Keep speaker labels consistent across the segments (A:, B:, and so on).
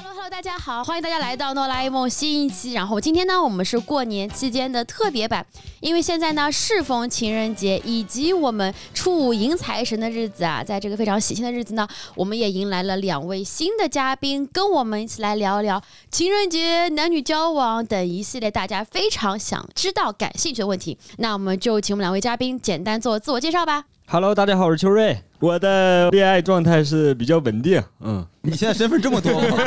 A: Hello，大家好，欢迎大家来到《哆啦 A 梦》新一期。然后今天呢，我们是过年期间的特别版，因为现在呢适逢情人节以及我们初五迎财神的日子啊，在这个非常喜庆的日子呢，我们也迎来了两位新的嘉宾，跟我们一起来聊一聊情人节、男女交往等一系列大家非常想知道、感兴趣的问题。那我们就请我们两位嘉宾简单做自我介绍吧。
B: Hello，大家好，我是秋瑞。我的恋爱状态是比较稳 定，嗯，
C: 你现在身份这 么多吗？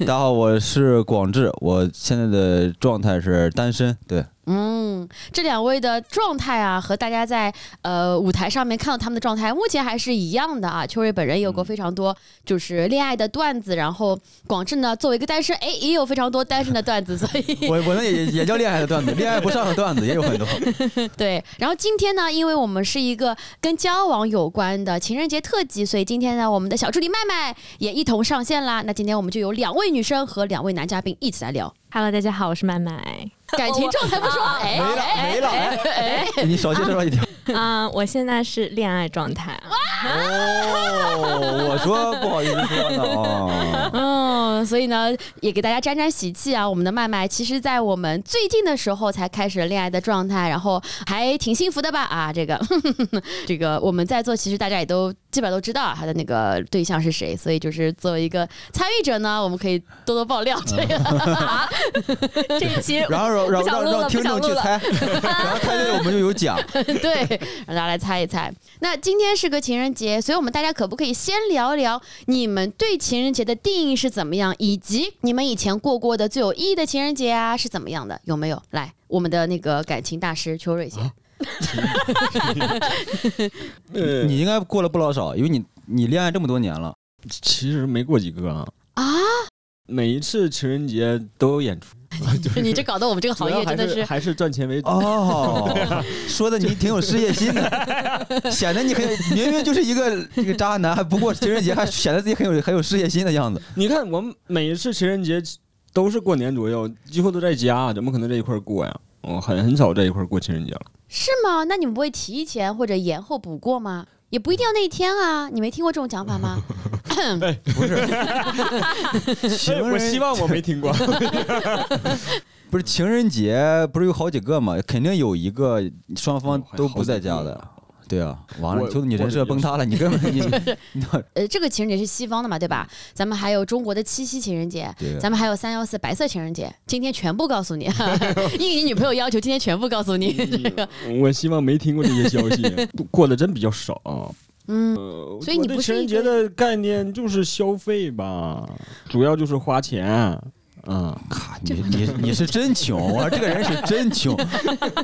C: 大家好，我是广志，我现在的状态是单身。对，
A: 嗯，这两位的状态啊，和大家在呃舞台上面看到他们的状态，目前还是一样的啊。秋瑞本人也有过非常多就是恋爱的段子，然后广志呢作为一个单身，哎，也有非常多单身的段子，所 以
C: 我我那也也叫恋爱的段子，恋爱不上的段子也有很多。
A: 对。然后今天呢，因为我们是一个跟交往有关的情人节特辑，所以今天呢，我们的小助理麦麦也一同上线啦。那今天我们就有两位女生和两位男嘉宾一起来聊
D: Hello，大家好，我是麦麦。
A: 感情状态不说，哎
C: 没了
A: 哎
C: 没了
A: 哎哎
C: 你少介绍了一 条。
D: 啊、我现在是恋爱状态。啊
C: 哦，我说不好意思说呢哦。
A: 嗯，所以呢，也给大家沾沾喜气啊。我们的麦麦，其实，在我们最近的时候才开始恋爱的状态，然后还挺幸福的吧？啊，这个， 这个我们在座其实大家也都基本上都知道啊他的那个对象是谁，所以就是作为一个参与者呢，我们可以多多爆料这个。
D: 这一期
C: 然后让让
D: 不想
C: 让
D: 录了
C: 让听众
D: 不想
C: 去
D: 录了
C: 猜， 然后猜对了我们就有奖。
A: 对，让大家来猜一猜。那今天是个情人节，所以我们大家可不可以先聊一聊你们对情人节的定义是怎么样，以及你们以前过过的最有意义的情人节啊是怎么样的？有没有？来，我们的那个感情大师邱瑞先，
B: 呃，
C: 你应该过了不老少，因为你你恋爱这么多年了。
B: 其实没过几个啊。
A: 啊，
B: 每一次情人节都有演 出，
A: 你这搞得我们这个
B: 主
A: 行
B: 要
A: 业
B: 还
A: 真的
B: 是
A: 是。
B: 还是赚钱为主。
C: 哦，说的你挺有事业心的，显得你很明明就是一个一个渣男，还不过情人节还显得自己很有很有事业心的样子。
B: 你看，我们每一次情人节都是过年左右，几乎都在家，怎么可能在一块儿过呀？我很很少在一块儿过情人节了。
A: 是吗？那你们不会提前或者延后补过吗？也不一定要那一天啊，你没听过这种讲法 吗？
C: 不 是，情人
B: 望 我没听过。
C: 不是情人节，不是有好几个嘛？肯定有一个双
B: 哎
C: 方都不在家的。对啊，完了，
B: 我
C: 就你人设崩塌了，你根 本你你
A: 呃，这个情人节是西方的嘛，对吧？咱们还有中国的七夕情人节，
C: 对啊
A: 咱们还有三幺四白色情人节，今天全部告诉你， 应你女朋友要求，今天全部告诉你这个。
B: 我希望没听过这些消 息，过得真比较少。啊
A: 嗯，
B: 呃
A: 所以你
B: 我对
A: 不是
B: 情人
A: 一
B: 节
A: 个
B: 的概念就是消费吧，主要就是花钱。嗯，
C: 卡你你你是真穷，我这个人是真穷。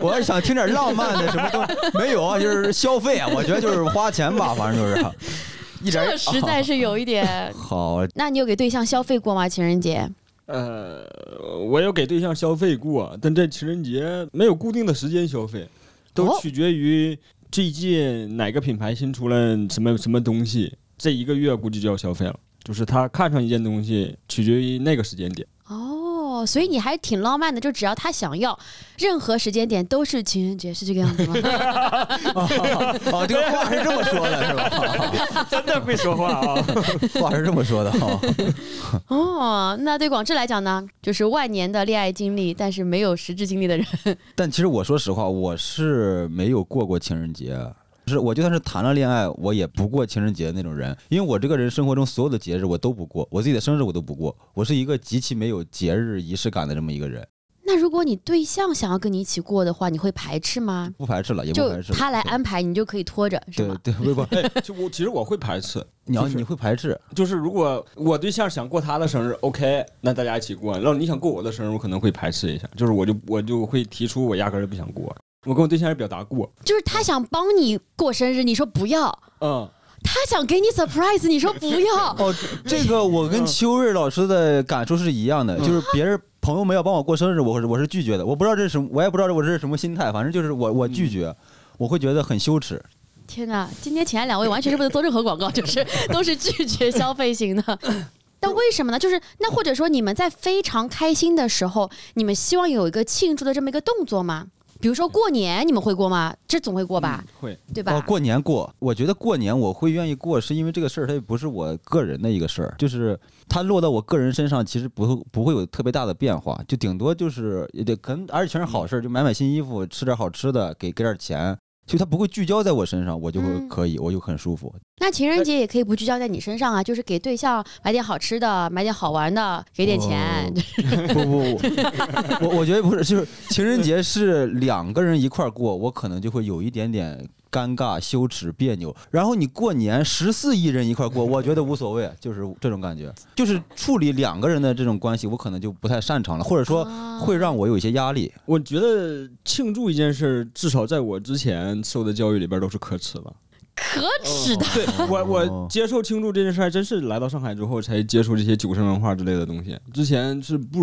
C: 我要是想听点浪漫的，什么都没有啊，就是消费啊。我觉得就是花钱吧，反正就是一点。
A: 这实在是有一点
C: 好。啊
A: 那你有给对象消费过吗？情人节？
B: 呃，我有给对象消费过，但在情人节没有固定的时间消费，都
A: 哦
B: 取决于最近哪个品牌新出了什么什么东西，这一个月估计就要消费了。就是他看上一件东西，取决于那个时间点。
A: 哦，所以你还挺浪漫的，就只要他想要，任何时间点都是情人节，是这个样子 吗？
C: 哦，这个话是这么说的，是吧？
B: 真的会说话 啊！
C: 话是这么说的哈。
A: 哦，那对广志来讲呢，就是万年的恋爱经历，但是没有实质经历的人。
C: 但其实我说实话，我是没有过过情人节，是我就算是谈了恋爱，我也不过情人节那种人，因为我这个人生活中所有的节日我都不过，我自己的生日我都不过，我是一个极其没有节日仪式感的这么一个人，
A: 那如果你对象想要跟你一起过的话，你会排斥吗？
C: 不排斥了，也不
A: 就
C: 排斥了。
A: 他来安排，你就可以拖着，是
C: 对
A: 吗？
C: 对，不不，
B: 就我哎其实我会排斥，
C: 你要
B: 就是
C: 你会排斥，
B: 就是如果我对象想过他的生日，OK，那大家一起过；然后你想过我的生日，我可能会排斥一下，就是我就我就会提出我压根儿就不想过。我跟我对象也表达过，
A: 就是他想帮你过生日，你说不要；
B: 嗯，
A: 他想给你 surprise，你说不要。
C: 哦，这个我跟秋瑞老师的感受是一样的，就是别人朋友们要帮我过生日，我是我是拒绝的，我不知道这是什么，我也不知道我这是什么心态，反正就是我我拒绝，我会觉得很羞耻。
A: 天哪，今天前两位完全是不能做任何广告，就是都是拒绝消费型的。但为什么呢？就是那或者说你们在非常开心的时候，你们希望有一个庆祝的这么一个动作吗？比如说过年，你们会过吗？这总会过吧，
B: 嗯会，
A: 对吧？
C: 哦，过年过，我觉得过年我会愿意过，是因为这个事儿它也不是我个人的一个事儿，就是它落到我个人身上，其实不会不会有特别大的变化，就顶多就是也得可能，而且全是好事儿，就买买新衣服，吃点好吃的，给给点钱，所以它不会聚焦在我身上，我就会
A: 嗯
C: 可以，我就很舒服。
A: 那情人节也可以不聚焦在你身上啊，就是给对象买点好吃的，买点好玩的，给点钱。
C: 哦 不不，不 我我觉得不是，就是情人节是两个人一块儿过，我可能就会有一点点尴尬、羞耻、别扭。然后你过年十四亿人一块儿过，我觉得无所谓，啊 就是这种感觉，就是处理两个人的这种关系，我可能就不太擅长了，或者说
A: 啊
C: 会让我有一些压力。
B: 我觉得庆祝一件事儿，至少在我之前受的教育里边都是可耻的。嗯
A: 可耻的，
B: 对我，
C: 哦
B: 我接受庆祝这件事儿，还真是来到上海之后才接触这些酒神文化之类的东西。之前是不，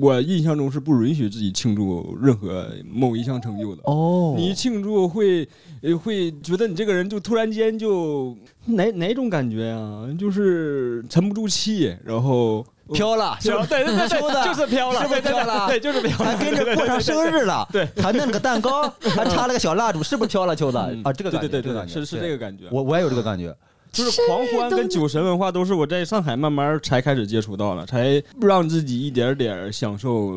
B: 我印象中是不允许自己庆祝任何某一项成就的。
C: 哦
B: 你一庆祝会，呃会觉得你这个人就突然间就哪哪种感觉啊？就是沉不住气，然后
C: 飘了，是啊
B: 飘，
C: 吧？
B: 对对对
C: 说的
B: 对， 就是飘了，
C: 是不是
B: 对对对
C: 飘了
B: 对，就是飘了，
C: 还跟着过上生日了，对，还弄了个蛋糕，还插了个小蜡烛，是不是飘了秋子
B: 嗯
C: 啊？这个
B: 对
C: 感
B: 对
C: 觉，
B: 对
C: 这个
B: 对，
C: 感觉
B: 是是
C: 对
B: 这个感觉。
C: 我我也有这个感觉。
B: 就是狂欢跟酒神文化都是我在上海慢慢才开始接触到了，才让自己一点点儿享受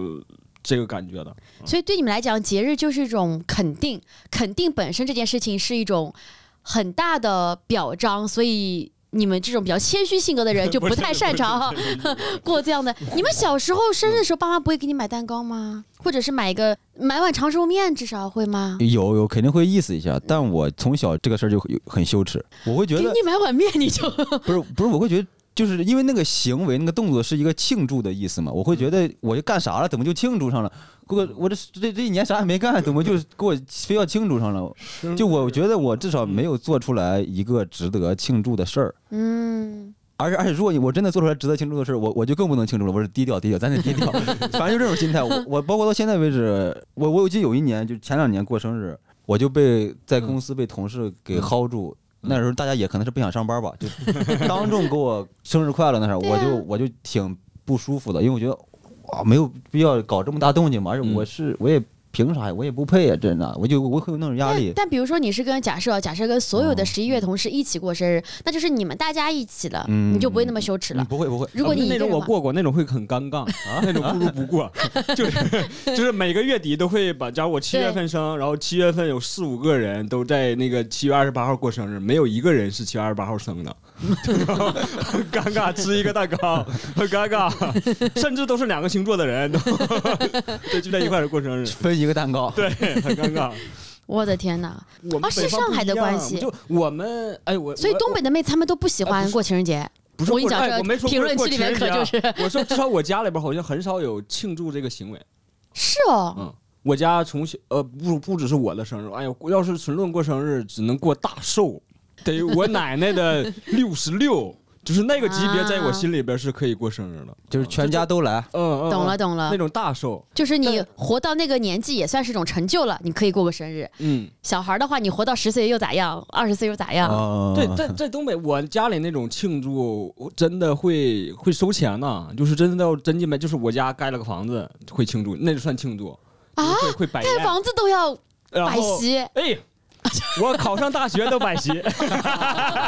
B: 这个 感觉的。
A: 所以对你们来讲，节日就是一种肯定，肯定本身这件事情是一种很大的表彰，所以。你们这种比较谦虚性格的人就不太擅 长过这样的。你们小时候生日的时候，爸妈不会给你买蛋糕吗？或者是买一个买碗长寿面，至少会吗？
C: 有有肯定会意思一下，但我从小这个事儿就有很羞耻，我会觉
A: 给
C: 得
A: 你买碗面，你就
C: 不是不是，我会觉得就是因为那个行为那个动作是一个庆祝的意思嘛，我会觉
A: 嗯
C: 得我就干啥了，怎么就庆祝上了？给我我这这这一年啥也没干，怎么就给我非要庆祝上了？就我觉得我至少没有做出来一个值得庆祝的事儿。
A: 嗯，
C: 而且而且，如果你我真的做出来值得庆祝的事儿，我我就更不能庆祝了。我是低调低调，咱得低 调，反正就这种心态。我我包括到现在为止，我我记得有一年，就前两年过生日，我就被在公司被同事给薅住。
B: 嗯
C: 那时候大家也可能是不想上班吧，就当众给我生日快乐那时候，
A: 对
C: 我
A: 啊
C: 就我就挺不舒服的，因为我觉得哇没有必要搞这么大动静嘛，而且
B: 嗯
C: 我是我也凭啥呀，我也不配呀，真的，我就我会有那种压力
A: 但。但比如说你是跟假设假设跟所有的
C: 哦
A: 十一月同事一起过生日，那就是你们大家一起了，
C: 嗯
A: 你就不会那么羞耻了
C: 嗯。不会不会，
A: 如果你一
B: 那
A: 个
B: 种
A: 人
B: 我
A: 嘛
B: 过过，那种会很尴 尬，那种不如不过。就是就是每个月底都会把，假如我七月份生，然后七月份有四五个人都在那个七月二十八号过生日，没有一个人是七月二十八号生 的，然后很尴尬，吃一个蛋糕，很尴尬，甚至都是两个星座的人都 对聚在一块儿过生日，
C: 分一个蛋糕。
B: 对，很尴尬。
A: 我的天哪！
B: 我们
A: 啊是
B: 北方
A: 上
B: 不
A: 海
B: 一
A: 的
B: 样
A: 关系
B: 就我们哎我，
A: 所以
B: 我
A: 东北的妹子她们都不喜
B: 哎不
A: 欢
B: 是
A: 过情人节。
B: 不是
A: 我跟你
B: 过
A: 讲，
B: 哎我没
A: 这
B: 说
A: 评
B: 过
A: 论
B: 过
A: 区里
B: 情
A: 面
B: 人
A: 可
B: 节
A: 就
B: 啊
A: 是
B: 我说，至少我家里边好像很少有庆祝这个行为。
A: 是哦，
B: 嗯，我家从小呃不不只是我的生日，哎呦，要是纯论过生日，只能过大寿，得我奶 奶的六十六，就是那个级别，
A: 啊
B: 在我心里边是可以过生日的。
C: 就是全家都来，
B: 嗯，嗯
A: 懂了
B: 嗯
A: 懂了
B: 那，种大寿，
A: 就是你活到那个年纪也算是一种成就了，你可以过个生日。
B: 嗯，
A: 小孩儿的话，你活到十岁又咋样？二十岁又咋
B: 哦
A: 样？
C: 啊
B: 对，在在东北，我家里那种庆祝，我真的会会收钱呐、就是真的要真进门，就是我家盖了个房子会庆祝，那就算庆祝
A: 啊
B: 会会摆
A: 盖
B: 宴，
A: 房子都要
B: 然
A: 摆
B: 后
A: 席，
B: 哎，我考上大学都摆席，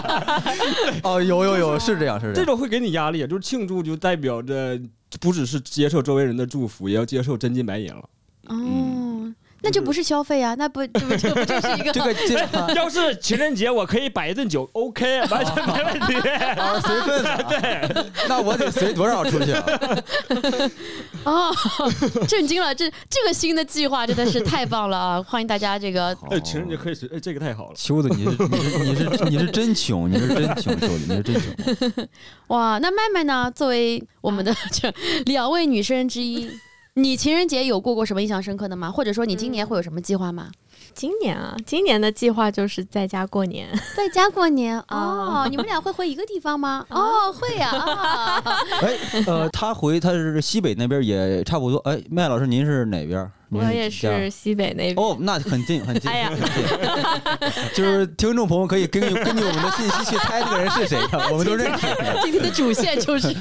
C: 哦，有有
D: 啊
C: 有，是这样，是这
B: 这
C: 样。
B: 种会给你压力，就是庆祝就代表着不只是接受周围人的祝福，也要接受真金白银了。嗯
A: 哦，那就不是消费啊，那不这不这不就是一
C: 这
A: 个
C: 个这 个
B: 要是情人节，我可以摆一顿酒，OK，完 全没问题。
C: 啊，随份子啊，那我得随多少出去啊？
A: 哦，震惊了！这这个新的计划真的是太棒了啊！欢迎大家这个
B: 哎，情人节可以是，哎，这个太好了。
C: 哦秋子，你是你是你是你是真穷，你是真穷，秋子，你是真穷。
A: 哇，那麦麦呢？作为我们的 这两位女生之一，你情人节有过过什么印象深刻的吗？或者说你今年会有什么计划吗？
D: 今年啊，今年的计划就是在家过年。
A: 在家过年哦
D: 哦，
A: 你们俩会回一个地方 吗？哦，会呀、啊，
C: 哎，呃，他回他是西北那边也差不多。哎，麦老师，您是哪边？您
D: 我也
C: 家
D: 是。西北那边。
C: 哦，那很近很近，
D: 哎呀
C: 很近。就是听众朋友可以根据根据我们的信息去猜这个人是谁，啊我们都认识。
A: 今天的主线 就是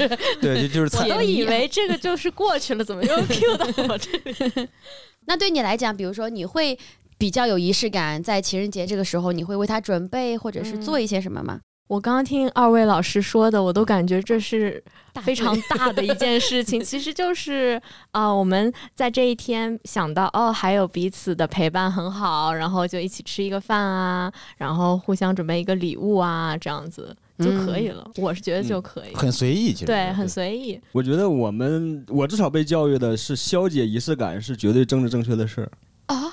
C: 对，就就是
D: 我
C: 猜。
D: 都以为这个就是过去了，怎么又 Q 到我这里？
A: 那对你来讲，比如说你会比较有仪式感，在情人节这个时候，你会为他准备或者是
D: 嗯
A: 做一些什么吗？
D: 我刚刚听二位老师说的，我都感觉这是
A: 嗯大
D: 非常大的一件事 情。其实就是啊、呃我们在这一天想到哦，还有彼此的陪伴很好，然后就一起吃一个饭啊，然后互相准备一个礼物啊，这样子就
B: 嗯
D: 可以了。我是觉得就可以，
C: 很随意，其实
D: 对，很 随意。
B: 我觉得我们我至少被教育的是消解仪式感是绝对政治正确的事儿。
A: 啊。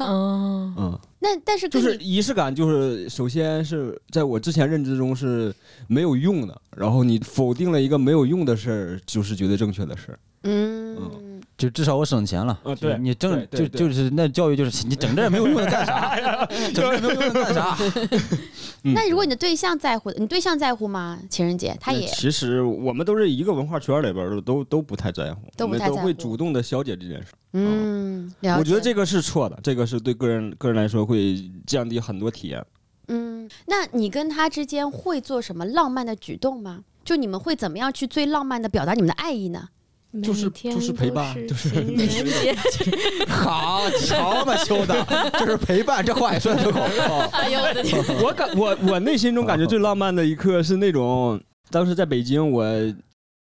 D: 嗯，
B: 嗯，
A: 那但是
B: 就
A: 跟
B: 是
A: 你
B: 仪式感，就是首先是在我之前认知中是没有用的，然后你否定了一个没有用的事儿，就是绝对正确的事儿。
A: 嗯，
C: 就至少我省钱了。
B: 呃对
C: 你挣
B: 对
C: 就
B: 对对哎
C: 就是那教育就是你整这没有用的干 啥？整这没有用的干啥？
B: 嗯
A: 那如果你的对象在乎，你对象在乎吗？情人节他
B: 那
A: 也
B: 其实我们都是一个文化圈里边儿的，都都不太在乎，
A: 都不
B: 我们
A: 太
B: 都
A: 在乎
B: 会主动的消解这件事。
A: 嗯，了解。
B: 哦我觉得这个是错的，这个是对个人个人来说会降低很多体验。
A: 嗯，那你跟他之间会做什么浪漫的举动吗？就你们会怎么样去最浪漫的表达你们的爱意呢？
B: 嗯就是
D: 每天
B: 就是陪伴
D: 都
B: 就是是
D: 情 人节
C: 好，瞧吧，秋的，就是陪伴， 这话也说得出口。
D: 哎 呦我的天，
B: 我感我我内心中感觉最浪漫的一刻是那种，当时在北京，我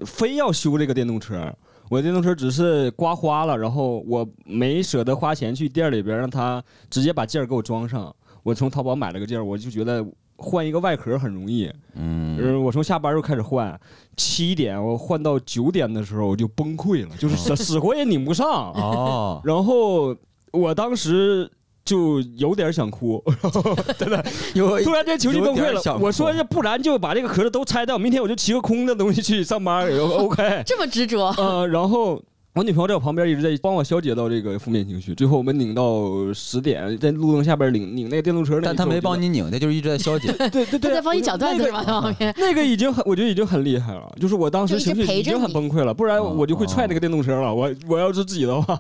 B: 非要修这个电动车，我电动车只是刮花了，然后我没舍得花钱去店里边让他直接把件儿给我装上。我从淘宝买了个件儿，我就觉得换一个外壳很容易。
C: 嗯，
B: 嗯，我从下班就开始换，七点我换到九点的时候我就崩溃了，就是
C: 啊
B: 死 死活也拧不上。
C: 哦，
B: 然后我当时就有点想哭，
C: 有
B: 突然间情绪崩溃
C: 哎有点想
B: 了。
C: 哭
B: 我说要不然就把这个壳子都拆掉，明天我就骑个空的东西去上班 也，OK。
A: 这么执着，
B: 呃，然后我女朋友在我旁边一直在帮我消解到这个负面情绪，最后我们拧到十点，在路灯下边拧拧那个电动车那一刻，
C: 但他没帮你拧，他就是一直在消解。
B: 我觉得，对对
A: 他
B: 对，
A: 在帮你
B: 我就
A: 搅段子
B: 那
A: 是
B: 个
A: 吧？在旁 边，
B: 那个已经很，我觉得已经很厉害了。就是我当时
A: 就
B: 情绪
A: 一直陪
B: 已
A: 着你
B: 经很崩溃了，不然
C: 哦
B: 我就会踹那个电动车了。我我要是自己的话，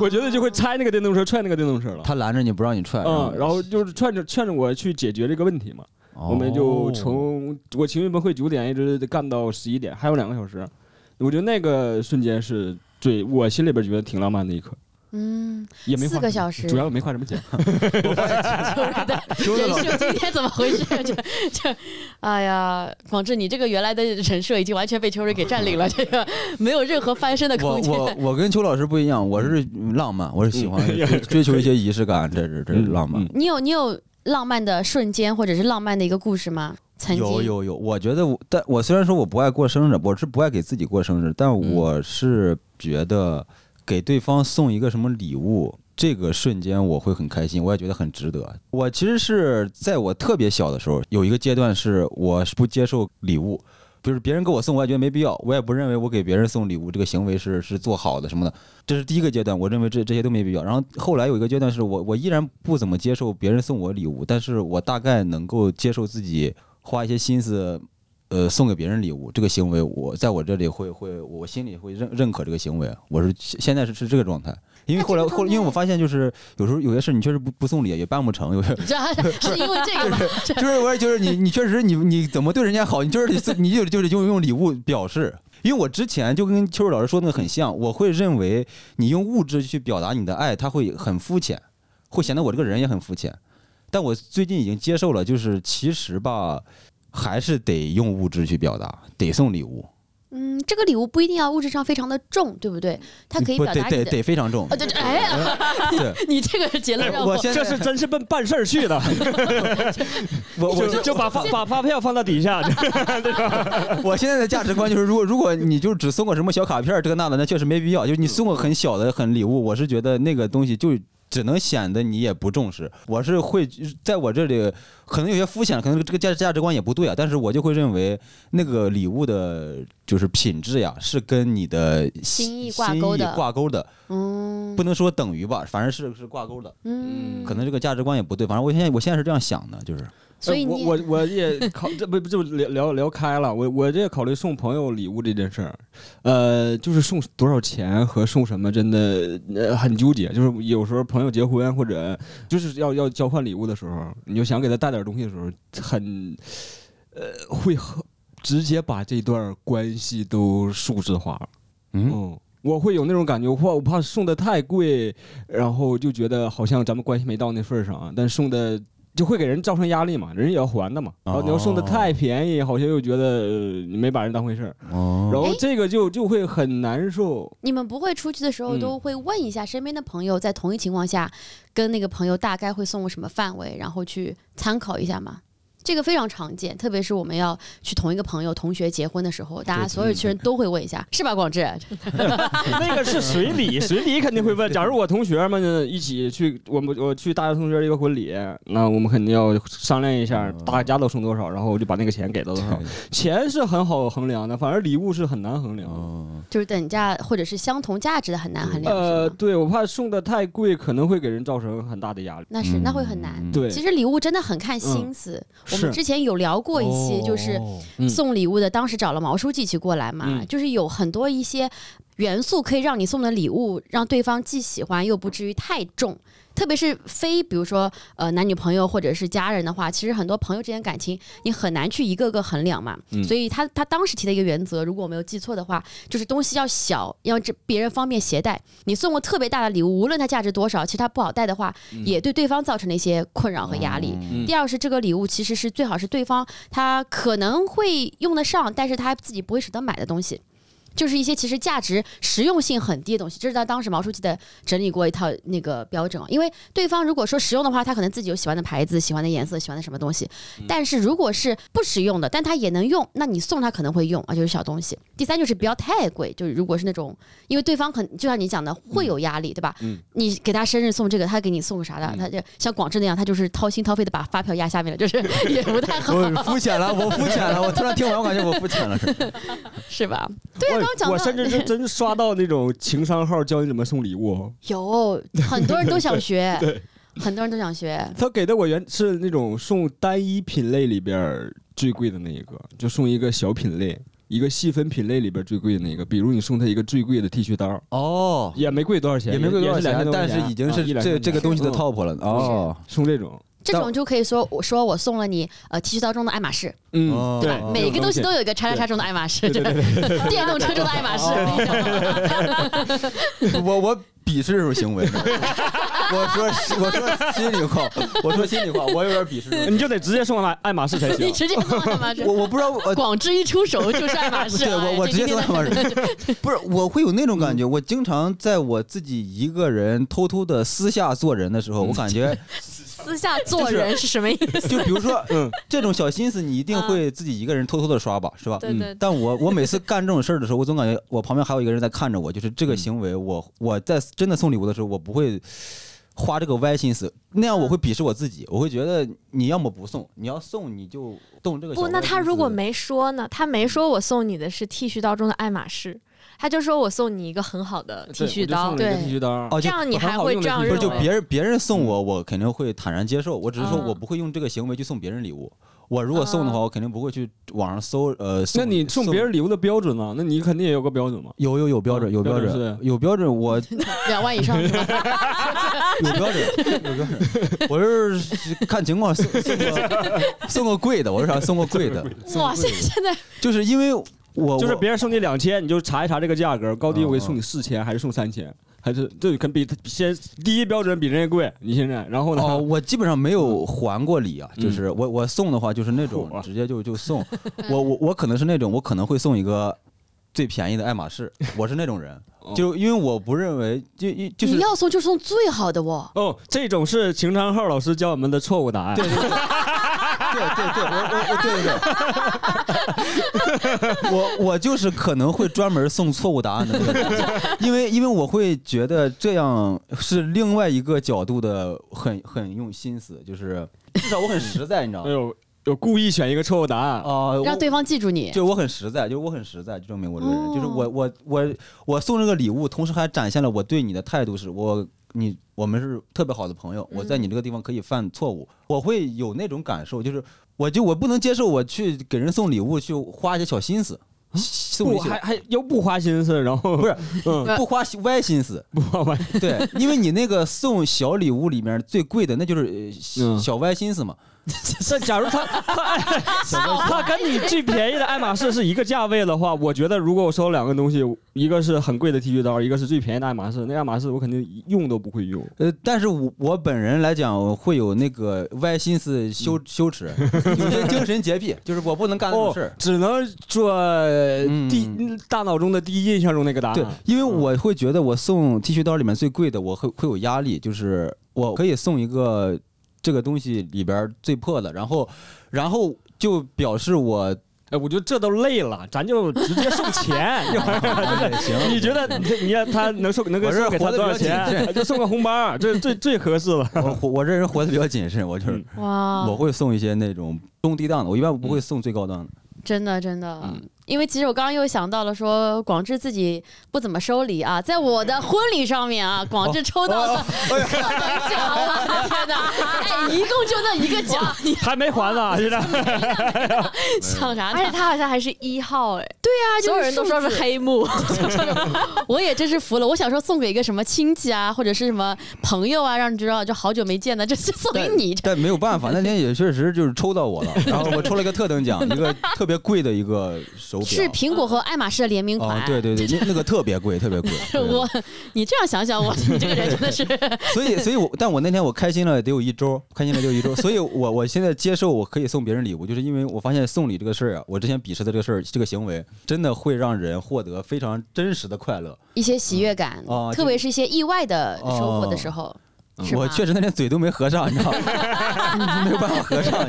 B: 我觉得就会拆那个电动车，踹那个电动车了。
C: 他拦着你不让你踹，啊
B: 嗯，然后就是劝着劝着我去解决这个问题嘛。
C: 哦
B: 我们就从我情绪崩溃九点一直干到十一点，还有两个小时。我觉得那个瞬间是最我心里边觉得挺浪漫的一刻，
A: 嗯，
B: 也没花
A: 四个小时
B: 主要没花什 么钱。
A: 就是的，人设今天怎么回事？这这，哎呀，广志，你这个原来的人设已经完全被秋水给占领了，这 个没有任何翻身的
C: 我
A: 空
C: 我
A: 间。
C: 我跟邱老师不一样，我是浪漫，我是喜欢追追 求一些仪式感，这是这是浪漫。
B: 嗯
A: 你有你有浪漫的瞬间，或者是浪漫的一个故事吗？曾经
C: 有有有，我觉得我，但我虽然说我不爱过生日，我是不爱给自己过生日，但
A: 嗯
C: 我是觉得给对方送一个什么礼物，这个瞬间我会很开心，我也觉得很值得。我其实是在我特别小的时候，有一个阶段是我是不接受礼物。就是别人给我送，我也觉得没必要，我也不认为我给别人送礼物这个行为是是做好的什么的，这是第一个阶段，我认为这这些都没必要。然后后来有一个阶段是我我依然不怎么接受别人送我礼物，但是我大概能够接受自己花一些心思，呃，送给别人礼物这个行为，我在我这里会会，我心里会认认可这个行为。我是现现在是是这个状态，因为后来
A: 那这个状态
C: 后来因为我发现就是有时候有些事你确实不不送礼也办不成，有些
A: 这是因为这 个吗？
C: 就是我也就是你你确实你你怎么对人家好，你就是得你就就是用用礼物表示。因为我之前就跟秋水老师说那个很像，我会认为你用物质去表达你的爱，它会很肤浅，会显得我这个人也很肤浅。但我最近已经接受了，就是其实吧，还是得用物质去表达，得送礼物，
A: 嗯，这个礼物不一定要物质上非常的重，对不对？它可以
C: 不
A: 表
C: 得
A: 达你
C: 得
A: 的。
C: 得非常重
A: 啊，。对对，哎呀，
C: 对，
A: 你这个结论让
C: 我
A: 我
C: 现在
B: 这是真是奔办事儿 去的，
C: 我我
B: 就就把发把发票放到底下。
C: 我现在的价值观就是，如果如果你就只送个什么小卡片儿这个那的，那确实没必要。就是
A: 嗯
C: 你送个很小的很礼物，我是觉得那个东西就只能显得你也不重视。我是会在我这里可能有些肤浅，可能这个价价值观也不对啊，但是我就会认为那个礼物的就是品质呀，是跟你的
A: 心意挂钩的
C: 心意挂钩的，
A: 嗯
C: 不能说等于吧，反正是是挂钩的。
A: 嗯，
C: 可能这个价值观也不对，反正我现在我现在是这样想的，就是
A: 所以你
B: 呃我我我也考这不这不聊聊聊开了，我我这考虑送朋友礼物这件事儿，呃，就是送多少钱和送什么真的呃很纠结，就是有时候朋友结婚或者就是要要交换礼物的时候，你就想给他带点东西的时候，很呃会很直接把这段关系都数字化，
C: 嗯，
B: 嗯，我会有那种感觉，我怕我怕送的太贵，然后就觉得好像咱们关系没到那份儿上，但送的就会给人造成压力嘛，人也要还的嘛。然后你要送的太便宜，好像又觉得、呃、你没把人当回事儿，
C: 哦
B: 然后
A: 哎
B: 这个就就会很难受。
A: 你们不会出去的时候
B: 嗯
A: 都会问一下身边的朋友，在同一情况下跟那个朋友大概会送个什么范围，然后去参考一下吗？这个非常常见，特别是我们要去同一个朋友、同学结婚的时候，大家所有群人都会问一下，是吧，广志？
B: 那个是随 礼，随礼肯定会问。假如我同学们呃一起去，我们我去大学同学的一个婚礼，那我们肯定要商量一下，大家都送多少，然后我就把那个钱给到多少。钱是很好衡量的，反而礼物是很难衡量的。
C: 哦，
A: 就是等价或者是相同价值的很难衡量，
B: 呃，
A: 是吗？
B: 对，我怕送的太贵，可能会给人造成很大的压力。
A: 那是那会很难。
B: 嗯对，
A: 其实礼物真的很看心思，我们
B: 嗯是
A: 之前有聊过一期，就是
B: 嗯
A: 送礼物的，当时找了毛书记去过来嘛，
B: 嗯
A: 就是有很多一些元素可以让你送的礼物，让对方既喜欢又不至于太重。特别是非比如说呃男女朋友或者是家人的话，其实很多朋友之间感情你很难去一个个衡量嘛。
B: 嗯
A: 所以他他当时提的一个原则，如果我没有记错的话，就是东西要小，要这别人方便携带。你送过特别大的礼物，无论它价值多少，其实它不好带的话，也对对方造成了一些困扰和压力。
C: 哦
B: 嗯
A: 第二是这个礼物其实是最好是对方他可能会用得上，但是他自己不会舍得买的东西，就是一些其实价值实用性很低的东西。这是他当时毛书记的整理过一套那个标准，因为对方如果说实用的话，他可能自己有喜欢的牌子、喜欢的颜色、喜欢的什么东西，
B: 嗯
A: 但是如果是不实用的，但他也能用，那你送他可能会用啊，就是小东西。第三就是不要太贵，就是如果是那种，因为对方可能就像你讲的会有压力，对吧？
B: 嗯
A: 你给他生日送这个，他给你送个啥的，
B: 嗯
A: 他就像广志那样，他就是掏心掏肺的把发票压下面了，就是也不太 好，
C: 我肤浅了，我肤浅了，我突然听完，我感觉我肤浅了。
A: 是吧？对啊，
B: 我
A: 刚刚讲
B: 我甚
A: 到
B: 至 是真刷到那种情商号教你怎么送礼物，哦
A: 有很多人都想学，很多人都想学，
B: 他给的我原是那种送单一品类里边儿最贵的那一个，就送一个小品类，一个细分品类里边儿最贵的那一个。比如你送他一个最贵的剃须刀，
C: 哦，
B: 也没贵多少钱，
C: 也没贵多少
B: 也是两千
C: 钱，
B: 多块
C: 但
B: 钱
C: 是已经
B: 啊嗯
C: 是
B: 一两千
C: 这
B: 块
C: 这个
B: 钱
C: 东西的
B: 嗯
C: top 了。哦，
B: 送这种，
A: 这种就可以说我说我送了你呃剃须刀中的爱马仕，
B: 嗯
C: 哦，
B: 对
A: 对吧？，
C: 哦
A: 每个东西都
B: 有。
A: 有一个叉叉叉中的爱马仕，
B: 对对
A: 电动车中的爱马仕，
C: 哦我我鄙视这种行为。我说是我说心里话，我说心里话，我有点鄙视这种。
B: 你就得直接送爱爱马仕才
A: 你
B: 行。
A: 直接送爱马仕。
C: 我我不知道，呃，
A: 广志一出手就是爱 马仕
C: 对
A: 啊，
C: 我我
A: 这
C: 直接
A: 今
C: 说
A: 天
C: 爱马仕，不是我会有那种感觉。我经常在我自己一个人偷偷的私下做人的时候，我感觉
D: 私下做
C: 就是
D: 人是什么意思？
C: 就比如说
B: 嗯，
C: 这种小心思，你一定会自己一个人偷偷的刷吧，是吧？
D: 对
B: 嗯
D: 对对，
C: 但我我每次干这种事儿的时候，我总感觉我旁边还有一个人在看着我，就是
B: 嗯
C: 这个行为，我我在真的送礼物的时候，我不会花这个歪心思，那样我会鄙视我自己，我会觉得你要么不送，你要送你就动这个小
D: 不，
C: 歪
D: 那他
C: 心思
D: 如果没说呢？他没说我送你的是剃须刀中的爱马仕，他就说我送你一个很好的剃须刀
A: 对。
B: 剃须刀。
C: 哦，
D: 这
C: 就
D: 样你
B: 很
D: 还
B: 好
D: 会
B: 用
D: 这
B: 的
D: 样
B: 剃
D: 认
C: 不是
D: 为？
C: 就别人别人送
B: 嗯
C: 我，我肯定会坦然接受，我只是说
D: 嗯
C: 我不会用这个行为去送别人礼物。我如果送的话，
D: 嗯
C: 我肯定不会去网上搜。呃，
B: 那你送别人礼物的标准呢？那你肯定也有个标准嘛。
C: 有有有标准，有标
B: 标准
C: 准，
B: 是
C: 有标准，我
A: 两万以上是吧？
C: 有标准，有标准。我是看情况送送个送个贵的，我是想送个贵的，
A: 哇塞，现在
C: 就是因为我
B: 就是
C: 呃我
B: 别人送你两千，你就查一查这个价格，高低我
C: 嗯
B: 给
C: 嗯
B: 送你四千，还是送三千，还是这肯比比先第一标准比人家贵。你现在，然后呢？
C: 哦，我基本上没有还过礼啊，
B: 嗯
C: 就是我我送的话就是那种
B: 嚯
C: 直接就就 送，我我我可能是那种我可能会送一个最便宜的爱马仕，我是那种人，
B: 哦
C: 就因为我不认为就就就
A: 你
C: 是
A: 要送就送最好的哦。
B: 哦，这种是情商号老师教我们的错误答案。
C: 对对对。对对对，我我我对对对， 我我就是可能会专门送错误答案的那个人， 因为因为我会觉得这样是另外一个角度的很很用心思，就是至少我很实在，你知道
B: 哎
C: 吗？
B: 呦，有故意选一个错误答案。
C: 啊、我
A: 呃让对方记住你。
C: 就我很实在，就是我很实在，就证明我这个人，就是
A: 哦
C: 我我我我送这个礼物，同时还展现了我对你的态度是，我你我们是特别好的朋友，我在
B: 嗯
C: 你这个地方可以犯错误，我会有那种感受，就是我就我不能接受我去给人送礼物去花一些小心思，送
B: 嗯不
C: 一
B: 还
C: 些
B: 还又不花心思，然后
C: 不是
B: 嗯
C: 不花歪心思，
B: 不花完
C: 对，因为你那个送小礼物里面最贵的，那就是呃
B: 嗯
C: 小歪心思嘛。
B: 这假如他他他跟你最便宜的爱马仕是一个价位的话，我觉得如果我收两个东西，一个是很贵的剃须刀，一个是最便宜的爱马仕，那爱马仕我肯定用都不会用。
C: 呃，但是我我本人来讲，我会有那个歪心思、
B: 嗯
C: 羞羞耻，有些精神洁癖，就是我不能干那种
B: 哦
C: 事儿，。
B: 只能做第、大脑中的第一印象中那个答
C: 对
B: 案。，
C: 因为我会觉得我送剃须刀里面最贵的，我会会有压力，就是我可以送一个这个东西里边最破的，然后然后就表示 我
B: 哎，我觉得这都累了，咱就直接送 钱。
C: 行
B: 你觉得你你他能送能给
C: 我这
B: 送给他
C: 活得
B: 多少
C: 比较谨
B: 钱？就送个红包，这最最合适了。
C: 我活我这人活得比较谨慎，我就是
B: 嗯
A: 哇，
C: 我会送一些那种中低档的，我一般不会送最高档的。
A: 真的真的。
C: 嗯
A: 因为其实我刚刚又想到了，说广志自己不怎么收礼啊，在我的婚礼上面啊，广志抽到了各种奖啊，天哪！哎，一共就那一个奖，你
B: 还没还呢，现在。
A: 想啥
D: 而且
A: 呢？
D: 他好像还是一号哎，
A: 他
D: 所有人都说是黑幕，
A: 我也真是服了。我想说送给一个什么亲戚啊，或者是什么朋友啊，让你知道就好久没见的，这是 送给你。这
C: 但没有 办法，那天也确实就是抽到我了，然后我抽了一个特等奖，一个特别贵的一个手表，
A: 是苹果和爱马仕的联名款。
C: 哦，对 对对，那那个特别贵，特别贵。对嗯
A: 我，你这样想想我，你这个人真的是
C: 所以所以我，但我那天我开心了得有一周，开心了得有 一周，所以我我现在接受我可以送别人礼物，就是因为我发现送礼这个事儿啊，我之前鄙视的这个事儿，这个行为真的会让人获得非常真实的快乐。
A: 一些喜悦感，
C: 哦
A: 特别是一些意外的收获的时候，是吗
C: 嗯我确实那天嘴都没合上，你知道 吗？没有办法合上。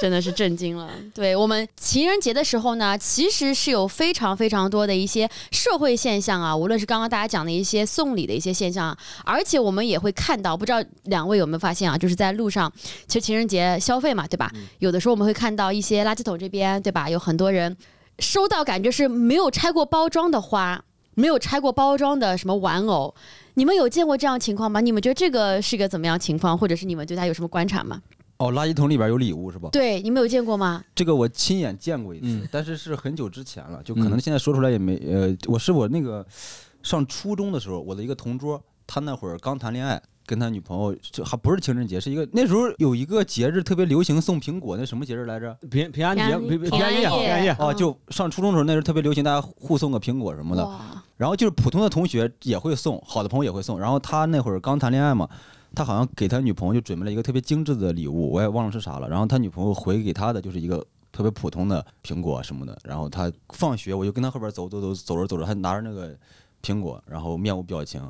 A: 真的是震惊了。啊对我们情人节的时候呢，其实是有非常非常多的一些社会现象啊，无论是刚刚大家讲的一些送礼的一些现象啊，而且我们也会看到，不知道两位有没有发现啊，就是在路上，其实情人节消费嘛，对吧？
C: 嗯
A: 有的时候我们会看到一些垃圾桶这边，对吧？有很多人收到感觉是没有拆过包装的花，没有拆过包装的什么玩偶。你们有见过这样的情况吗？你们觉得这个是个怎么样情况，或者是你们对它有什么观察吗？
C: 哦，垃圾桶里边有礼物是吧？
A: 对，你们有见过吗？
C: 这个我亲眼见过一次，
B: 嗯
C: 但是是很久之前了，就可能现在说出来也没、呃，我是我那个上初中的时候，我的一个同桌，他那会儿刚谈恋爱，跟他女朋友就还不是情人节，是一个那时候有一个节日特别流行送苹果，那什么节日来着？
B: 平平安节，平
D: 平安
B: 安
D: 夜
B: 夜，平安夜。
C: 哦，
A: 嗯
C: 就上初中的时候，那时候特别流行，大家互送个苹果什么的。
A: 哇，
C: 然后就是普通的同学也会送，好的朋友也会送。然后他那会儿刚谈恋爱嘛，他好像给他女朋友就准备了一个特别精致的礼物，我也忘了是啥了。然后他女朋友回给他的就是一个特别普通的苹果什么的。然后他放学我就跟他后边走走走走着走着，他拿着那个苹果，然后面无表情，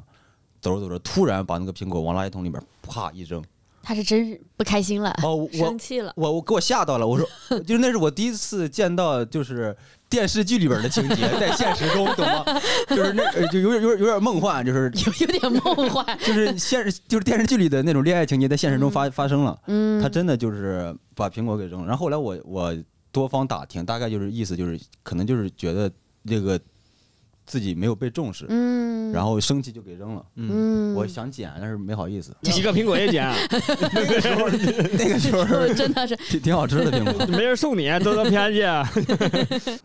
C: 走着走着突然把那个苹果往垃圾桶里面啪一扔。
A: 他是真不开心了。
C: 哦，我
D: 生气了。
C: 我我给我吓到了，我说 就是那是我第一次见到就是电视剧里边的情节在现实中，懂吗？就是那呃就有点有点有点梦幻，就是，
A: 有有点梦幻
C: 就是现实就是电视剧里的那种恋爱情节在现实中发、发生了，
A: 嗯，
C: 他真的就是把苹果给扔了。然后后来我我多方打听，大概就是意思就是可能就是觉得这个自己没有被重视，
A: 嗯，
C: 然后生气就给扔了。嗯，
A: 嗯，
C: 我想捡，但是没好 意思。
B: 几个苹果也捡，啊
C: 那个时候那个时候
A: 我真的是，
C: 挺挺好吃的苹果。
B: 没人送你，都到平安夜。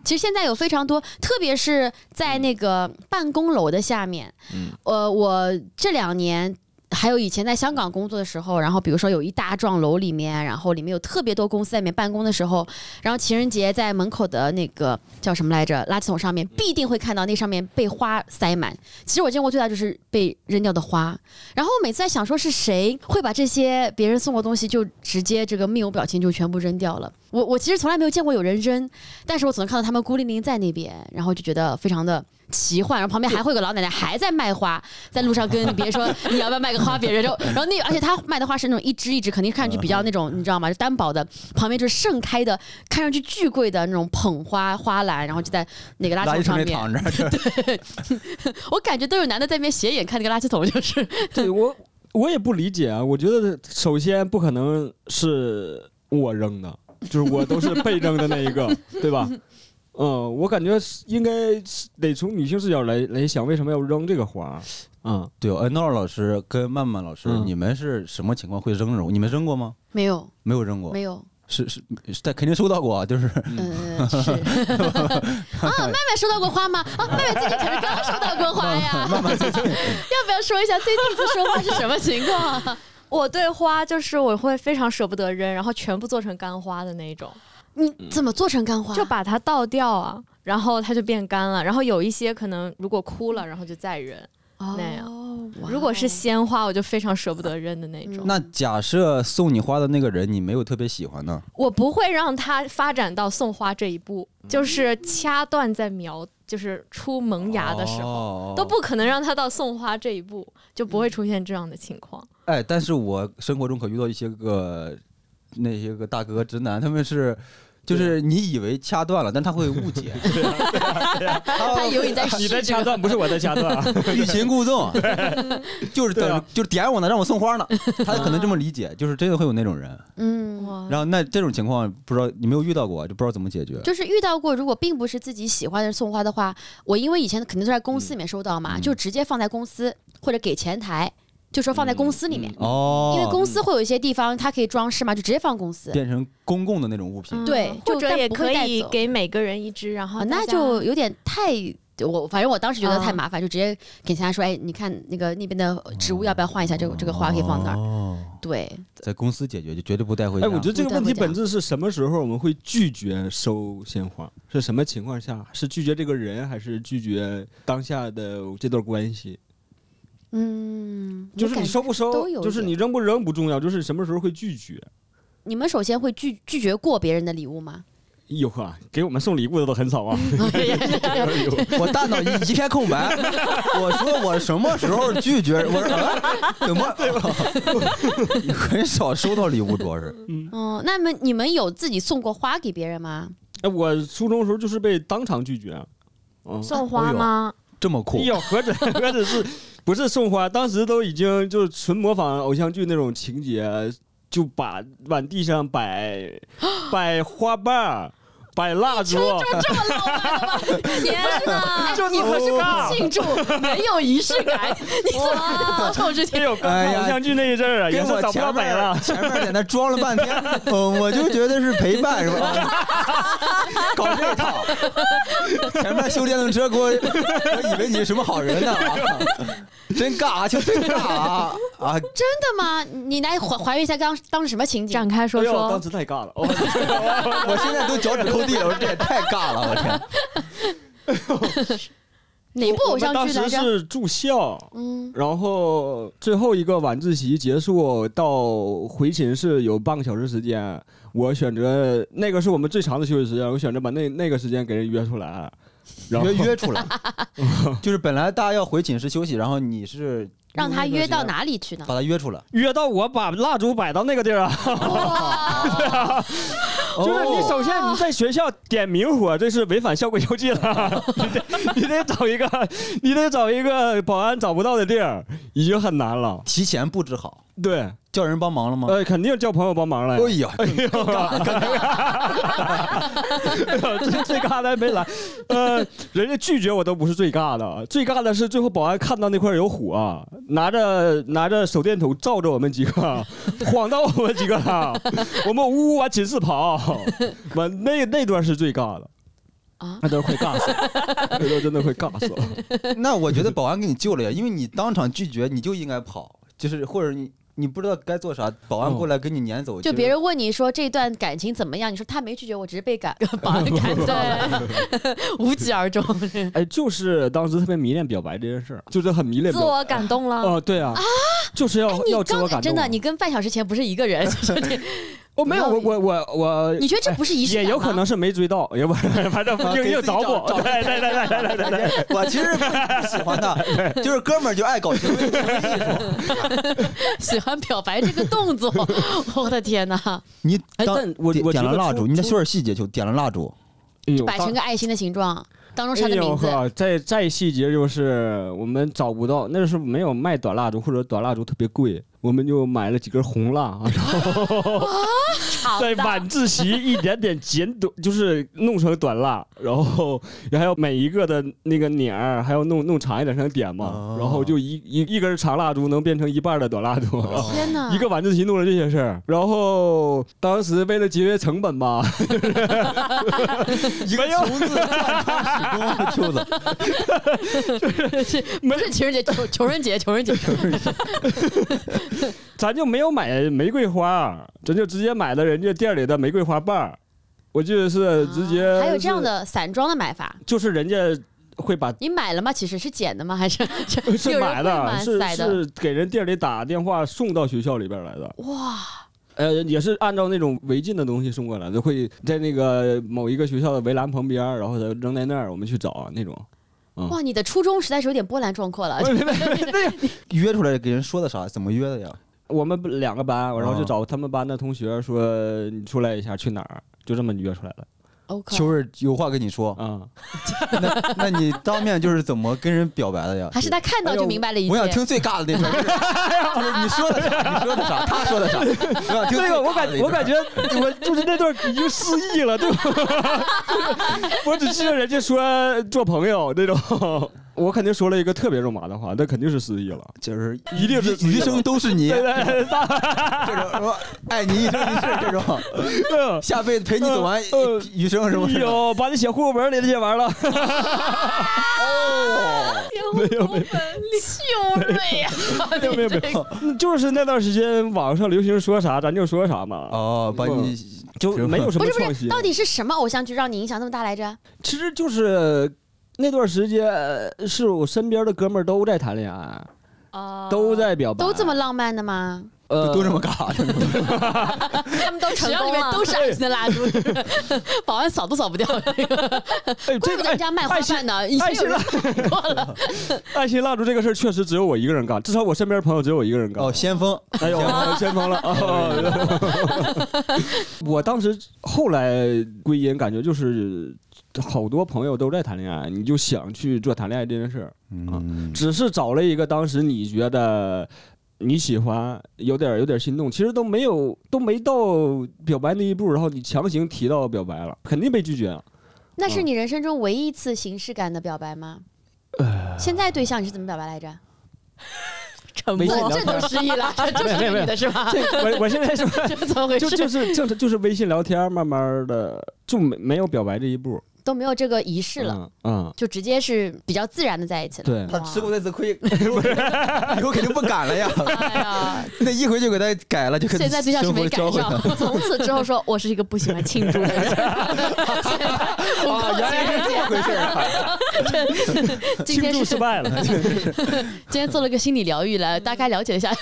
A: 其实现在有非常多，特别是在那个办公楼的下面，
C: 嗯
A: 呃，我这两年。还有以前在香港工作的时候，然后比如说有一大幢楼里面，然后里面有特别多公司在里面办公的时候，然后情人节在门口的那个叫什么来着，垃圾桶上面必定会看到那上面被花塞满。其实我见过最大就是被扔掉的花，然后我每次在想说是谁会把这些别人送过的东西就直接这个面无表情就全部扔掉了。我我其实从来没有见过有人扔，但是我总能看到他们孤零零在那边，然后就觉得非常的奇幻。然后旁边还会有个老奶奶还在卖花，在路上跟别人说你要不要卖个花，别人就然后那而且他卖的花是那种一支一支，肯定看上去比较那种你知道吗？就单薄的，旁边就是盛开的，看上去巨贵的那种捧花花篮，然后就在那个垃圾
C: 垃圾
A: 桶上
C: 桶里
A: 面。
C: 躺着，
A: 我感觉都有男的在那边斜眼看那个垃圾桶，就是
B: 对我我也不理解啊，我觉得首先不可能是我扔的，就是我都是被扔的那一 个，对吧？嗯，我感觉是应该是得从女性视角来来想，为什么要扔这个花？嗯，
C: 对，呃，闹老师跟曼曼老师，
B: 嗯
C: 你们是什么情况会扔扔？你们扔过吗？
A: 没有
C: 没有扔过，
A: 没 有，
C: 是是，是但肯定收到过啊，就是
A: 呃，是啊， 麦麦收到过花吗？啊，麦麦最近可是 刚收到过花呀，
C: 曼曼最近
A: 要不要说一下最近一次收花是什么情况啊？
D: 我对花就是我会非常舍不得扔，然后全部做成干花的那种，
A: 你怎么做成干花？
D: 就把它倒掉啊，然后它就变干了。然后有一些可能如果枯了，然后就再扔。那样
A: 哦哇
D: 如果是鲜花，我就非常舍不得扔的那种。
C: 那假设送你花的那个人你没有特别喜欢呢？
D: 我不会让它发展到送花这一步，就是掐断在苗，就是出萌芽的时候，
B: 哦
C: 候
D: 都不可能让它到送花这一步，就不会出现这样的情况。
C: 哎，但是我生活中可遇到一些个那些个大哥直男，他们是。就是你以为掐断了，但他会误 解，
A: 他以为你在
B: 你
A: 试这
B: 在掐
A: 个
B: 断，不是我在掐断啊。
C: 欲擒故纵， 就是
B: 对
C: 等
B: 啊
C: 就是点我呢，让我送花呢，他可能这么理解，就是真的会有那种人。
A: 嗯。
D: 哇，
C: 然后那这种情况不知道你没有遇到过，就不知道怎么解决。
A: 就是遇到过，如果并不是自己喜欢的人送花的话，我因为以前肯定都在公司里面收到嘛，
C: 嗯
A: 就直接放在公司或者给前台，就 说放在公司里
B: 嗯
A: 面，
C: 哦，
A: 因为公司会有一些地方它可以装饰嘛，就直接放公司。
C: 变成公共的那种物品。
A: 对
D: 嗯
A: 就
D: 或者
A: 但
D: 也
A: 不会
D: 可
A: 带
D: 以
A: 走
D: 给每个人一支，然后
A: 啊，
D: 哦大
A: 那
D: 家
A: 就有点太我，反正我当时觉得
D: 啊
A: 太麻烦，就直接给前台说，哎，你看那个那边的植
B: 哦
A: 物要不要换一下？这个这个花可以放那儿。
C: 哦，
A: 对，
C: 在公司解决就绝对不带
A: 啊
C: 回家。
B: 哎，我觉得这个问题
A: 不带回家
B: 本质是什么时候我们会拒绝收鲜花？是什么情况下？是拒绝这个人，还是拒绝当下的这段关系？
A: 嗯，
B: 就
A: 我
B: 是
A: 感
B: 你
A: 觉
B: 收不收
A: 都有，
B: 就是
A: 点
B: 你扔不扔不重要，就是什么时候会拒绝。
A: 你们首先会拒拒绝过别人的礼物吗？
B: 哟呵，啊给我们送礼物的都很少啊！
A: 嗯
B: 哎呦
C: 我大脑一一片空白，我说我什么时候拒绝？我说、 啊、怎么 很少收到礼物，主要是
A: 嗯，那么你们有自己送过花给别人吗？
B: 哎，我初中的时候就是被当场拒绝啊。嗯，
D: 送
C: 哎
D: 花
C: 呦
D: 吗？
C: 这么酷
B: 哎。呦，何止何止是，不是送花，当时都已经就是纯模仿偶像剧那种情节，就把往地上 摆摆花瓣儿，摆蜡烛，
D: 天哪！
B: 就你可是
D: 啊
B: 尬。
A: 庆祝没有仪式感，你怎么做这种事 情？
B: 哎呦，刚
C: 哎
B: 看
C: 呀
B: 偶像剧那一阵儿啊，也
C: 跟
B: 是
C: 我
B: 找不
C: 前
B: 到北
C: 面
B: 了。
C: 前面在那装了半 天，嗯，我就觉得是陪伴是吧？啊搞这套，前面修电动车给我，我以为你是什么好人呢、啊真尬啊，就真尬啊 啊！
A: 真的吗？你来还还原一下当当时什么情景
D: 展？开
B: 哎
D: 说
B: 呦，当
D: 说，
B: 时太尬了，哦
C: 我现在都脚趾抠地了，我说这也太尬了，我天！
A: 哪部偶
B: 我们
A: 像
B: 当
A: 剧
B: 时
A: 来着？
B: 是住校，
A: 嗯，
B: 然后最后一个晚自习结束到回寝室有半个小时时间，我选择那个是我们最长的休息时间，我选择把那那个时间给人约出来，然后
C: 约约出来，就是本来大家要回寝室休息，然后你是
A: 让他
C: 那
B: 嗯
C: 个
A: 约到
C: 时间
A: 哪里去呢？
C: 把他约出来，
B: 约到我把蜡烛摆到那个地儿啊，
A: 哇，
B: 就是你首先你在学校点明火，这是违反校规校纪 了，你得你得找一个你得找一个保安找不到的地儿，已经很难了。
C: 提前布置好，
B: 对，
C: 叫人帮忙了吗？
B: 呃，肯定叫朋友帮忙了呀。
C: 哎呀，
B: 最最尬的还没来，呃，人家拒绝我都不是最尬的，最尬的是最后保安看到那块有火、拿着拿着手电筒照着我们几个， 晃到我们几个了，我们呜呜往寝室跑，完那那段是最尬的。
A: 啊
B: 那段会尬死，那段真的会尬死了。
C: 那我觉得保安给你救了呀，因为你当场拒绝，你就应该跑，就是或者你你不知道该做啥，保安过来给你撵走，
A: 就别人问你说这段感情怎么样，你说他没拒绝我，只是被 赶保安赶走了，
D: 无疾而终，
B: 哎，就是当时特别迷恋表白这件事儿，就是很迷恋
D: 自
B: 表白。
D: 我感动了。
B: 哦、对啊，就是要、
A: 啊哎
B: 要
A: 你
B: 自
A: 刚
B: 我感动啊。
A: 才真的，你跟半小时前不是一个人， 就是你
B: 我没有，我我我我
A: 你觉得这不是仪式
B: 呃也
A: 感
B: 有
A: 吗
B: 可能是没追到，也不反正
C: 啊给
B: 硬
C: 自
B: 硬
C: 己
B: 找
C: 找
B: 补，
C: 找
B: 对对对对对对对。
C: 我哎其实不喜 欢的，就是哥们儿就爱搞行为。
A: 喜欢表白这个动 作，我的天哪，
C: 你
B: 哎，
C: 当
B: 但我
C: 点
B: 我
C: 点
B: 觉
C: 了
B: 得
C: 蜡
B: 初
C: 烛，你再
B: 初
C: 说点细节就点了蜡烛，
B: 哎呦
A: 摆
B: 当
A: 成个爱心的形状，当中是他
B: 哎
A: 的
B: 呦
A: 名字。
B: 呵，再再细节就是我们找不到，那时候没有卖短蜡烛，或者短蜡烛特别贵，我们就买了几根红蜡，然后
D: 好
B: 在 晚自习一点点剪短，就是弄成短蜡，然后还有每一个的那个捻儿，还要弄弄长一点才能点嘛
C: 哦，
B: 然后就一一一根长蜡烛能变成一半的短蜡烛，然后
A: 天哪！
B: 一个晚自习弄了这些事儿，然后当时为了节约成本 吧，
C: 一
B: 哎
C: 个穷字贯穿始终的秋子，
A: 不是情人节，穷穷人节，穷人节，
B: 咱就没有买玫瑰花，咱就直接买了人家店里的玫瑰花瓣儿。我记得是呃直接、
A: 啊嗯还有这样，的散装的买法，
B: 就是人家会 把
A: 你买了吗？其实是捡的吗？还是
B: 是买的，
A: 有人会
B: 是
A: 买塞的
B: 是给人店里打电话送到学校里边来的。
A: 哇？
B: 呃，也是按照那种违禁的东西送过来的，会在那个某一个学校的围栏旁边儿，然后扔在那儿，我们去找啊那种。
A: 哇，你的初衷实在啊是有点波澜壮阔了。
B: 哎
C: 约出来给人说的啥？怎么约的呀？
B: 我们不两个班，然后就
C: 哦
B: 找他们班的同学说你出来一下，去哪儿？就这么约出来的
A: OK，
C: 秋儿有话跟你 说，
B: 啊！
C: 那那你当面就是怎么跟人表白的呀？
A: 还是他看
B: 哎
A: 到就明白了一切。
C: 我想听最尬的那段 儿，就是你说的啥？你说的啥？他说的 啥？我想听最
B: 这个我
C: 尬
B: 感
C: 的那段儿
B: 我感觉我就是那段已经失忆了，对吧？ 我只记得人家说做朋友那种， 我肯定说了一个特别肉麻的话，那肯定是失忆了。
C: 就是
B: 一定是
C: 余余生都是你
B: 对 对对
C: 这种什么爱你一生一世这 种，
B: 对，
C: 下辈子陪你走完
B: 呃呃
C: 余生 什么
B: 哎
C: 的。
B: 呦，把你写户口本里的写完了。
D: 没有没有，秀瑞呀，
B: 没有没有没有，就是那段时间网上流行说啥，咱就说啥嘛，
C: 哦，把你
B: 就没有什
A: 不
B: 么
A: 是
B: 创
A: 不是，
B: 新。啊
A: 到底是什么偶像剧让你影响那么大来着？
B: 其实就是呃那段时间，呃是我身边的哥们儿都在谈恋爱，
D: 哦
B: 都在表白，
A: 都这么浪漫的吗？
B: 呃
C: 都这么尬，
A: 他们都
B: 哎
D: 成功了
A: 都是爱情的蜡烛，啊 保安扫都扫不掉。
B: 哎，
A: 怪不
B: 这个
A: 得人
B: 哎
A: 家卖花瓣呢，已经
B: 爱
A: 有
B: 心
A: 人看过了。
B: 爱心蜡烛这个事儿确实只有我一个人干，至少我身边朋友只有我一个人干。
C: 哦，先锋，
B: 哎呦， 先锋了啊！ 我当时后来归因，感觉就是好多朋友都在谈恋爱，你就想去做谈恋爱这件事儿。
C: 嗯，
B: 只是找了一个当时你觉得你喜欢，有点有点心动，其实都没有都没到表白那一步，然后你强行提到表白了，肯定被拒绝啊。
A: 那是你人生中唯一一次形式感的表白吗？现在对象你是怎么表白来着？
D: 沉
B: 没
D: 默
B: 事。
A: 这都 失忆了，这这
B: 没有没
A: 是
B: 有
A: 你的是吧？
B: 这我我 现在说
A: 这怎么回
B: 就
A: 事？
B: 就是正常就是微信聊天，慢慢的就没没有表白这一步，
A: 都没有这个仪式了，
B: 嗯，嗯，
A: 就直接是比较自然的在一起了。
B: 对。
C: 他吃过那次亏，以后肯定不敢了 呀。
A: 哎呀，
C: 那一回就给他改了，就跟
A: 现在对象是
C: 生活
A: 没赶
C: 教会
A: 上
C: 他。，
D: 从此之后说，我是一个不喜欢庆祝的人。
C: 啊，原来是这么回事儿啊！
A: 今天
B: 嗯庆祝
A: 是
B: 失败了，
A: 今天做了个心理疗愈了，大概了解了一下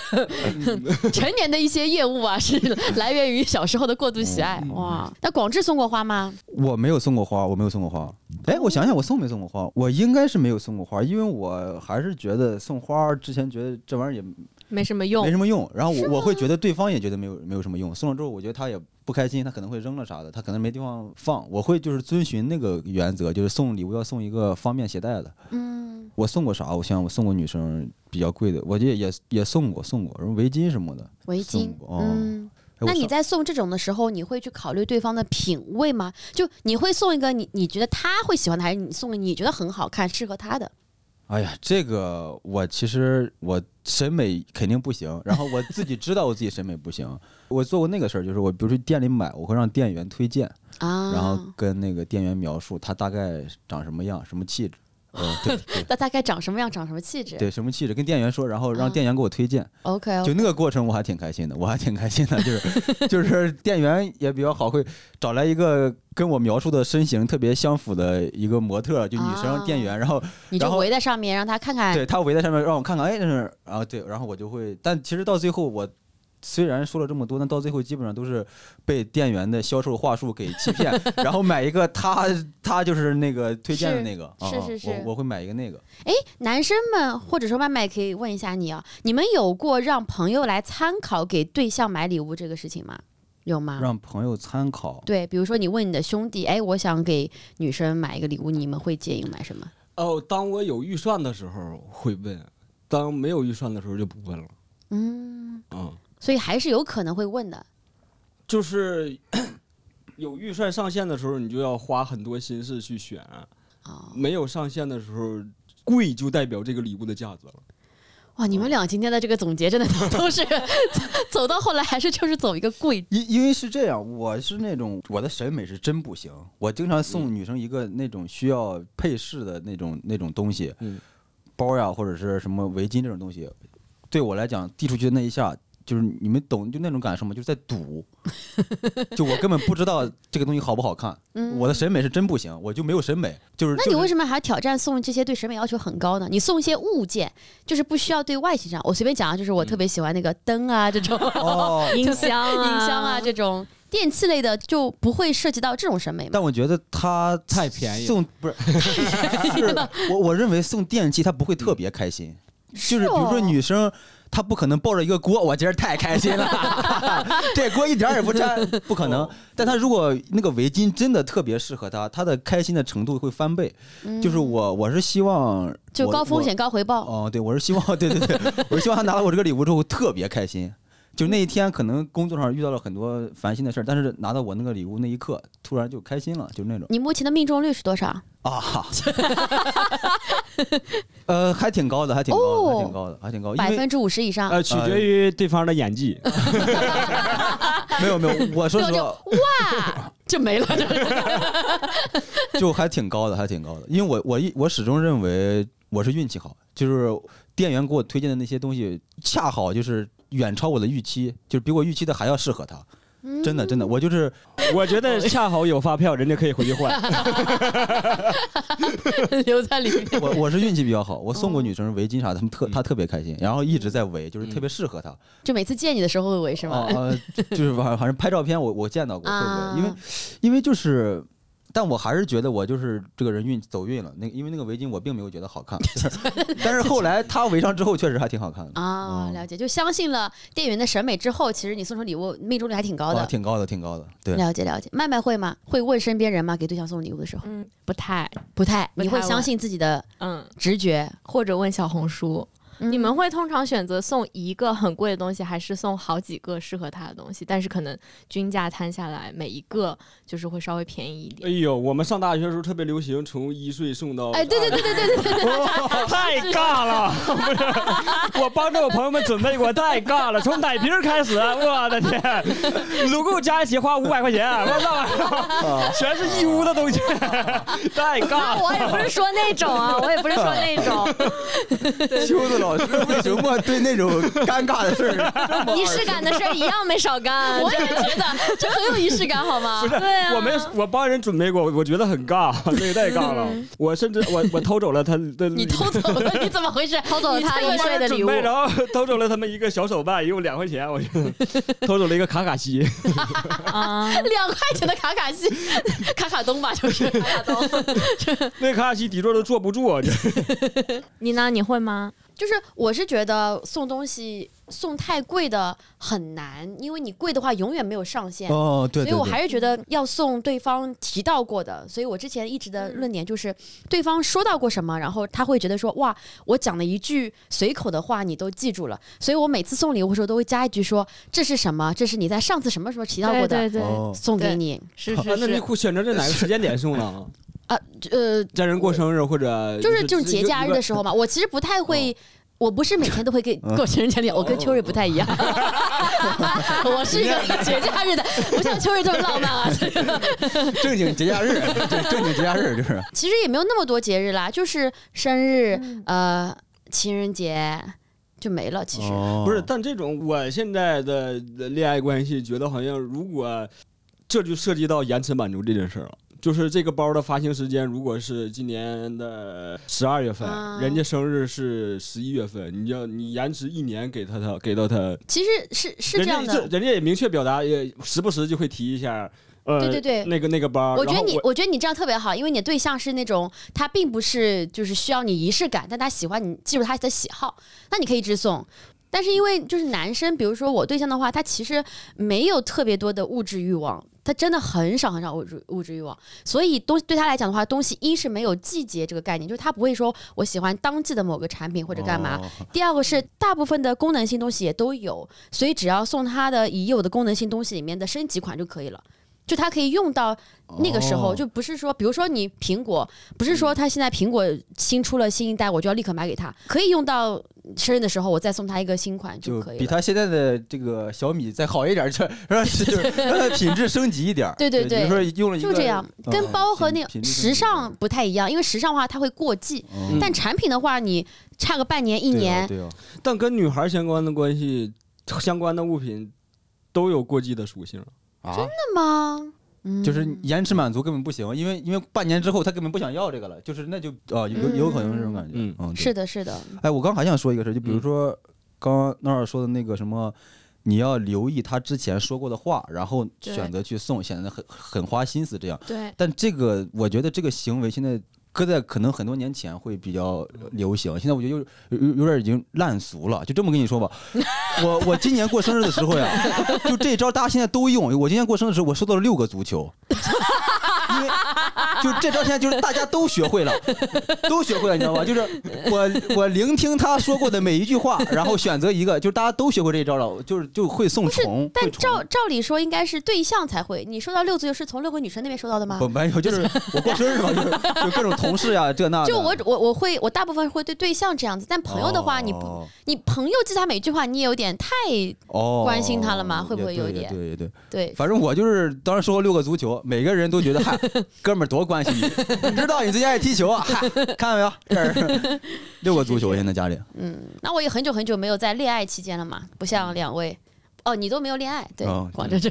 A: 成年的一些厌恶啊，是来源于小时候的过度喜爱。哇，那广志送过花吗？
C: 我没有送过花，我没有送过花。哎，我想想，我送没送过花？我应该是没有送过花，因为我还是觉得送花之前觉得这玩意儿也
D: 没什么用
C: 没什么用。然后我我会觉得对方也觉得没有没有什么用，送了之后我觉得他也不开心，他可能会扔了啥的，他可能没地方放。我会就是遵循那个原则，就是送礼物要送一个方便携带的。
A: 嗯，
C: 我送过啥？我想我送过女生比较贵的，我觉得也也送过送过，然后围巾什么的。
A: 围巾
C: 送。过哦
A: 嗯，
C: 哎我
A: 那你
C: 上
A: 在送这种的时候，你会去考虑对方的品味吗？就你会送一个你你觉得他会喜欢的，还是你送个你觉得很好看、适合他的？
C: 哎呀，这个我其实我审美肯定不行，然后我自己知道我自己审美不行。我做过那个事儿，就是我比如说店里买，我会让店员推荐，
A: 啊，
C: 然后跟那个店员描述他大概长什么样、什么气质，呃，对 对
A: 那大概长什么样，长什么气质
C: 对，什么气质，跟店员说，然后让
A: 啊
C: 店员给我推荐。
A: ？OK，哦
C: 就那个过程我还挺开心的，我还挺开心的，就是就是店员也比较好，会找来一个跟我描述的身形特别相符的一个模特，就女
A: 啊
C: 生店员，然后
A: 你就
C: 然后
A: 围在上面，让他看看。
C: 对他围在上面让我看看，哎，那是，然后对，然后我就会，但其实到最后我。虽然说了这么多，但到最后基本上都是被店员的销售话术给欺 骗，然后买一个他他就是那个推荐的那个，
A: 是
C: 啊
A: 是是
C: 我我会买一个那个。
A: 哎，男生们或者说麦麦可以问一下你啊，你们有过让朋友来参考给对象买礼物这个事情吗？有吗？
C: 啊让朋友参考。
A: 对，比如说你问你的兄弟，哎，我想给女生买一个礼物，你们会建议买什么？
B: 哦，当我有预算的时候会问，当没有预算的时候就不问了。
A: 嗯，
B: 嗯，
A: 所以还是有可能会问的。
B: 就是 有预算上限的时候，你就要花很多心思去选；啊
A: 哦，
B: 没有上限的时候，贵就代表这个礼物的价值了。
A: 哇，你们俩今天的这个总结真的 都是走到后来还是就是走一个贵。
C: 因因为是这样，我是那种我的审美是真不行，我经常
A: 嗯
C: 送女生一个那种需要配饰的那种那种东西，
B: 嗯
C: 包呀或者是什么围巾这种东西，对我来讲递出去的那一下，就是你们懂就那种感受吗？就是在赌， 就我根本不知道这个东西好不好看，
A: 嗯
C: 我的审美是真不行，我就没有审美，就是。
A: 那
C: 就
A: 你
C: 是
A: 为什么还要挑战送这些对审美要求很高呢？你送一些物件，就是不需要对外形上。我随便讲啊，就是我特
C: 嗯
A: 别喜欢那个灯啊这 种，
C: 哦，
D: 音箱啊，
A: 音箱啊这种电器类的，就不会涉及到这种审美嘛。
C: 但我觉得他
B: 太便宜了
C: 送不是， 就是我我认为送电器他不会特别开心，就是比如说
A: 哦
C: 女生。她不可能抱着一个锅，我今儿太开 心了，这锅一点儿也不沾，不可
A: 哦
C: 能。但她如果那个围巾真的特别适合她，她的开心的程度会翻倍。就是我，我是希望
A: 嗯就
C: 我
A: 高风
C: 我
A: 险高回报，
C: 哦，对，我是希望， 对对对，我是希望他拿到我这个礼物之后特别开心。就那一天，可能工作上遇到了很多烦心的事儿，但是拿到我那个礼物那一刻，突然就开心了，就那种
A: 你目前的命中率是多少？
C: 啊，呃，还挺高的，还挺高的，还挺高的，还挺高的，
A: 百
C: 因为
A: 分之五十以上。
B: 呃，取决于对方的演技。
C: 没有没有，我说
A: 就
C: 实
A: 就
C: 话，
A: 哇，就没 了。
C: 就还挺高的，还挺高的，因为我我一我始终认为我是运气好，就是店员给我推荐的那些东西，恰好就是远超我的预期，就是比我预期的还要适合他，
A: 嗯
C: 真的真的，我 就是
B: 我觉得恰好有发票，人家可以回去换。
A: 留在里面。
C: 我我是运气比较好，我
A: 哦
C: 送过女生围巾啥的，她们特她特别开心，然后一直在围，就是特别适合她。
A: 就每次见你的时候会围是吗？
C: 啊啊就是反反正拍照片我我见到过
A: 啊
C: 会围，因为因为就是。但我还是觉得我就是这个人运走运了，那因为那个围巾我并没有觉得好看， 就是但是后来她围上之后确实还挺好看的，
A: 啊，
C: 嗯
A: 了解，就相信了店员的审美之后，其实你送出礼物命中率还挺高
C: 啊
A: 的。
C: 挺高的挺高的，对，
A: 了解了解，麦麦会吗？会问身边人吗？给对象送礼物的时候，
D: 嗯，不太，
A: 不太，
D: 不
A: 你会
D: 太
A: 相
D: 问
A: 信自己的
D: 嗯，
A: 直觉。
D: 或者问小红书，你们会通常选择送一个很贵的东西，还是送好几个适合他的东西？但是可能均价摊下来，每一个就是会稍微便宜一
B: 哎
D: 点。
B: 呦，我们上大学的时候特别流行从一岁送到，
A: 哎，对对对对对对对，
B: 哇太尬了！不是，我帮着我朋友们准备过，太尬了。从奶瓶开始，啊我的天，总共加一起花五百块钱，啊我操，全是一屋的东西， 太尬
D: 那
B: 了。
D: 我也不是说那种 啊，哎我也不是说那种，
C: 秋子老师为什么对那种尴尬的事儿这么
D: 仪式感的事儿一样没少干。
A: 我也觉得这很有仪式感，好吗？
B: 不是，
D: 对啊
B: 我没我帮人准备过，我觉得很尬，这个太尬了。
D: 嗯
B: 我甚至我我偷走了他的，
A: 你偷走了，你怎么回事？偷
D: 走了他一岁的礼物
B: 然后偷走了他们一个小手办，也有两块钱，我觉得偷走了一个卡卡西。
D: 啊，
A: 两块钱的卡卡西， 卡卡东吧，就是卡卡东。
B: 那卡卡西底座都坐不住，啊我觉得
D: 你呢？你会吗？
A: 就是我是觉得送东西送太贵的很难，因为你贵的话永远没有上限。
C: 哦，对
A: 所以
C: 对
A: 我
C: 对，
A: 还是觉得要送对方提到过的，所以我之前一直的论点就是，对方说到过什么，然后他会觉得说，哇，我讲了一句随口的话，你都记住了。所以我每次送礼物的时候都会加一句说，这是什么？这是你在上次什么时候提到过的，
D: 对对对，
C: 哦
A: 送给你。
D: 是
B: 啊
D: 是
B: 那你
D: 是，
B: 会选择在哪个时间点送呢？
A: 呃，
B: 家人过生日或者
A: 就是这种节假日的时候嘛，我其实不太会。我不是每天都会给过情人节礼，我跟秋瑞不太一样，我是一个节假日的，不像秋瑞这么浪漫啊。
C: 正经节假日，对正经节假日就是
A: 其实也没有那么多节日啦，就是生日、
D: 嗯
A: 呃情人节就没了。其实、
B: 不
C: 哦
B: 是，但这种我现在的恋爱关系，觉得好像如果这就涉及到延迟满足这件事儿了。就是这个包的发行时间，如果是今年的十二月份，
A: 啊
B: 人家生日是十一月份，你要你延迟一年给他他给到他，
A: 其实是是这
B: 人家
A: 样的，
B: 人家也明确表达，也时不时就会提一下，呃，
A: 对对对
B: 那个那个包。
A: 我觉得你
B: 然后
A: 我觉得你这样特别好，因为你对象是那种他并不是就是需要你仪式感，但他喜欢你记住他的喜好，那你可以一直送。但是因为就是男生，比如说我对象的话，他其实没有特别多的物质欲望，他真的很少很少物质物质欲望，所以东对他来讲的话，东西一是没有季节这个概念，就是他不会说我喜欢当季的某个产品或者干嘛，
C: 哦
A: 第二个是大部分的功能性东西也都有，所以只要送它的已有的功能性东西里面的升级款就可以了。就它可以用到那个时候，
C: 哦
A: 就不是说，比如说你苹果，不是说它现在苹果新出了新一代，我就要立刻买给他，可以用到生日的时候，我再送他一个新款
C: 就
A: 可以
C: 比
A: 了。
C: 他现在的这个小米再好一点儿，就是就是让它品质升级一点儿。
A: 对对对
C: 比如说用了一个嗯
A: 就这样，跟包和那
C: 品
A: 个
C: 品质
A: 时尚不太一样，因为时尚的话它会过季，
C: 嗯
A: 但产品的话你差个半年一
C: 对哦
A: 年，
C: 对哦
B: 但跟女孩相关的关系，相关的物品都有过季的属性。
C: 啊，
A: 真的吗？嗯
C: 就是延迟满足根本不行，因为因为半年之后他根本不想要这个了，就是那就啊有有可能是这种感觉，
B: 嗯
C: 嗯，对
A: 是的，是的，
C: 哎，我刚还想说一个事儿，就比如
B: 嗯
C: 说刚刚那儿说的那个什么，你要留意他之前说过的话，然后
D: 对
C: 选择去送，显得很很花心思这样。
D: 对，
C: 但这个我觉得这个行为现在搁在可能很多年前会比较流行，现在我觉得有有有点已经烂俗了。就这么跟你说吧，我我今年过生日的时候呀，就这招大家现在都用。我今年过生日的时候，我收到了六个足球。 因为就这招现在就是大家都学会了，都学会了，你知道吧？就是我我聆听他说过的每一句话，然后选择一个，就是大家都学会这一招了，就是就会送虫。
A: 但
C: 会虫
A: 照照理说应该是对象才会。你收到六足球是从六个女生那边收到的吗？
C: 不没有，就是我过生日嘛，就是就各种同事呀、这那的。
A: 就我我我会我大部分会对对象这样子，但朋友的话，你不
C: 哦
A: 你朋友记他每句话，你也有点太
C: 哦
A: 关心他了吗会不会
C: 也对
A: 有
C: 也
A: 点
C: 对也对，
A: 对。
C: 反正我就是当时说过六个足球，每个人都觉得 嗨，哥们儿多关心你，你知道你最近爱踢球啊？嗨，看到没有，这 儿六个足球现在家里。
A: 嗯，那我也很久很久没有在恋爱期间了嘛，不像两位。哦，你都没有恋爱，对
C: 哦，
A: 广州这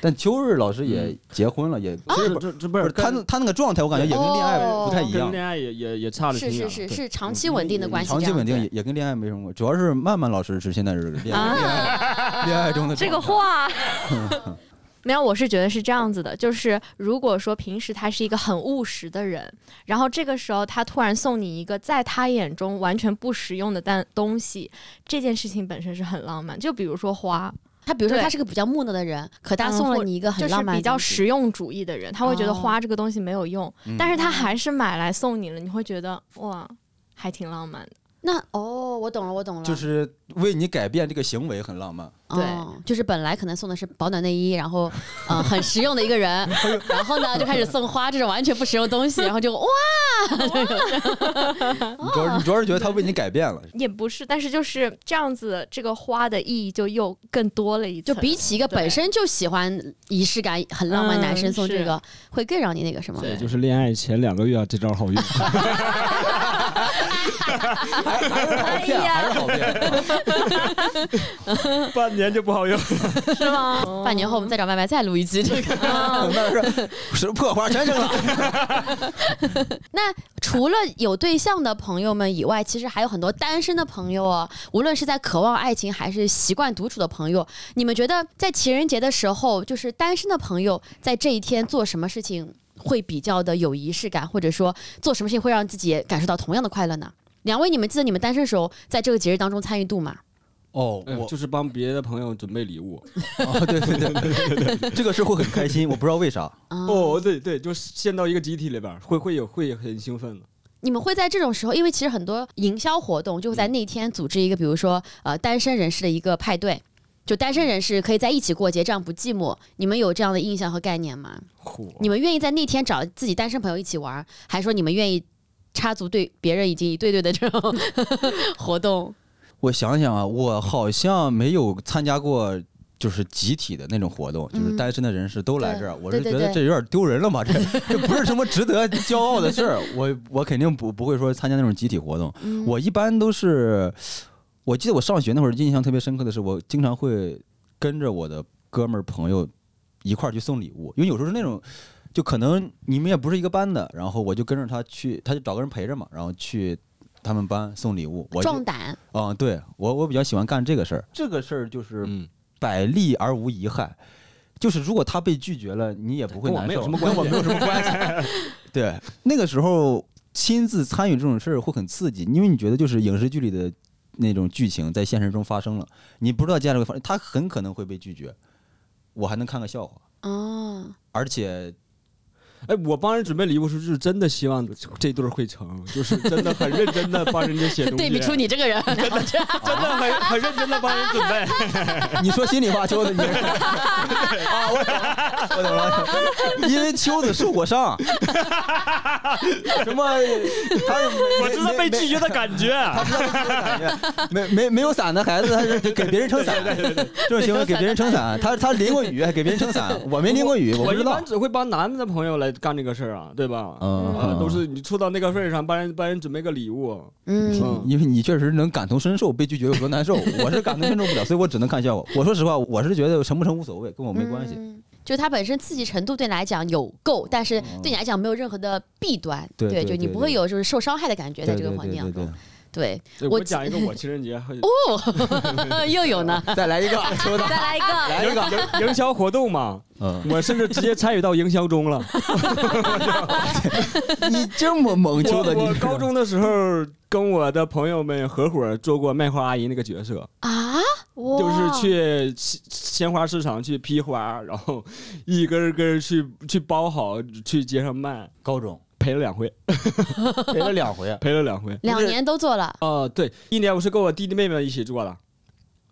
C: 但秋日老师也结婚了，也
A: 啊
B: 这这这不
C: 不
B: 是
C: 是他那他那个状态，我感觉也跟恋
A: 哦
C: 爱不太一
B: 跟
C: 样。
B: 恋爱也也也差了挺
A: 是
B: 远
A: 是是
B: 的。对
A: 是
C: 嗯
A: 长期稳定的关系，
C: 长期
A: 这样
C: 稳定
A: 子
C: 也也跟恋爱没什么关系，主要是曼曼老师是现在是恋爱
A: 啊，
C: 恋爱中的
D: 这个
C: 状态
D: 话。没有，我是觉得是这样子的，就是如果说平时他是一个很务实的人，然后这个时候他突然送你一个在他眼中完全不实用的但东西，这件事情本身是很浪漫。就比如说花，
A: 他比如说
D: 对
A: 他是个比较木讷的人，可他
D: 嗯
A: 送了
D: 或
A: 你一个
D: 就
A: 很
D: 是
A: 浪漫、
D: 比较，实用主义的人，他会觉得
A: 哦
D: 花这个东西没有用，
C: 嗯
D: 但是他还是买来送你了，你会觉得哇，还挺浪漫的。
A: 那哦，我懂了，我懂了，
C: 就是为你改变这个行为很浪漫。
D: 对
A: 哦就是本来可能送的是保暖内衣，然后嗯、呃很实用的一个人，然后呢就开始送花这种完全不实用的东西，然后就哇，哦
C: 你主
A: 啊
C: 要你主要是觉得他为你改变了，
D: 也不是，但是就是这样子，这个花的意义就又更多了一
A: 就
D: 层。
A: 比起一个本身就喜欢仪式感、很浪漫的男生
D: 嗯
A: 送这
D: 是
A: 个，会更让你那个什么。
B: 对，就是恋爱前两个月啊，这招好用。
C: 还还是好骗，还是好骗。
B: 半年就不好用。
D: 是吗？
A: 半年后我们再找麦麦再录一期这个。
C: 那是什么破花全扔了。
A: 那除了有对象的朋友们以外，其实还有很多单身的朋友哦。无论是在渴望爱情，还是习惯独处的朋友，你们觉得在情人节的时候，就是单身的朋友在这一天做什么事情会比较的有仪式感，或者说做什么事情会让自己感受到同样的快乐呢？两位，你们记得你们单身时候在这个节日当中参与度吗？
C: 哦，我
B: 就是帮别的朋友准备礼物。
C: 哦，对对对对对，这个是会很开心，我不知道为啥。
A: 啊
B: 哦，对对，就是陷到一个集体里边儿，会会有会很兴奋的。
A: 你们会在这种时候，因为其实很多营销活动就会在
C: 嗯
A: 那天组织一个，比如说呃单身人士的一个派对，就单身人士可以在一起过节，这样不寂寞。你们有这样的印象和概念吗？
B: 嚯
A: 你们愿意在那天找自己单身朋友一起玩，还是说你们愿意插足对别人以及一对对的这种 活动？
C: 我想想啊，我好像没有参加过。就是集体的那种活动，就是
A: 嗯
C: 单身的人士都来
A: 对
C: 这儿，我
A: 对
C: 是
A: 对
C: 觉得
A: 对
C: 这有点丢人了 吧？这这不是什么值得骄傲的事儿。我我肯定不不会说参加那种集体活动，
A: 嗯
C: 我一般都是，我记得我上学那会儿印象特别深刻的是，我经常会跟着我的哥们儿朋友一块儿去送礼物，因为有时候是那种，就可能你们也不是一个班的，然后我就跟着他去，他就找个人陪着嘛，然后去他们班送礼物，我就
A: 壮胆，
C: 嗯，对我我比较喜欢干这个事儿，这个事儿就是
B: 嗯，
C: 百利而无一害。就是如果他被拒绝了，你也不会
B: 跟我
C: 难受，
B: 没有什么
C: 跟我
B: 关
C: 没有什么关系。 对，那个时候亲自参与这种事儿会很刺激，因为你觉得就是影视剧里的那种剧情在现实中发生了，你不知道接下来会发生，他很可能会被拒绝，我还能看个笑话，
A: 哦，
C: 而且
B: 哎，我帮人准备礼物时候，就是真的希望这对儿会成，就是真的很认真的帮人家写东西，
A: 对比出你这个 人，
B: 真的很很认真的帮人准备。
C: 你说心里话，秋子，你啊，我懂了，我懂了，因为秋子受过伤，什么他
B: 我知道被拒绝的感觉。
C: 没没没有伞的孩子，他是给别人撑伞，这种行为给别人撑 伞，啊他他淋过雨还给别人撑伞，我没淋过雨，我不
B: 我一
C: 知道
B: 般。只会帮男的朋友来干这个事儿啊，对吧？
C: 嗯
B: 啊都是你处到那个份儿上，帮人帮人准备个礼物。
A: 嗯，
B: 嗯，
C: 因为你确实能感同身受被拒绝有多难 受，我是感同身受不了，所以我只能看笑话。我说实话，我是觉得成不成无所谓，跟我没关系。
A: 嗯就它本身刺激程度对你来讲有够，但是对你来讲没有任何的弊端，
C: 对对
A: 就你
C: 对
A: 不
C: 对
A: 会有就是受伤害的感觉，在
C: 对
A: 这个
C: 对
A: 环
C: 对
A: 境当
C: 对对
A: 中，，对，
B: 对
A: 我
B: 我讲一个我情人节和
A: 哦， 又有呢，
C: 再来一个，收到，
D: 再来 一个，
C: 来一个，
B: 营营销活动嘛，
C: 嗯，
B: 我甚至直接参与到营销中了。
C: 你这么 猛秋的，
B: 我
C: 你
B: 我高中的时候跟我的朋友们合伙做过卖花阿姨那个角色，
A: 啊，
B: 就是
D: 哇
B: 去鲜鲜花市场去批花，然后一根儿根儿去去包好去街上卖，
C: 高中
B: 赔了两回，
C: 赔了两回，啊
B: 赔了两回。
A: 两年都做了
B: 哦、对，一年我是跟我弟弟妹妹一起做的，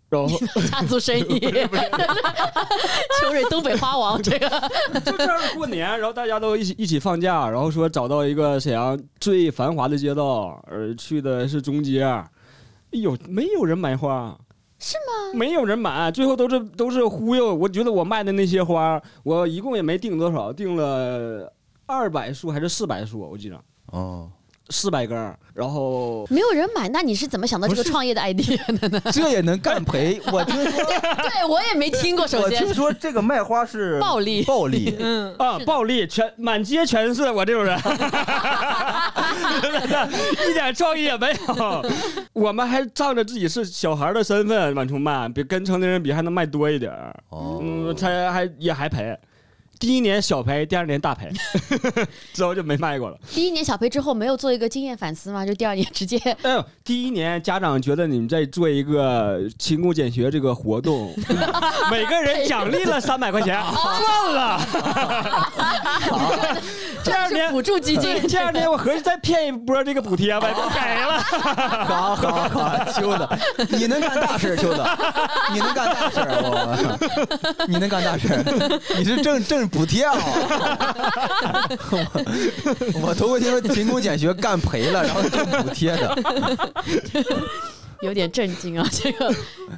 B: 然后
A: 家族生意， 秋瑞东北花王这个，
B: 就这样过年，然后大家都一起一起放假，然后说找到一个沈阳最繁华的街道，呃，去的是中街，哎呦，没有人买花，
A: 是
B: 吗？没有人买，最后都是都是忽悠。我觉得我卖的那些花，我一共也没定多少，定了二百束还是四百束，我记着
C: 哦，
B: 四百根儿，然后
A: 没有人买，那你是怎么想到这个
C: 不是
A: 创业的 idea 的呢？
C: 这也能干赔？ 我听说，
A: 对我也没听过，首
C: 我
A: 先
C: 听说这个卖花是
A: 暴利
C: 暴 利，
D: 嗯，
B: 啊，暴力全满街全是我这种人， 一点创意也没有。我们还仗着自己是小孩的身份往出卖，比跟成年人比还能卖多一点儿。
C: 哦
B: 嗯，他还也还赔，第一年小赔，第二年大赔， 之后就没卖过了。
A: 第一年小培之后没有做一个经验反思嘛，就第二年直接
B: 哎呦，第一年家长觉得你们在做一个勤工俭学这个活动，每个人奖励了三百块钱，赚了。 第二
A: 是
B: 年
A: 补助基金
B: 对，哦第二年我合计再骗一波这个补贴呗，不给了。
C: 好好好，秋子，你能干大事儿，秋子， 你能干大事儿，啊 我，你能干大事 儿，你是挣挣补贴啊！ 我 我头回听说勤工俭学干赔了，然后挣补贴的，
A: 有点震惊啊！这个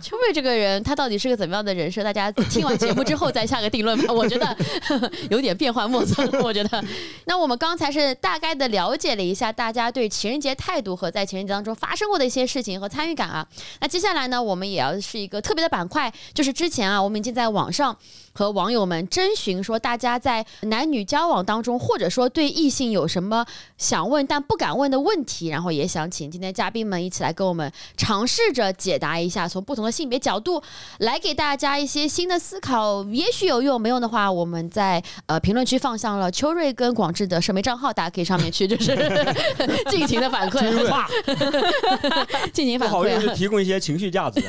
A: 秋妹这个人，她到底是个怎么样的人设？大家听完节目之后再下个定论吧。我觉得 有点变幻莫测。我觉得， 那我们刚才是大概的了解了一下大家对情人节态度和在情人节当中发生过的一些事情和参与感啊。那接下来呢，我们也要是一个特别的板块，就是之前啊，我们已经在网上和网友们征询说，大家在男女交往当中，或者说对异性有什么想问但不敢问的问题，然后也想请今天嘉宾们一起来跟我们尝试着解答一下，从不同的性别角度来给大家一些新的思考，也许有用，没用的话，我们在呃评论区放上了秋瑞跟广志的社媒账号，大家可以上面去就是 尽情的反馈，
B: 哇
A: 尽情
B: 不
A: 反
B: 好
A: 馈
B: 意
A: 啊、
B: 思，提供一些情绪价值。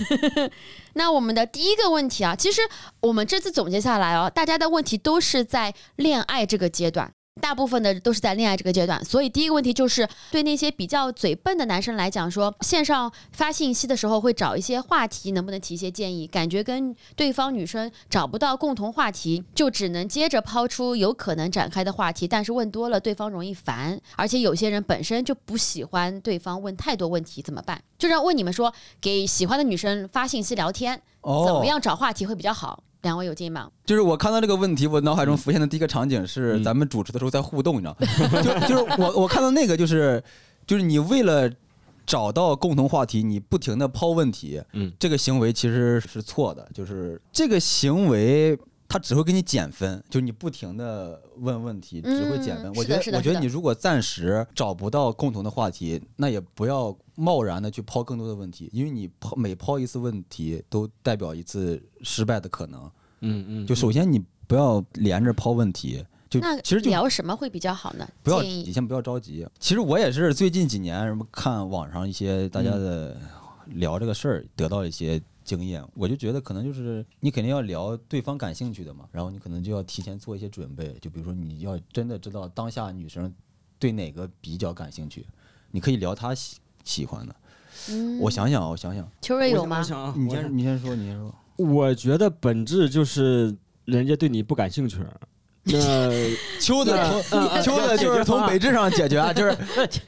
A: 那我们的第一个问题啊，其实我们这次总结下来哦，大家的问题都是在恋爱这个阶段。大部分的都是在恋爱这个阶段，所以第一个问题就是对那些比较嘴笨的男生来讲说，线上发信息的时候会找一些话题，能不能提一些建议？感觉跟对方女生找不到共同话题，就只能接着抛出有可能展开的话题，但是问多了对方容易烦，而且有些人本身就不喜欢对方问太多问题，怎么办？就让问你们说，给喜欢的女生发信息聊天，
C: 哦
B: 哦
A: 怎么样找话题会比较好？两位有建议吗？
C: 就是我看到这个问题，我脑海中浮现的第一个场景是咱们主持的时候在互动，你知道吗？ 就就是我我看到那个就是就是你为了找到共同话题，你不停的抛问题，
B: 嗯，
C: 这个行为其实是错的，就是这个行为。它只会给你减分，就是你不停的问问题，只会减分。
A: 嗯是
C: 我觉
A: 的
C: 得
A: 是，的
C: 我觉
A: 是的
C: 得你如果暂时找不到共同的话题，那也不要贸然的去抛更多的问题，因为你抛每抛一次问题，都代表一次失败的可能。
B: 嗯嗯
C: 就首先你不要连着抛问题，就
A: 那
C: 其实就
A: 聊什么会比较好呢？
C: 不要，
A: 建议
C: 你先不要着急。其实我也是最近几年什么看网上一些大家的聊这个事儿，得到一些经验，我就觉得可能就是你肯定要聊对方感兴趣的嘛，然后你可能就要提前做一些准备，就比如说你要真的知道当下女生对哪个比较感兴趣，你可以聊她喜喜欢的。
A: 嗯
C: 我想想啊，我想想，
A: 秋瑞有吗
B: 我？想啊
C: 你
B: 我想
C: 先你先说，你先说。
B: 我觉得本质就是人家对你不感兴趣，那
C: 秋的从
B: 嗯
C: 秋的就是从本质上解决啊，就是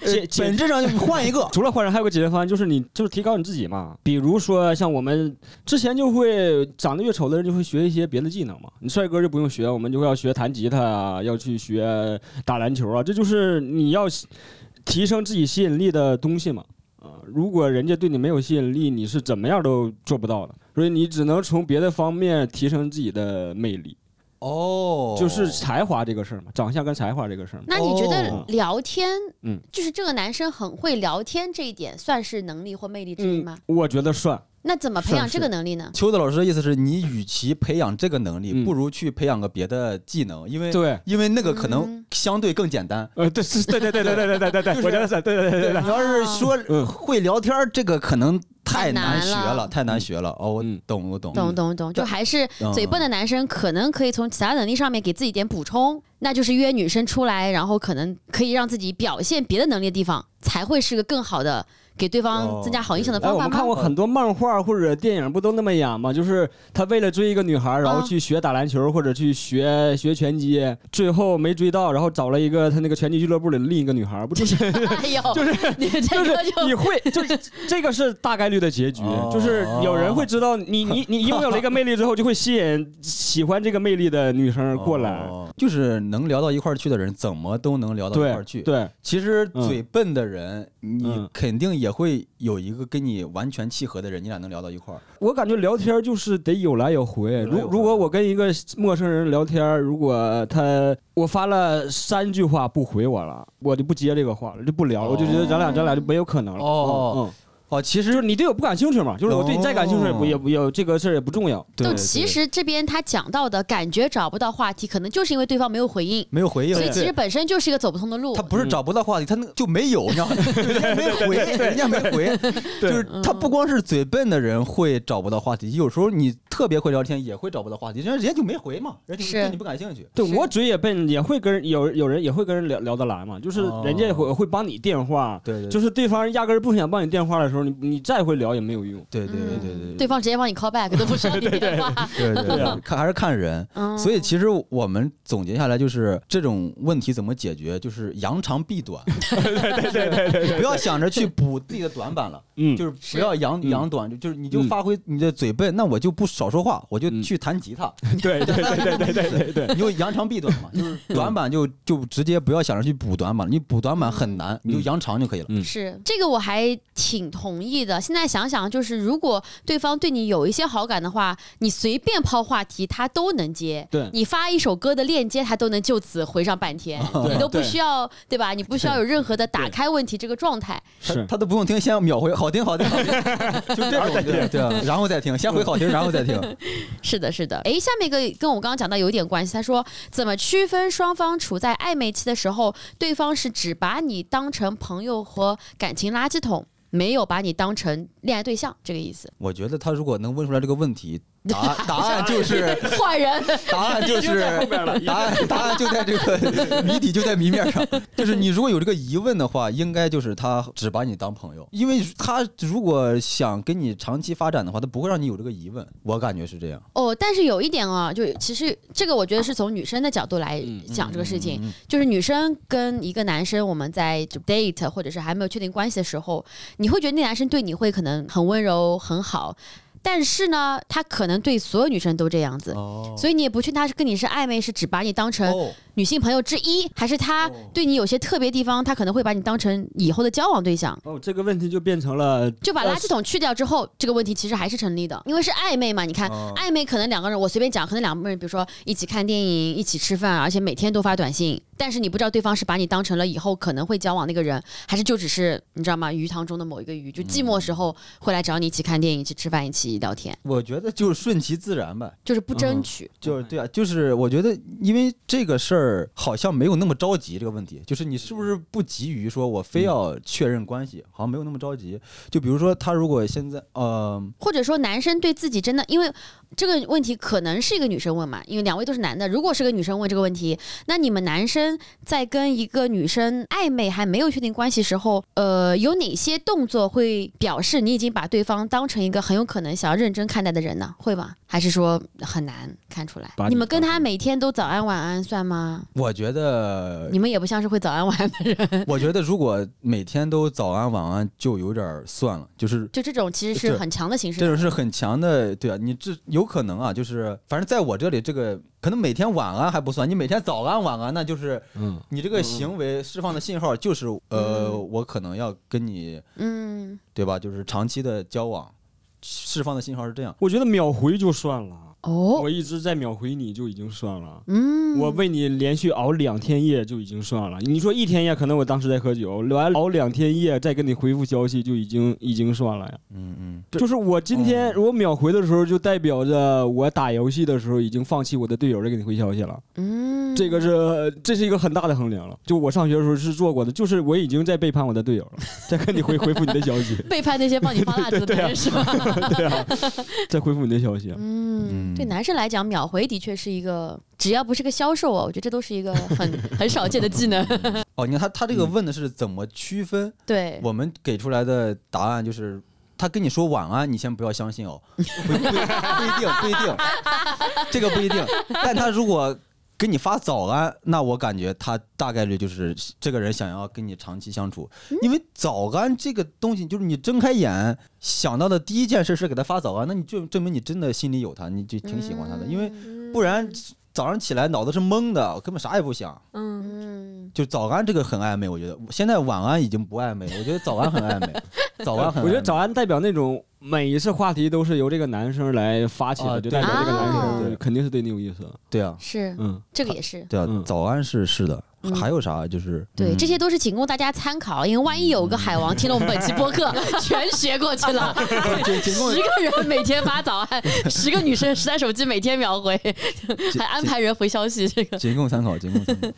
B: 解解。
C: 本质上就换一个
B: 除了换人，还有个解决方案，就是你就是提高你自己嘛。比如说像我们之前就会长得越丑的人就会学一些别的技能嘛。你帅哥就不用学，我们就会要学弹吉他啊，要去学打篮球啊，这就是你要提升自己吸引力的东西嘛。啊，如果人家对你没有吸引力，你是怎么样都做不到的。所以你只能从别的方面提升自己的魅力，
C: 哦
B: 就是才华这个事儿嘛，长相跟才华这个事儿嘛。
A: 那你觉得
B: 哦
A: 聊天，
B: 嗯
A: 就是这个男生很会聊天这一点，算是能力或魅力之一
B: 嗯
A: 吗？，
B: 我觉得算。
A: 那怎么培养
B: 算是
A: 这个能力呢？
C: 秋子老师的意思是你与其培养这个能力，
B: 嗯
C: 不如去培养个别的技能，因为
B: 对，
C: 因为那个可
A: 嗯
C: 能相对更简单。
B: 呃，对，是，对对对对对对对对 对，我觉得是，对对对对对。
C: 你要是说
B: 嗯
C: 会聊天儿，这个可能太难
A: 太
C: 学
A: 难了
C: 了，太难学了。哦，我
B: 嗯
C: 懂，我懂。
A: 懂懂懂，就还是
C: 嗯
A: 嘴笨的男生可能可以从其他能力上面给自己一点补充，那就是约女生出来，然后可能可以让自己表现别的能力的地方，才会是个更好的给对方
C: 哦
A: 增加好印象的
B: 哎，
A: 方
B: 我
A: 法
B: 们看
A: 吗？
B: 过很多漫画或者电影，不都那么演吗？就是他为了追一个女孩，然后
A: 啊
B: 去学打篮球或者去学学拳击，最后没追到，然后找了一个他那个拳击俱乐部里的另一个女孩，不 就是
A: 哎 呦，
B: 就是
A: 你这
B: 就是
A: 个就
B: 你会就是这个是大概率的结局，
C: 哦
B: 就是有人会知道你你 你拥有了一个魅力之后，就会吸引喜欢这个魅力的女生过来，
C: 哦就是能聊到一块儿去的人，怎么都能聊到一块
B: 对
C: 儿去。，
B: 对，
C: 其实
B: 嗯
C: 嘴笨的人，你
B: 嗯
C: 肯定也会有一个跟你完全契合的人，你俩能聊到一块儿。
B: 我感觉聊天就是得有来有回。
C: 有来
B: 如
C: 有回
B: 如果我跟一个陌生人聊天，如果他呃我发了三句话不回我了，我就不接这个话了，就不聊了。
C: 哦
B: 我就觉得咱俩咱俩就没有可能了。
C: 哦
B: 嗯，
C: 哦，其
B: 嗯就
C: 实
B: 是你对我不感兴趣嘛，就是我对你再感兴趣也不
C: 哦
B: 也不也这个事儿也不重要。
A: 就其实这边他讲到的感觉找不到话题，可能就是因为对方没有回应，
C: 没有回应
A: 所以，其
C: 对
A: 实本身就是一个走不通的路
C: 他。不是找不到话题，他那个就没有，你知道吗？人家没回，人家没回，就是他不光是嘴笨的人会找不到话题，有时候你特别会聊天也会找不到话题，人家人家就没回嘛，人家就是对你不感兴趣。
B: 对
A: 是
B: 我嘴也笨，也会跟人有有人也会跟人聊聊得来嘛，就是
C: 哦
B: 人家也会会帮你电话，
C: 对对，
B: 就是对方压根儿不想帮你电话的时候，你你再会聊也没有用。
C: 对对
A: 嗯
C: 对对对
A: 对方直接帮你 call back 都不说你电 话，
C: 对对
B: 对啊
C: 对，看还是看人。
A: 嗯
C: 所以其实我们总结下来就是这种问题怎么解决，就是扬长避短。对对对对，不要想着去补自己的短板了，
B: 嗯，
C: 就是是不要扬
B: 嗯
C: 扬短，就是你就
B: 嗯
C: 发挥你的嘴笨，那我就不少说话，我就
B: 嗯
C: 去弹吉他。
B: 对对对对嗯对对对对。
C: 你就扬长避短嘛，就是短板就就直接不要想着去补短板，你补短板很难，
B: 嗯
C: 你就扬长就可以了。
A: 是这个我还挺同意的。现在想想，就是如果对方对你有一些好感的话，你随便抛话题他都能接。
B: 对
A: 你发一首歌的链接，他都能就此回上半
C: 啊
A: 天，
B: 对
A: 你都不
B: 对
A: 需要对吧？你不需要有任何的打开问题这个状态。
C: 他
B: 是
C: 他都不用听，先秒回好听好听，好听就这种对对啊，然后再听，先回好听，然后再听。
A: 是的，是的。诶，下面一个跟我刚刚讲到有一点关系，他说怎么区分双方处在暧昧期的时候，对方是只把你当成朋友和感情垃圾桶，没有把你当成恋爱对象，这个意 思。
C: 我觉得他如果能问出来这个问题，答
B: 啊
C: 案答案就是
A: 坏人。
C: 答案就
B: 已经
C: 是
B: 在后边 了已 经
C: 答案答案就在这个谜底就在谜面 上，就是你如果有这个疑问的话，应该就是他只把你当朋友，因为他如果想跟你长期发展的话，他不会让你有这个疑问，我感觉是这样。
A: 哦，但是有一点啊，就其实这个我觉得是从女生的角度来
B: 嗯
A: 讲这个事情，就是女生跟一个男生，我们在就 date 或者是还没有确定关系的时候，你会觉得那男生对你会可能很温柔很好，但是呢，他可能对所有女生都这样子。
C: 哦
A: 所以你也不确定他是跟你是暧昧，是只把你当成女性朋友之一，还是他
C: 哦
A: 对你有些特别地方，他可能会把你当成以后的交往对象。
B: 哦，这个问题就变成了
A: 就把
C: 呃
A: 垃圾桶去掉之后，这个问题其实还是成立的，因为是暧昧嘛。你看，
C: 哦
A: 暧昧可能两个人，我随便讲，可能两个人，比如说一起看电影、一起吃饭，而且每天都发短信，但是你不知道对方是把你当成了以后可能会交往那个人，还是就只是你知道吗？鱼塘中的某一个鱼，就寂寞时候会来找你一起看电影、一起吃饭、一起聊天，
C: 我觉得就是顺其自然吧，嗯
A: 就是不争取。
C: 就是对啊，就是我觉得因为这个事儿儿好像没有那么着急这个问题，就是你是不是不急于说我非要确认关系，好像没有那么着急。就比如说他如果现在呃，
A: 或者说男生对自己真的，因为这个问题可能是一个女生问嘛，因为两位都是男的，如果是个女生问这个问题，那你们男生在跟一个女生暧昧还没有确定关系时候，呃，有哪些动作会表示你已经把对方当成一个很有可能想要认真看待的人呢？会吗？还是说很难看出来
B: 把？
A: 你
B: 你
A: 们跟
B: 当
A: 他
B: 成
A: 每天都早安晚安算吗？
C: 我觉得
A: 你们也不像是会早安晚安的人，
C: 我觉得如果每天都早安晚安就有点儿算了，就是
A: 就这种其 实是
C: 是
A: 很强的形式
C: 这。种是很强的，对啊，你这有可能啊，就是反正在我这里，这个可能每天晚安还不算，你每天早安晚安，那就是
B: 嗯，
C: 你这个行为释放的信号就是呃，
A: 嗯
C: 我可能要跟你
A: 嗯，
C: 对吧，就是长期的交往，释放的信号是这样。
B: 我觉得秒回就算了，
A: 哦，
B: 我一直在秒回你就已经算了。
A: 嗯，
B: 我为你连续熬两天夜就已经算了，你说一天夜可能我当时在喝酒，完熬两天夜再跟你回复消息就已经已经算了呀。
C: 嗯嗯，
B: 就是我今天我秒回的时候，就代表着我打游戏的时候已经放弃我的队友在给你回消息了。
A: 嗯，
B: 这个是这是一个很大的衡量了。就我上学的时候是做过的，就是我已经在背叛我的队友了，在跟你回回复你的消 息，
A: 背叛那些帮你放蜡烛的 人是吧？
B: 对啊，在回复你的消息。啊
A: 嗯，
C: 嗯
A: 对男生来讲，秒回的确是一个，只要不是个销售啊，我觉得这都是一个很 很少见的技能。
C: 哦，你看他他这个问的是怎么区分，
A: 对，
C: 我们给出来的答案就是。他跟你说晚安，你先不要相信哦，不不不一定不一定，这个不一定。但他如果跟你发早安，那我感觉他大概率就是这个人想要跟你长期相处，因为早安这个东西，就是你睁开眼想到的第一件事是给他发早安，那你就证明你真的心里有他，你就挺喜欢
A: 嗯
C: 他的，因为不然早上起来脑子是懵的，根本啥也不想。
D: 嗯，
A: 嗯，
C: 就早安这个很暧昧，我觉得现在晚安已经不暧昧了，我觉得早安很暧 昧，早安很暧昧。
B: 呃我觉得早安代表那种每一次话题都是由这个男生来发起
C: 啊
B: 的，就
C: 对
B: 代表这个男
A: 啊
B: 生肯定是对你有意思的。
C: 对啊，
A: 是，
B: 嗯，
A: 这个也是。
C: 对啊，
B: 嗯
C: 早安是是的，
A: 嗯
C: 还有啥就是
A: 对，
C: 嗯
A: 这些都是仅供大家参考，因为万一有个海王听了我们本期播 客，全学过去 了。十个人每天发早安，十个女生十台手机每天秒 回，
C: 仅
A: 还安排人回消息。这个
C: 仅仅供参考，仅供参考。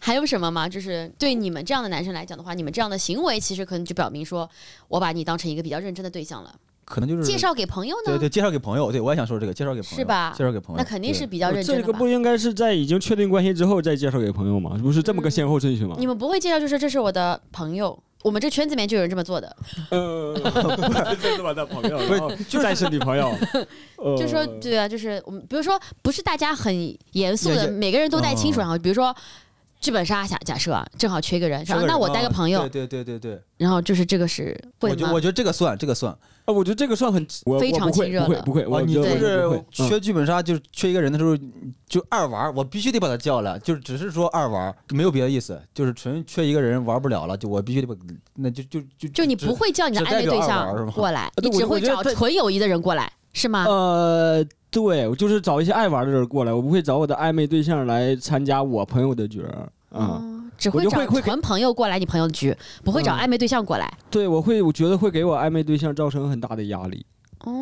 A: 还有什么吗？就是对你们这样的男生来讲的话，你们这样的行为其实可能就表明说，我把你当成一个比较认真的对象了。
C: 可能就是
A: 介绍给朋友呢？
C: 嗯对对，介绍给朋友，对我也想说这个，介绍给朋友
A: 是吧
C: 介绍给朋友，
A: 那肯定是
C: 对
A: 比较认真
B: 这
A: 的
B: 个
A: 吧
B: 不？应该是在已经确定关系之后再介绍给朋友吗？不是这么个先后顺序吗？
A: 你们不会介绍，就是这是我的朋友，我们这圈子里面就有人这么做的，
B: 呃，这是我 的朋友，
C: 不
B: 是就再是女朋友，
C: 哦
B: 呃
A: 就说对啊，就是我们，比如说不是大家很严肃的，
C: 也也
A: 每个人都带清楚，
C: 哦
A: 然后比如说。剧本杀假假设啊，正好缺一个人，
C: 是
A: 然后
C: 个
A: 那
C: 人
A: 我
C: 啊
A: 带个朋友，
C: 对对对对对，
A: 然后就是这个是会
C: 我觉
A: 吗？
C: 我觉得这个算这个算
B: 啊，我觉得这个算很我
A: 非常
B: 我不会
A: 亲热
B: 不会
A: 了
B: 不会，我
C: 哦，你
B: 觉
C: 就
B: 得我
C: 是
B: 不会嗯
C: 缺剧本杀，就是缺一个人的时候就二玩儿，我必须得把他叫来，就是只是说二玩儿，没有别的意思，就是纯缺一个人玩不了了，就我必须得把那就就就
A: 就你不会叫你的
C: 只
A: 暧昧
C: 代表
A: 对
C: 二
A: 象
C: 玩是吗啊
A: 过来，
B: 对
A: 你只
B: 我
A: 会
B: 我觉得
A: 找
B: 这
A: 纯友谊的人过来，是吗？
B: 呃，对，我就是找一些爱玩的人过来，我不会找我的暧昧对象来参加我朋友的局儿啊。
A: 嗯，只
B: 我
A: 会
B: 就
A: 找
B: 会会给
A: 纯朋友过来你朋友的局，不会找
B: 嗯
A: 暧昧对象过来。
B: 对，我会，我觉得会给我暧昧对象造成很大的压力。
A: 哦，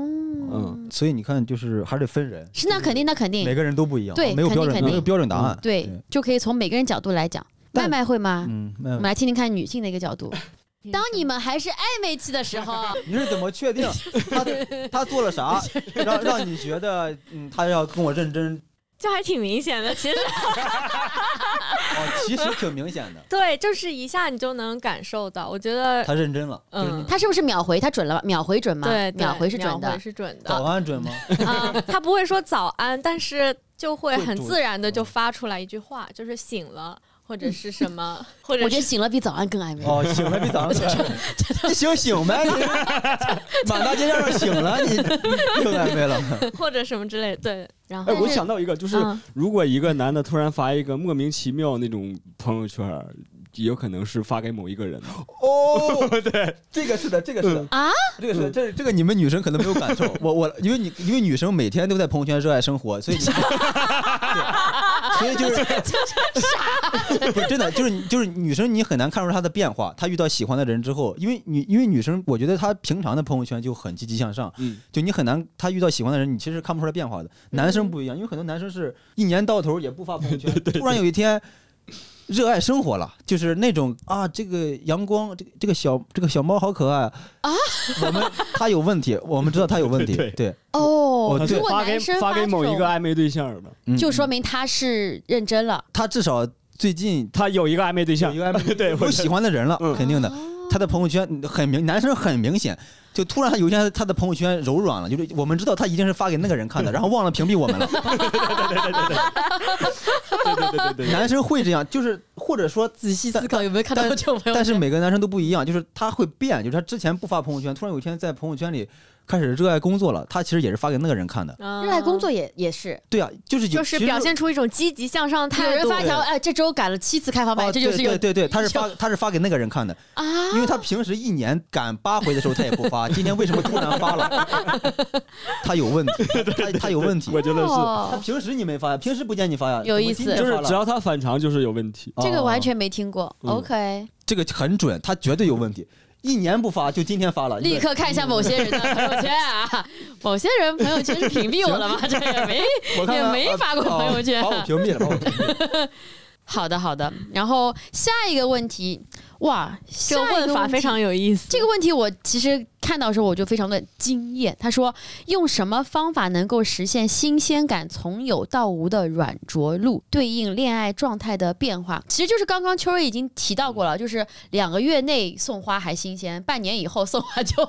B: 嗯
C: 所以你看，就是还得分人，
A: 是那肯定，那肯定，
C: 每个人都不一样，
A: 对
C: 没有
A: 肯定
C: 标准，
A: 肯定嗯
C: 没有标准答案。
A: 对
C: 对，
A: 就可以从每个人角度来讲。
C: 但
A: 麦麦会吗？
C: 嗯，
A: 我
C: 那
A: 们来听听看女性的一个角度。嗯当你
D: 们
A: 们还是暧昧期的时候，
C: 你是怎么确定他 他做了啥，让让你觉得嗯他要跟我认真？
D: 就还挺明显的，其 实
C: 哦，其实挺明显的，
D: 对，就是一下你就能感受到，我觉得
C: 他认真了。就是
D: 嗯
C: 你
A: 他是不是秒回？他准了吧？秒回准吗？
D: 对对
A: 秒回是准
D: 秒回
A: 的。
D: 是准的
C: 早安准吗？
D: 啊，他不会说早安，但是就会
C: 会
D: 很
C: 主嗯
D: 自然的就发出来一句话，就是醒了或者是什么，或者
A: 嗯我觉得
D: 是
A: 醒了比早安更暧昧。
C: 哦，醒了比早上准。你醒醒呗，你满大街让人醒了，你你又来没了。
D: 或者什么之类的，对，然
B: 哎，
D: 后
A: 但
B: 我
A: 是
B: 想到一个，就是
D: 嗯
B: 如果一个男的突然发一个莫名其妙那种朋友圈儿，也有可能是发给某一个 人的。
C: 哦，
B: 对，
C: 这个是的，这个是的
A: 啊，
C: 这个是的这这个你们女生可能没有感受，我我因为你因为女生每天都在朋友圈热爱生活，所以你对所以就是 不是真的就是你就是女生你很难看出她的变化，她遇到喜欢的人之后，因为女因为女生我觉得她平常的朋友圈就很积极向上，
B: 嗯，
C: 就你很难她遇到喜欢的人你其实看不出来变化的，男生不一样，因为很多男生是一年到头也不发朋友 圈，突然有一天。热爱生活了，就是那种啊，这个阳光，这个这个小这个小猫好可爱啊！我们它有问题，我们知道它有问题，
B: 对
C: 对，
A: 哦
C: 哦，
A: 如
C: 对
B: 就
A: 果
B: 啊发给
A: 男生
B: 发给
A: 这
B: 某一个
A: 种，
B: 暧昧对象吧，
C: 嗯
A: 就说明他是认真了。
C: 他至少最近
B: 他有一个暧昧对
C: 有
B: 象
C: 一，个
B: 对我
C: 有喜欢的人了，
B: 嗯
C: 肯
A: 哦
C: 定的。他的朋友圈很明，男生很明显，就突然有一天他的朋友圈柔软了，就是我们知道他一定是发给那个人看
B: 嗯
C: 的，然后忘了屏蔽我们 了。
B: 对对对对对，
C: 男生会这样，就是或者说仔细
E: 思考有没有看到
C: 但
E: 这种朋友
C: 但是每个男生都不一样，就是他会变，就是他之前不发朋友圈，突然有一天在朋友圈里开始热爱工作了，他其实也是发给那个人看的。
A: 热爱工作也也是，
C: 对啊，就是有
D: 嗯就是
C: 其实
D: 表现出一种积极向上的
A: 有
D: 态
A: 人
D: 度。
A: 发一条，哎，这周赶了七次开房
C: 哦
A: 麦，这就是有
C: 对对对，对他是发他是发给那个人看的，
A: 啊，
C: 因为他平时一年赶八回的时候他也不发，今天为什么突然发了？他有问题，他他有问题。
B: 我觉得是，
C: 他
A: 哦
C: 平时你没发呀，平时不见你发呀，
A: 有意思
C: 怎么今天
B: 就是
C: 发了
B: 只要他反常就是有问题。
A: 这个
C: 哦
A: 完全没听过。
B: 嗯
A: OK，
C: 这个很准，他绝对有问题。一年不发就今天发了，
A: 立刻看一下某些人的朋友圈啊，某些人朋友圈是屏蔽我了吗？这也没
C: 我看看
A: 也没发过朋友圈
C: 哦把我屏蔽了，把我屏蔽了。
A: 好的，好的。然后下一个问题，哇，
D: 这
A: 下
D: 个
A: 一个
D: 问法
A: 问
D: 非
A: 题
D: 常有意思。
A: 这个问题我其实看到的时候我就非常的惊艳。他说，用什么方法能够实现新鲜感从有到无的软着陆，对应恋爱状态的变化？其实就是刚刚秋瑞已经提到过了，就是两个月内送花还新鲜，半年以后送花就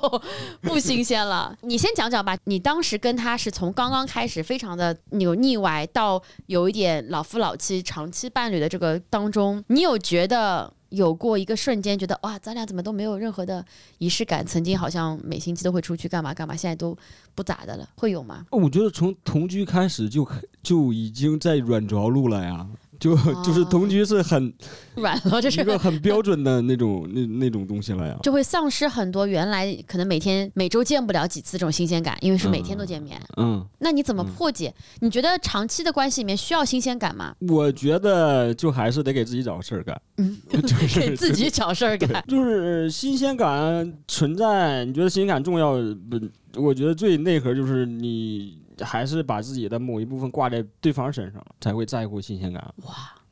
A: 不新鲜了。 你先讲讲吧，你当时跟他是从刚刚开始非常的有腻歪，到有一点老夫老妻、长期伴侣的这个当中，你有觉得？有过一个瞬间，觉得哇，咱俩怎么都没有任何的仪式感，曾经好像每星期都会出去干嘛干嘛，现在都不咋的了，会有吗？
B: 哦我觉得从同居开始就就已经在软着陆了呀，就就是同居是很
A: 软了， 这哦
B: 一
A: 是
B: 个很标准的那种那那种东西了呀。
A: 就会丧失很多原来可能每天每周见不了几次这种新鲜感，因为是每天都见面。啊
B: 嗯，
A: 那你怎么破解？你觉得长期的关系里面需要新鲜感 吗？
B: 我觉得就还是得给自己找事儿干，
A: 嗯，
B: 就是
A: 给自己找事儿干。
B: 就是新鲜感存在，你觉得新鲜感重要？不，我觉得最内核就是你还是把自己的某一部分挂在对方身上，才会在乎新鲜感。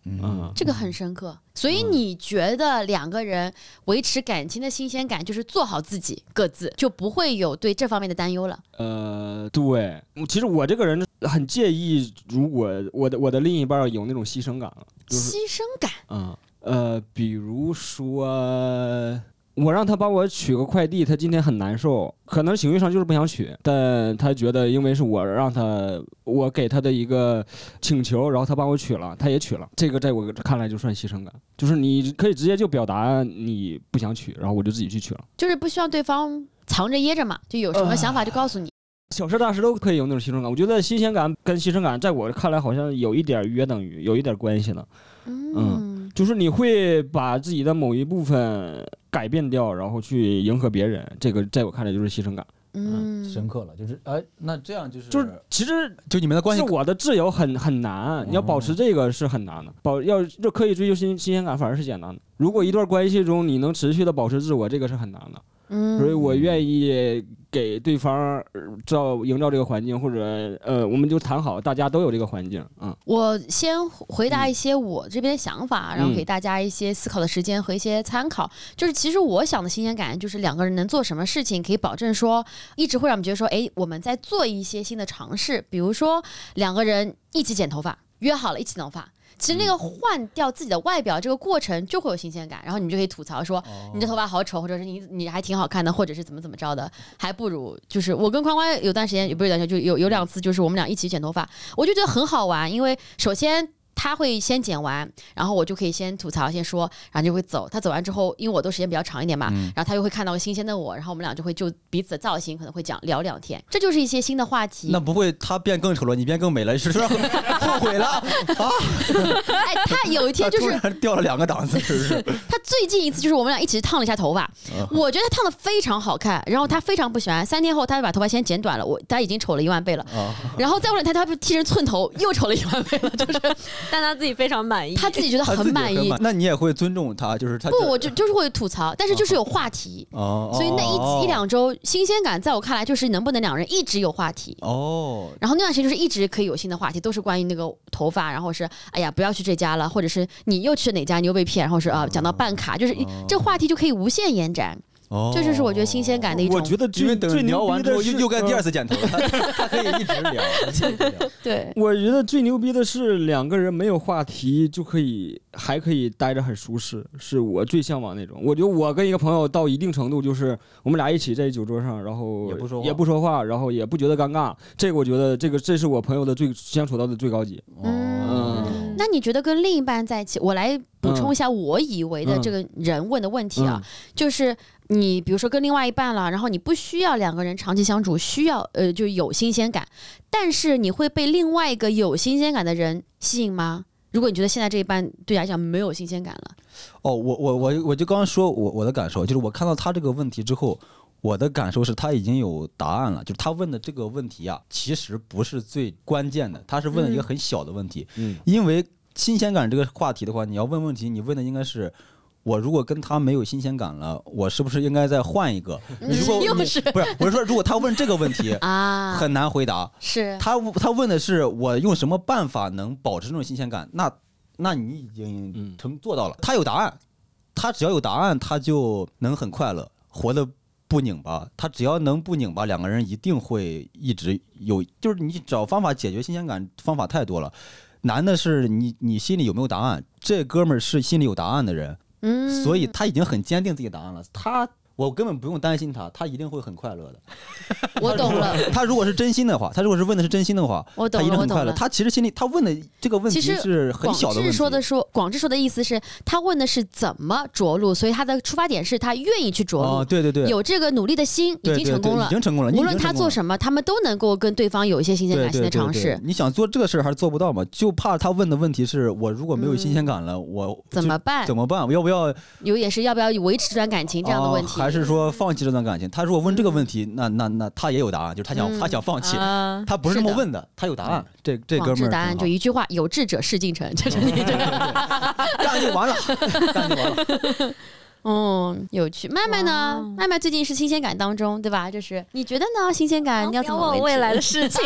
C: 嗯
B: 嗯，
A: 这个很深刻，所以你觉得两个人维持感情的新鲜感，就是做好自己各自，就不会有对这方面的担忧了。
B: 呃，对，其实我这个人很介意，如果我的我的另一半有那种牺牲感了，就是
A: 牺牲感，
B: 嗯呃，比如说我让他帮我取个快递，他今天很难受，可能情绪上就是不想取，但他觉得因为是我让他，我给他的一个请求，然后他帮我取了，他也取了，这个在我看来就算牺牲感，就是你可以直接就表达你不想取，然后我就自己去取了。
A: 就是不需要对方藏着掖着嘛，就有什么想法就告诉你。
B: 小事大事都可以有那种牺牲感，我觉得新鲜感跟牺牲感，在我看来好像有一点约等于，有一点关系呢。
A: 嗯，
B: 就是你会把自己的某一部分改变掉，然后去迎合别人，这个在我看来就是牺牲感。
A: 嗯，
C: 深刻了，就是哎，那这样就是
B: 就是其实
C: 就你们的关
B: 自
C: 系哦
B: 我的自由很很难，你要保持这个是很难的，保要就刻意追求新新鲜感反而是简单的。如果一段关系中你能持续的保持自我，这个是很难的。
A: 嗯，
B: 所以我愿意给对方呃造营造这个环境，或者呃，我们就谈好，大家都有这个环境，嗯。
A: 我先回答一些我这边的想法，然后
B: 嗯
A: 给大家一些思考的时间和一些参考。就是其实我想的新鲜感，就是两个人能做什么事情，可以保证说一直会让我们觉得说，哎，我们在做一些新的尝试，比如说两个人一起剪头发，约好了一起弄发。其实那个
B: 嗯
A: 换掉自己的外表这个过程就会有新鲜感，然后你们就可以吐槽说
C: 哦
A: 你的头发好丑，或者是你你还挺好看的，或者是怎么怎么着的，还不如就是我跟宽宽有段时间也不是有段时间，就有有两次就是我们俩一起剪头发，我就觉得很好玩，因为首先。他会先剪完，然后我就可以先吐槽，先说，然后就会走。他走完之后，因为我都时间比较长一点嘛，
C: 嗯
A: 然后他又会看到新鲜的我，然后我们俩就会就彼此的造型可能会讲聊两天，这就是一些新的话题
C: 那。不会他变更丑了，你变更美了，是 不是后悔了？
A: 哎，他有一天
C: 啊他
A: 就
C: 突
A: 是
C: 然掉了两个档次，是不是？
A: 他最近一次就是我们俩一起烫了一下头发，我觉得他烫的非常好看，然后他非常不喜欢。三天后他就把头发先剪短了，我他已经丑了一万倍了。
C: 啊，
A: 然后再过两天他被剃成寸头，又丑了一万 倍了，就是
D: 但他自己非常满意。
A: 他自己觉得
C: 他自
A: 很
C: 己
A: 满意。
C: 那你也会尊重他，就是他
A: 不，我就就是会吐槽，但是就是有话题，
C: 哦，
A: 所以那一
C: 哦
A: 集一两周新鲜感，在我看来就是能不能两人一直有话题。
C: 哦，
A: 然后那段时间就是一直可以有新的话题，都是关于那个头发，然后是哎呀不要去这家了，或者是你又去哪家你又被骗，然后是啊讲到办卡，就是这话题就可以无限延展，
C: 哦
A: 这就是我觉得新鲜感的一种。
B: 我觉得
C: 因为
B: 最最
C: 等聊
B: 牛
C: 完
B: 逼
C: 之
B: 的
C: 后
B: 是
C: 又又该第二
B: 次。
C: 次剪头了，他他可以一直聊，一直 聊
A: 对，
B: 我觉得最牛逼的是两个人没有话题就可以还可以待着很舒适，是我最向往那种。我觉得我跟一个朋友到一定程度，就是我们俩一起在酒桌上，然后
C: 也不说话
B: 也不说话，然后也不觉得尴尬。这个我觉得这个这是我朋友的最相处到的最高级。
C: 哦
A: 嗯
B: 嗯
A: 那你觉得跟另一半在一起，我来补
C: 嗯
A: 充一下我以为的这个人问的问题啊，就是你比如说跟另外一半了，然后你不需要两个人长期相处，需要呃就有新鲜感，但是你会被另外一个有新鲜感的人吸引吗？如果你觉得现在这一半对你来讲没有新鲜感了，
C: 哦，我我我我就刚刚说我我的感受，就是我看到他这个问题之后，我的感受是他已经有答案了，就是他问的这个问题啊，其实不是最关键的，他是问了一个
A: 嗯
C: 很小的问题，
B: 嗯，
C: 因为新鲜感这个话题的话，你要问问题，你问的应该是。我如果跟他没有新鲜感了，我是不是应该再换一个？你如果
A: 嗯又
C: 你
A: 是
C: 不是，我是说，如果他问这个问题
A: 啊，
C: 很难回答，
A: 是
C: 他他问的是我用什么办法能保持这种新鲜感？那那你已经
B: 嗯
C: 成做到了。他有答案，他只要有答案，他就能很快乐，活得不拧巴。他只要能不拧巴，两个人一定会一直有，就是你找方法解决新鲜感方法太多了。难的是你你心里有没有答案？这哥们儿是心里有答案的人，
A: 嗯，
C: 所以他已经很坚定自己的答案了。他我根本不用担心他，他一定会很快乐的。
A: 我懂 了，
C: 他如果是真心的话，他如果是问的是真心的话，
A: 我
C: 他
A: 懂
C: 一
A: 了，
C: 定
A: 我
C: 很
A: 懂
C: 快乐。
A: 了。
C: 他其实心里他问的这个问题
A: 其实
C: 是很小
A: 广
C: 的问
A: 志
C: 题。
A: 说的说，广志说的意思是他问的是怎么着陆，所以他的出发点是他愿意去着陆，
C: 哦，对对对，
A: 有这个努力的心，已
C: 对
A: 经成功了
C: 对对已。经成功了。
A: 无论他做
C: 么，
A: 什么，他们都能够跟对方有一些新鲜
C: 对
A: 感、
C: 对
A: 新的
C: 对
A: 尝
C: 对
A: 试。
C: 你想做这个事儿还是做不到嘛？就怕他问的问题是我如果没有新鲜感了，我
A: 怎
C: 就
A: 么办？
C: 怎么办？我要不要
A: 有也是要不要维持这段感情这样的
C: 啊
A: 问题？
C: 还是说放弃这段感情？他如果问这个问题，那那那他也有答案，就是他想
A: 嗯
C: 他想放弃，
D: 啊，
C: 他不是这么
A: 是的
C: 问的，他有答案。这这哥
A: 广
C: 们
A: 志
C: 儿
A: 答案
C: 挺
A: 就
C: 好
A: 一句话：有志者事竟成， 这是你的。
C: 干就完了，干就完了。
A: 嗯，有趣。麦麦呢
D: 哇？
A: 麦麦最近是新鲜感当中，对吧？就是你觉得呢？新鲜感哎你要
D: 哦要
A: 怎么
D: 问
A: 维
D: 未
A: 持
D: 来 的事情。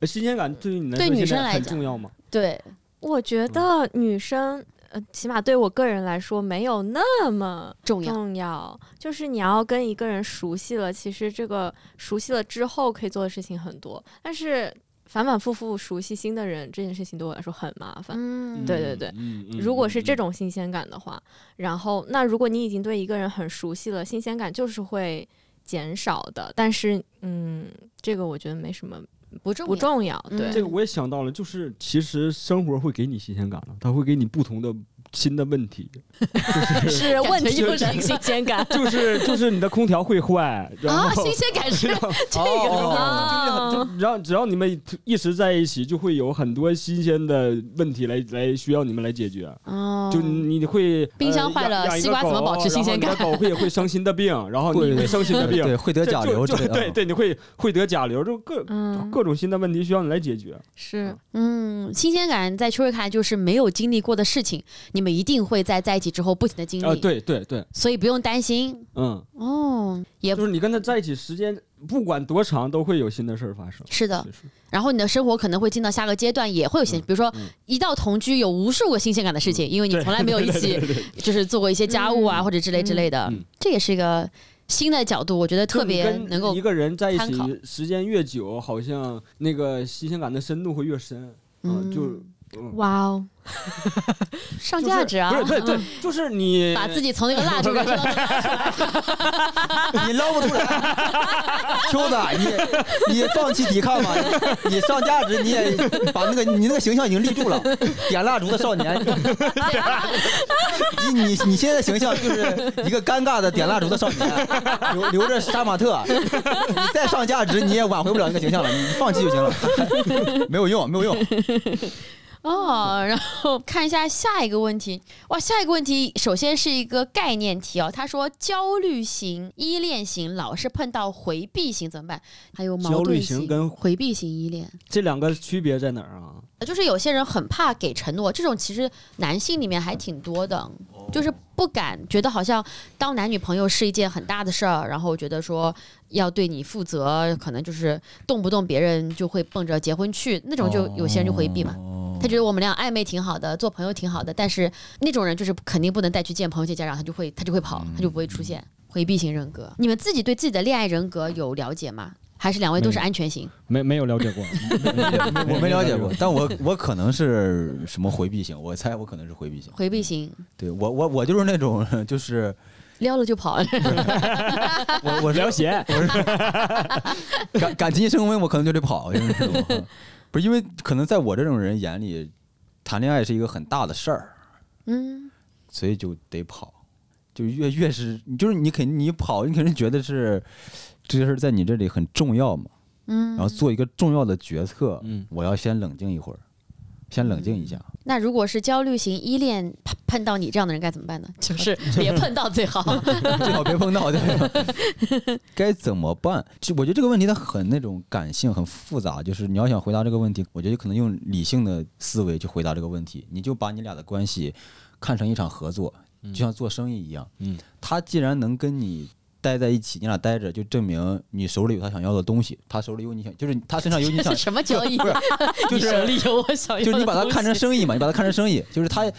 B: 呃新鲜感对于你来
A: 对
B: 说
A: 女
B: 现在
A: 生来
B: 很
A: 讲
B: 重要吗？
A: 对，
D: 我觉得女生，呃，起码对我个人来说，没有那么
A: 重要。
D: 重要。就是你要跟一个人熟悉了，其实这个熟悉了之后可以做的事情很多，但是反反复复熟悉新的人这件事情对我来说很麻烦。
A: 嗯，
D: 对对对
B: 嗯，嗯
D: 如果是这，种新鲜感的话，然后那如果你已经对一个人很熟悉了，新鲜感就是会减少的。但是，嗯，这个我觉得没什么
A: 不重
D: 不
A: 要。
D: 重要。对，
A: 嗯
B: 这个我也想到了，就是其实生活会给你新鲜感的，它会给你不同的新的问题，。
D: 是
A: 感
D: 问
A: 觉
D: 题
A: 有
D: 就是一个新 鲜感
B: 就是就是你的空调会坏，然
A: 啊，
B: 后
A: 新鲜感 是
C: 这个
D: 哦
B: 只要只要你们一直在一起，就会有很多新鲜的问题来来需要你们来解决。
A: 哦
B: 就你会
A: 冰箱
B: 呃
A: 坏了
B: 养养一
A: 西
B: 个
A: 瓜怎么
B: 狗
A: 保持新鲜
B: 然后你的狗会会生新 的病，然后
C: 会
B: 你会生新的病，
C: 对会得
B: 就
C: 甲
B: 就
C: 流之
B: 就
C: 类的，
B: 对对，你会会得甲流，就各
D: 嗯，
B: 各种新的问题需要你来解决。
D: 是
A: 嗯，新鲜感在秋瑞看来就是没有经历过的事情，你们一定会在在一起之后不停的经历，
C: 哦
B: 啊，对对对，
A: 所以不用担心
B: 嗯，
A: 哦，也
B: 就是你跟他在一起时间不管多长，都会有新的事儿发生。
A: 是的
B: 其。实
A: 然后你的生活可能会进到下个阶段，也会有些，
B: 嗯
A: 比如说
B: 嗯
A: 一到同居，有无数个新鲜感的事情，因为你
B: 对
A: 从来没有一起
B: 对对对
A: 就是做过一些家务啊
D: 嗯
A: 或者之类之类的
B: 嗯，
A: 这也是一个新的角度，我觉得特别
B: 就你跟
A: 能够
B: 一个人在一
A: 参考
B: 起时间越久，好像那个新鲜感的深度会越深。嗯，就
D: 哇哦，
A: 上价值啊
B: 不！是对对，就是你
A: 把自己从那个蜡烛 里
C: 你捞不出来，秋子，你你放弃抵抗吧，你你上价值，你也把那个你那个形象已经立住了，点蜡烛的少年， 你你你现在形象就是一个尴尬的点蜡烛的少年，留留着杀马特，你再上价值你也挽回不了那个形象了，你放弃就行了， 没有用，没有用，
A: 哦，然 后看一下下一个问题，哇，下一个问题首先是一个概念题哦。他说焦虑型、依恋型老是碰到回避型怎么办？还有矛
B: 焦虑
A: 盾
B: 型跟
A: 回避型依恋，
B: 这两个区别在哪儿啊？
A: 就是有些人很怕给承诺，这种其实男性里面还挺多的，就是不敢觉得好像当男女朋友是一件很大的事儿，然后觉得说要对你负责，可能就是动不动别人就会奔着结婚去，那种就
B: 哦
A: 有些人就回避嘛。他觉得我们俩暧昧挺好的，做朋友挺好的，但是那种人就是肯定不能再去见朋友、见家长，他就会他就会跑，他就不会出
C: 嗯
A: 现回避型人格。你们自己对自己的恋爱人格有了解吗？还是两位都是
E: 没有
A: 安全型？
E: 没没有了 解过，
C: 我没了解过，但我我可能是什么回避型，我猜我可能是回避型，
A: 回避型
C: 对我我我就是那种就是
A: 撩了就 跑，
C: 我我是
B: 聊闲，
C: 感感情升温，我可能就得跑，就是这种。嗯不是因为可能在我这种人眼里，谈恋爱是一个很大的事儿，
A: 嗯。
C: 所以就得跑。就越越是就是你肯定你跑，你肯定觉得是这件事在你这里很重要嘛，
A: 嗯
C: 然后做一个重要的决策，
B: 嗯，
C: 我要先冷静一会儿，先冷静一下。
A: 那如果是焦虑型依恋碰碰到你这样的人该怎么办呢？ 就是别碰到最 好。
C: 最好别碰到，对吧？该怎么办？就我觉得这个问题它很那种感性，很复杂。就是你要想回答这个问题，我觉得可能用理性的思维去回答这个问题，你就把你俩的关系看成一场合作，就像做生意一样。
B: 嗯，
C: 他既然能跟你。待在一起，你俩待着就证明你手里有他想要的东西，他手里有你想，就是他身上有 你想
A: 这什么交易？
C: 不是
A: 就手里有我想要的
C: 就是你把它
A: 东西
C: 看成生意嘛，你把它看成生意，就是它，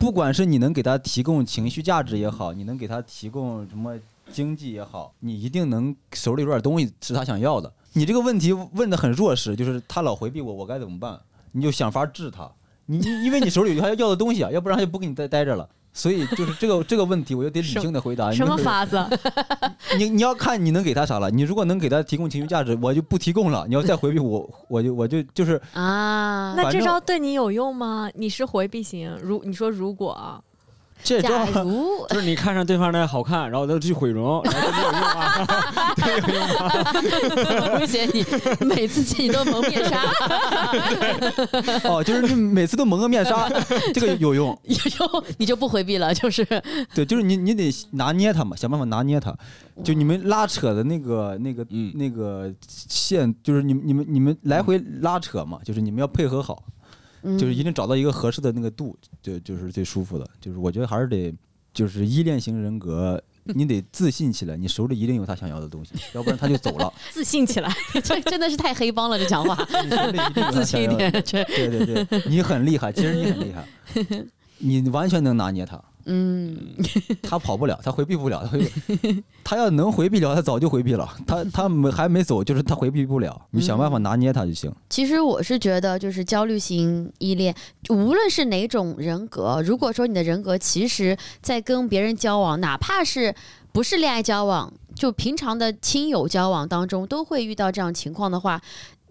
C: 不管是你能给它提供情绪价值也好，你能给它提供什么经济也好，你一定能手里有点东西是他想要的。你这个问题问的很弱势，就是他老回避我，我该怎么办？你就想法治他，你你因为你手里有他要的东西啊，要不然他就不跟你再待着了。所以就是这个这个问题，我就得理性的回答。
D: 什么
C: 你
D: 法子？
C: 你你要看你能给他啥了。你如果能给他提供情绪价值，我就不提供了。你要再回避我，我就我就就是
A: 啊，
D: 那
C: 反
D: 这
C: 正
D: 招对你有用吗？你是回避型，如你说如果啊，
C: 这招
A: 假 如
B: 就是你看上对方的好看，然后他去毁容，然后就没有用啊。
A: 威胁你，每次见你都蒙面纱，
C: 哦，就是你每次都蒙个 面纱，这个有用。
A: 以后哦你就不回避了，就是
C: 对，就是你你得拿捏它嘛，想办法拿捏它。就你们拉扯的那个那个、
B: 嗯
C: 那个线，就是你们你们你们来回拉扯嘛，就是你们要配合好，
A: 嗯
C: 就是一定找到一个合适的那个度，就就是最舒服的。就是我觉得还是得就是依恋型人格。你得自信起来，你手里一定有他想要的东西，要不然他就 走了。
D: 自信起来。
A: 这真的是太黑帮了，这讲话
C: 你手里一定有他
A: 自
C: 想
A: 信一
C: 要的
A: 点，这
C: 对对对，你很厉害，其实你很厉害， 你完全能拿捏他。
A: 嗯，
C: 他跑不了，他回避不了，他回避他要能回避了，他早就回避了。他他没还没走，就是他回避不了，你想办法拿捏他就行。
A: 其实我是觉得，就是焦虑型依恋，无论是哪种人格，如果说你的人格其实在跟别人交往，哪怕是不是恋爱交往，就平常的亲友交往当中，都会遇到这样情况的话，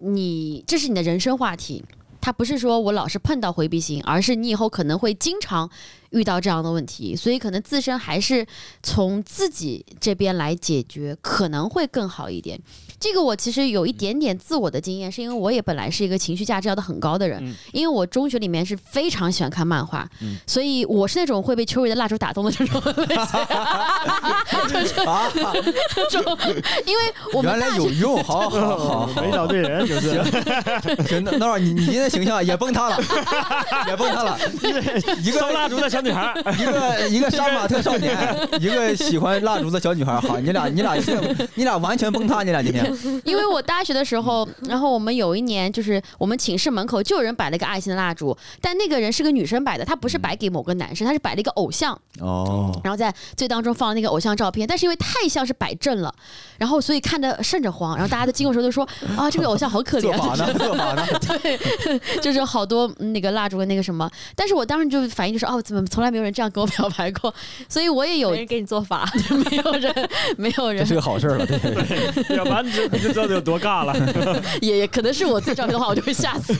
A: 你这是你的人生话题。它不是说我老是碰到回避型，而是你以后可能会经常遇到这样的问题，所以可能自身还是从自己这边来解决，可能会更好一点。这个我其实
C: 嗯
A: 有一点点自我的经验，是因为我也本来是一个情绪价值要的很高的人，
B: 嗯
A: 因为我中学里面是非常喜欢看漫画，
C: 嗯
A: 所以我是那种会被秋瑞的蜡烛打动的这 种类型，
C: 啊，
A: 这种因为我们
C: 原来有用，好好好
E: 没
C: 好。
E: 找对人，就是
C: 行，那那会儿你你现在形象也崩塌了，也崩塌了。一个
B: 烧蜡烛的小女孩，
C: 一个一个杀马特少年，一个喜欢蜡烛的小女孩，好，你俩你俩现在你俩完全崩塌，你俩今天
A: 因为我大学的时候，
C: 嗯
A: 然后我们有一年就是我们寝室门口就有人摆了一个爱心的蜡烛，但那个人是个女生摆的，她不是
C: 嗯
A: 摆给某个男生，她是摆了一个偶像，
C: 哦，
A: 然后在最当中放了那个偶像照片，但是因为太像是摆正了，然后所以看着瘆着慌，然后大家都经过的时候都说啊，这个偶像好可
C: 做
A: 怜，
C: 法
A: 啊，
C: 呢，做法呢，
A: 就是好多嗯那个蜡烛跟那个什么，但是我当时就反应就是哦，怎么从来没有人这样跟我表白过，所以我也有
D: 没人给你做法，
A: 没有人没 有
C: 这
A: 人
C: 是个好事儿了，对，
B: 要不然你就你就知道有多尬了。
A: 也也可能是我自己照片的话，我就会吓死。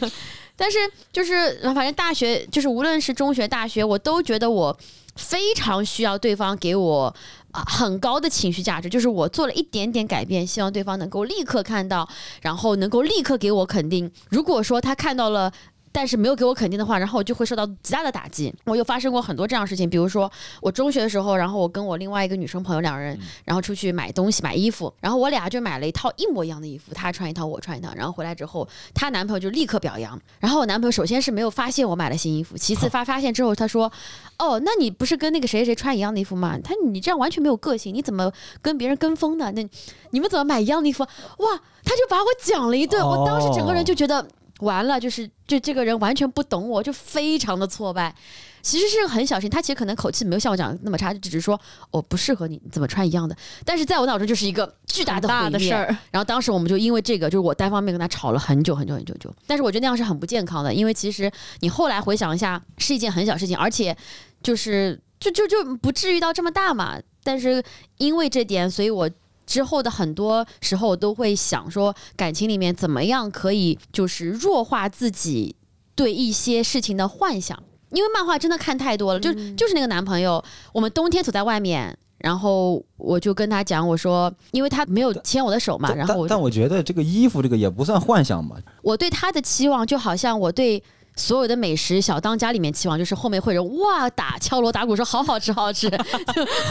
A: 但是就是反正大学就是无论是中学、大学，我都觉得我非常需要对方给我啊很高的情绪价值，就是我做了一点点改变，希望对方能够立刻看到，然后能够立刻给我肯定。如果说他看到了。但是没有给我肯定的话，然后我就会受到极大的打击。我有发生过很多这样的事情，比如说我中学的时候，然后我跟我另外一个女生朋友两人，然后出去买东西买衣服，然后我俩就买了一套一模一样的衣服，她穿一套我穿一套，然后回来之后，她男朋友就立刻表扬，然后我男朋友首先是没有发现我买了新衣服，其次发发现之后他说，哦，那你不是跟那个谁谁穿一样的衣服吗？他你这样完全没有个性，你怎么跟别人跟风呢？那你们怎么买一样的衣服？哇，他就把我讲了一顿，我当时整个人就觉得。完了，就是就这个人完全不懂我，就非常的挫败。其实是个很小心，他其实可能口气没有像我讲的那么差，就只是说我、不适合你，你怎么穿一样的。但是在我脑中就是一个巨大的啊
D: 大
A: 毁
D: 的
A: 灭
D: 事儿，
A: 然后当时我们就因为这个，就是我单方面跟他吵了很久很久很久很久。但是我觉得那样是很不健康的，因为其实你后来回想一下，是一件很小的事情，而且就是就就就不至于到这么大嘛。但是因为这点，所以我之后的很多时候我都会想说，感情里面怎么样可以就是弱化自己对一些事情的幻想。因为漫画真的看太多了，就就是那个男朋友，我们冬天走在外面，然后我就跟他讲，我说，因为他没有牵我的手嘛，
C: 但
A: 然后我
C: 但
A: 就
C: 我觉得这个衣服这个也不算幻想吧，
A: 我对他的期望就好像我对所有的美食小当家里面期望，就是后面会有人哇打敲锣打鼓说好好吃好好吃， 就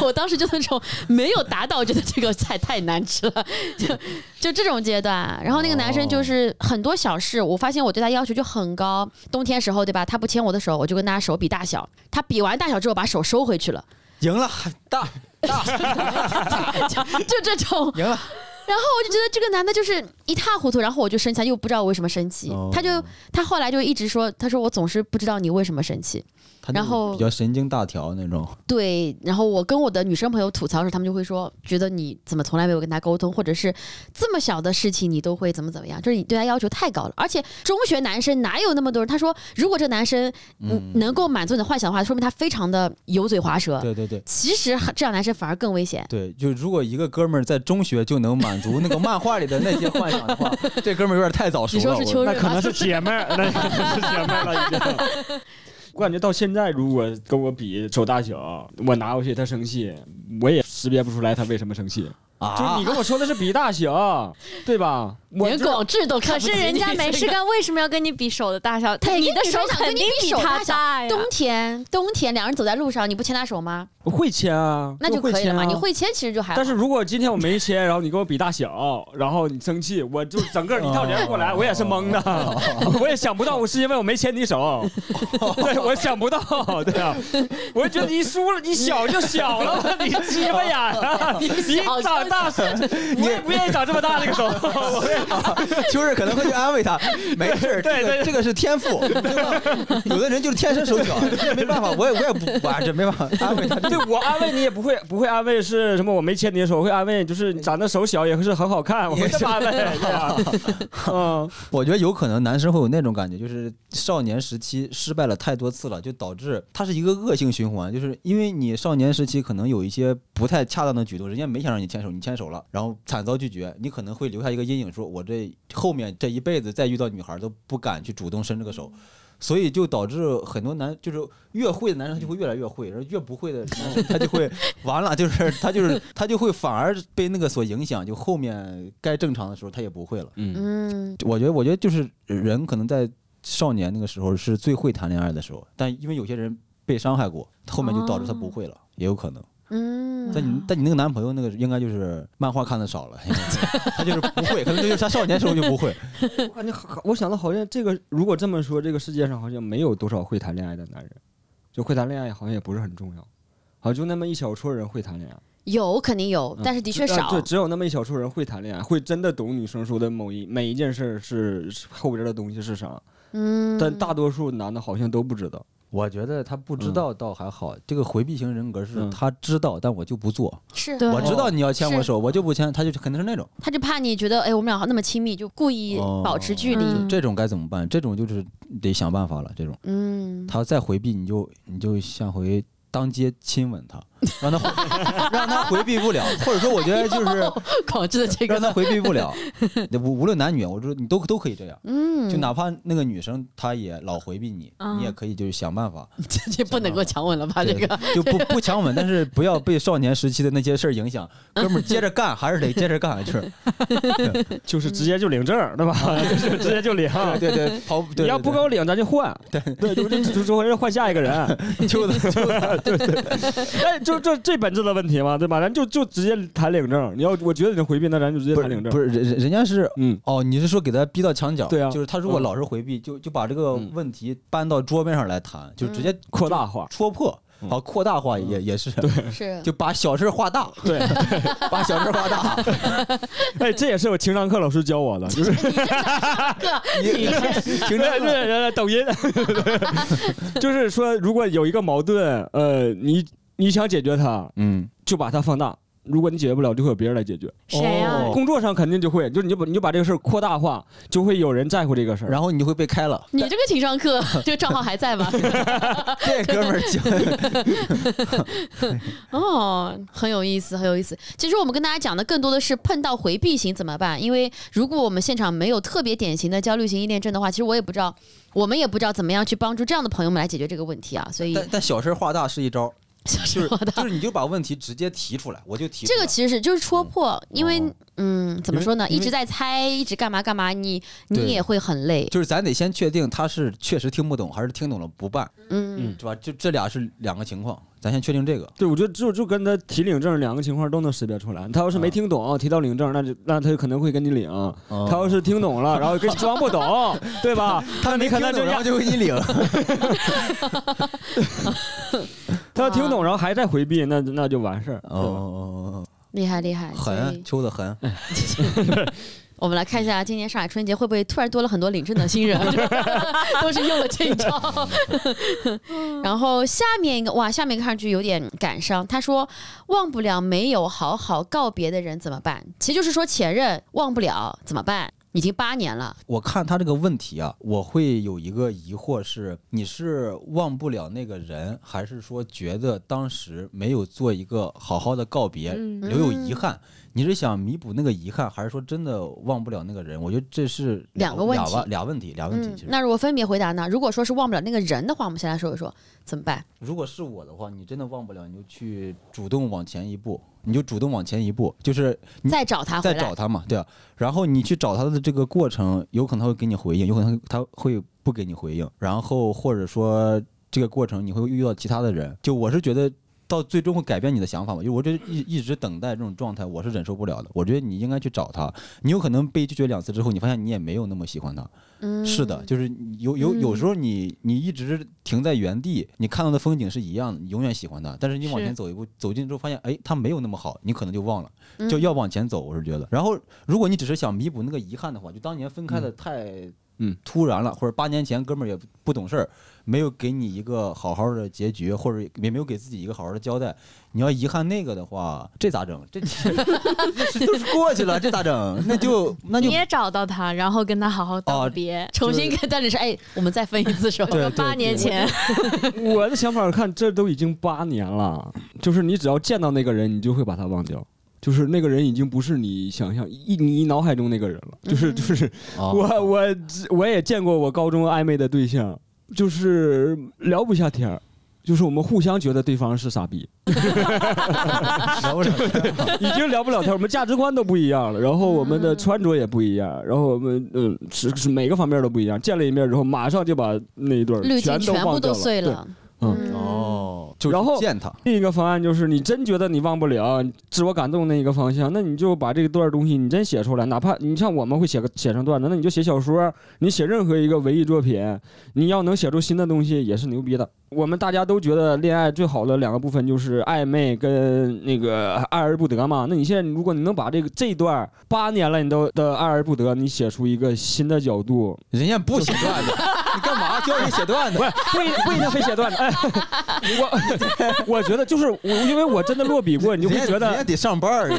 A: 我当时就那种没有达到，我觉得这个菜太难吃了， 就就这种阶段。然后那个男生就是很多小事，我发现我对他要求就很高。冬天时候对吧，他不牵我的手，我就跟他手比大小，他比完大小之后把手收回去了，
C: 赢了，大
A: 就这种。
C: 赢了，
A: 然后我就觉得这个男的就是一塌糊涂，然后我就生气，他又不知道我为什么生气，
C: 哦
A: 他就他后来就一直说，他说我总是不知道你为什么生气。
C: 他那
A: 然后
C: 种比较神经大条那种，
A: 对，然后我跟我的女生朋友吐槽的时候，他们就会说，觉得你怎么从来没有跟他沟通，或者是这么小的事情你都会怎么怎么样，就是你对他要求太高了。而且中学男生哪有那么多人？他说，如果这个男生嗯能够满足你的幻想的话，说明他非常的油嘴滑舌。
C: 对对对。
A: 其实这样男生反而更危险。
C: 对，就如果一个哥们儿在中学就能满足那个漫画里的那些幻 想的话，这哥们儿有点太早熟
A: 你
C: 了。
A: 说是秋
C: 我
A: 日
B: 那
A: 吧
B: 可能是姐妹儿，那可能是姐妹儿了已经。 我感觉到现在，如果跟我比手大小，我拿回去他生气，我也识别不出来他为什么生气。就是
C: 啊
B: 你，跟我说的是比大小，对吧？我
A: 连
B: 这
A: 广智都看
D: 可
A: 不
D: 是
A: 起
D: 人家
A: 你
D: 没
A: 这
D: 事
A: 个
D: 干，为什么要跟你比手的大小？他
A: 对
D: 你
A: 跟
D: 的
A: 你
D: 手
A: 说想跟
D: 肯
A: 你
D: 定
A: 比手
D: 他
A: 大小
D: 大哎呀。
A: 冬天，冬天两人走在路上，你不牵他手吗？
B: 会签啊，
A: 那就
B: 会
A: 可以了
B: 签
A: 嘛。
B: 啊
A: 你。会牵其实就还好。
B: 但是如果今天我没签，然后你跟我比大小，然后你生气，我就整个一套连过来，我也是懵的，我也想不到我是因为我没牵你手，对，我想不到，对啊，我觉得你输了，你小就小了吧，你鸡巴眼啊，你
A: 小就
B: 长大是，我也不愿意长这么大这个手，我也
C: 秋日可能会去安慰他，没事儿，
B: 对
C: 这
B: 对
C: 个这个是天赋，有的人就是天生手脚，没办法，我也我也不，我这没办法安慰他。
B: 对 我安慰你也不会，不会安慰是什么？我没牵你的手，我会安慰就是你长得手小也是很好看，我会这么安慰，对啊，嗯，
C: 我觉得有可能男生会有那种感觉，就是少年时期失败了太多次了，就导致它是一个恶性循环，就是因为你少年时期可能有一些不太恰当的举动，人家没想让你牵手，你牵手了，然后惨遭拒绝，你可能会留下一个阴影，说我这后面这一辈子再遇到女孩都不敢去主动伸这个手。所以就导致很多男，就是越会的男生他就会越来越会，然后越不会的男生他就会完了，就是他就是他就会反而被那个所影响，就后面该正常的时候他也不会了。
A: 嗯，
C: 我觉得，我觉得就是人可能在少年那个时候是最会谈恋爱的时候，但因为有些人被伤害过，后面就导致他不会了，也有可能。
A: 哦嗯
C: 但你但你那个男朋友那个应该就是漫画看的少了，应该是他就是不会，可能就是他少年时候就不会。
B: 我感觉好，我想到好像这个，如果这么说，这个世界上好像没有多少会谈恋爱的男人，就会谈恋爱好像也不是很重要，好就那么一小撮人会谈恋爱，
A: 有肯定有
B: 嗯，
A: 但是的确
B: 只呃
A: 少
B: 对，。只有那么一小撮人会谈恋爱，会真的懂女生说的某一每一件事儿是是后边的东西是啥，
A: 嗯，
B: 但大多数男的好像都不知道。
C: 我觉得他不知道倒还好，这个回避型人格是
B: 嗯
C: 他知道，但我就不做。
A: 是
D: 对
C: 我知道你要牵我
A: 是
C: 手，我就不牵，他就肯定是那种。
A: 他就怕你觉得，哎，我们俩那么亲密，就故意保持距离。
D: 哦
C: 这种该怎么办？这种就是得想办法了。这种
A: 嗯，
C: 他再回避，你就你就下回当街亲吻他， 让他回让他回避不了，或者说我觉得就是
A: 搞这的这
C: 让他回避不了， 无无论男女，我说你都都可以这样。
A: 嗯，
C: 就哪怕那个女生她也老回避你，
D: 嗯
C: 你也可以就是想办法，
A: 这这不能够强吻了吧？啊这
C: 对
A: 个，
C: 就不不强吻，但是不要被少年时期的那些事儿 影响。哥们儿接着干，还是得接着干，就是
A: 嗯
B: 就是直接就领证儿，对吧？ 就是直接就领。
C: 对对，跑对
B: 你要不给我领，咱就换。对对，就就就就换下一个人。
C: 就
B: 哎，就这最本质的问题嘛，对吧？咱就就直接谈领证。你要我觉得你回避，那咱就直接
C: 不
B: 谈
C: 是
B: 领证。
C: 不是人人人家是
B: 嗯，
C: 哦，你是说给他逼到墙角？
B: 对啊
C: 就是他如果
B: 嗯
C: 老是回避，就就把这个
B: 嗯
C: 问题搬到桌面上来谈，就直接
A: 嗯
B: 扩大化。
C: 戳破，
B: 嗯
C: 好扩大化也也是，
A: 是
C: 就把小事化大，
B: 对，
C: 把小事化大。
B: 哎，这也是我情商课老师教我的， 就是
C: 你
B: 情商对抖音， 就是说，如果有一个矛盾，呃，你你想解决它，
C: 嗯，
B: 就把它放大。如果你解决不了，就会有别人来解决。
D: 谁呀、
C: 哦
B: 工作上肯定就会，就是你就把你就把这个事儿扩大化，就会有人在乎这个事儿。
C: 然后你就会被 开了。
A: 你这个情商课，这个账号还在吗？
C: 这哥们儿就
A: 哦，很有意思，很有意思。其实我们跟大家讲的更多的是碰到回避型怎么办，因为如果我们现场没有特别典型的焦虑型依恋症的话，其实我也不知道，我们也不知道怎么样去帮助这样的朋友们来解决这个问题啊。所以，
C: 但但小事化大是一招，
A: 小
C: 就
A: 时
C: 是
A: 候的
C: 就是你就把问题直接提出来，我就提出
A: 这个
C: 来
A: 其实是就是戳破，因为嗯，怎么说呢，
B: 因为
A: 一直在猜，一直干嘛干嘛，你你
C: 对
A: 也会很累，
C: 就是咱得先确定他是确实听不懂，还是听懂了不办，
A: 嗯。
C: 是吧？就这俩是两个情况，咱先确定这个。
B: 对，我觉得就就跟他提领证两个情况都能识别出来。他要是没听懂，提到领证，那就那他就可能会跟你领；
C: 嗯
B: 他要是听懂了，然后跟你装不 懂，对吧？那你可能就
C: 然
B: 让
C: 后就给你 领，
B: 哦他要听懂，然后还在回避，那那就完事儿。对吧
C: 哦，
A: 厉害厉害，所
C: 狠，
A: 以
C: 秋的狠，
A: 我们来看一下今年上海春节会不会突然多了很多领证的新人，都是用了这一招。然后下面一个哇，下面一个看上去有点感伤。他说忘不了没有好好告别的人怎么办？其实就是说前任忘不了怎么办？已经八年了，
C: 我看他这个问题啊，我会有一个疑惑是：你是忘不了那个人，还是说觉得当时没有做一个好好的告别，
D: 嗯
C: 留有遗憾？你是想弥补那个遗憾，还是说真的忘不了那个人？我觉得这是
A: 两个问
C: 俩
A: 题
C: 吧俩问题，俩问题。
A: 嗯
C: 其，实，
A: 那如果分别回答呢？如果说是忘不了那个人的话，我们先来说一说怎么办？
C: 如果是我的话，你真的忘不了，你就去主动往前一步，你就主动往前一步，就是你
A: 再找他回
C: 再
A: 来
C: 找。他嘛，对啊。然后你去找他的这个过程，有可能他会给你回应，有可能他会不给你回应。然后或者说这个过程你会遇到其他的人，就我是觉得到最终会改变你的想法嘛，因为我这一一直等待这种状态，我是忍受不了的。我觉得你应该去找他，你有可能被拒绝两次之后，你发现你也没有那么喜欢他。
A: 嗯，
C: 是的，就是有有有时候你你一直停在原地，你看到的风景是一样的，你永远喜欢它，但是你往
D: 是
C: 前走一步，走近之后发现，哎，它没有那么好，你可能就忘了，
A: 嗯
C: 就要往前走。我是觉得，然后如果你只是想弥补那个遗憾的话，就当年分开的太
B: 嗯
C: 突然了，或者八年前哥们儿也不懂事儿，没有给你一个好好的结局，或者也没有给自己一个好好的交代，你要遗憾那个的话，这咋整？这这都是过去了，这咋整？那就那就
D: 你也找到他，然后跟他好好道
C: 哦
D: 别。
A: 重新跟但是是哎，我们再分一次手。
C: 对对
D: 八年前，
B: 我的想法看，这都已经八年了，就是你只要见到那个人，你就会把他忘掉。就是那个人已经不是你想象一你脑海中那个人了，就是就是
C: 啊
B: 我我我也见过我高中暧昧的对象，就是聊不下天儿，就是我们互相觉得对方是傻逼，
C: 聊不了天儿
B: 已经聊不了天儿，我们价值观都不一样了，然后我们的穿着也不一样，然后我们嗯是是每个方面都不一样，见了一面之后，马上就把那一对儿
A: 滤镜
B: 都
A: 全部
B: 忘掉
A: 都碎
B: 对
A: 了。
B: 嗯
C: 哦，就
B: 然后
C: 见他，
B: 另一个方案就是，你真觉得你忘不了自我感动那一个方向，那你就把这段东西你真写出来，哪怕你像我们会写个写成段子，那你就写小说，你写任何一个文艺作品，你要能写出新的东西也是牛逼的。我们大家都觉得恋爱最好的两个部分就是暧昧跟那个爱而不得嘛。那你现在如果你能把这个这一段儿八年了你都的爱而不得，你写出一个新的角度，
C: 人家不写段子，你干嘛教人写段子
B: 不？是不一不一定非写段子。 哎，我我觉得就是我，因为我真的落笔过，你就会觉
C: 人家
B: 得
C: 得上班儿，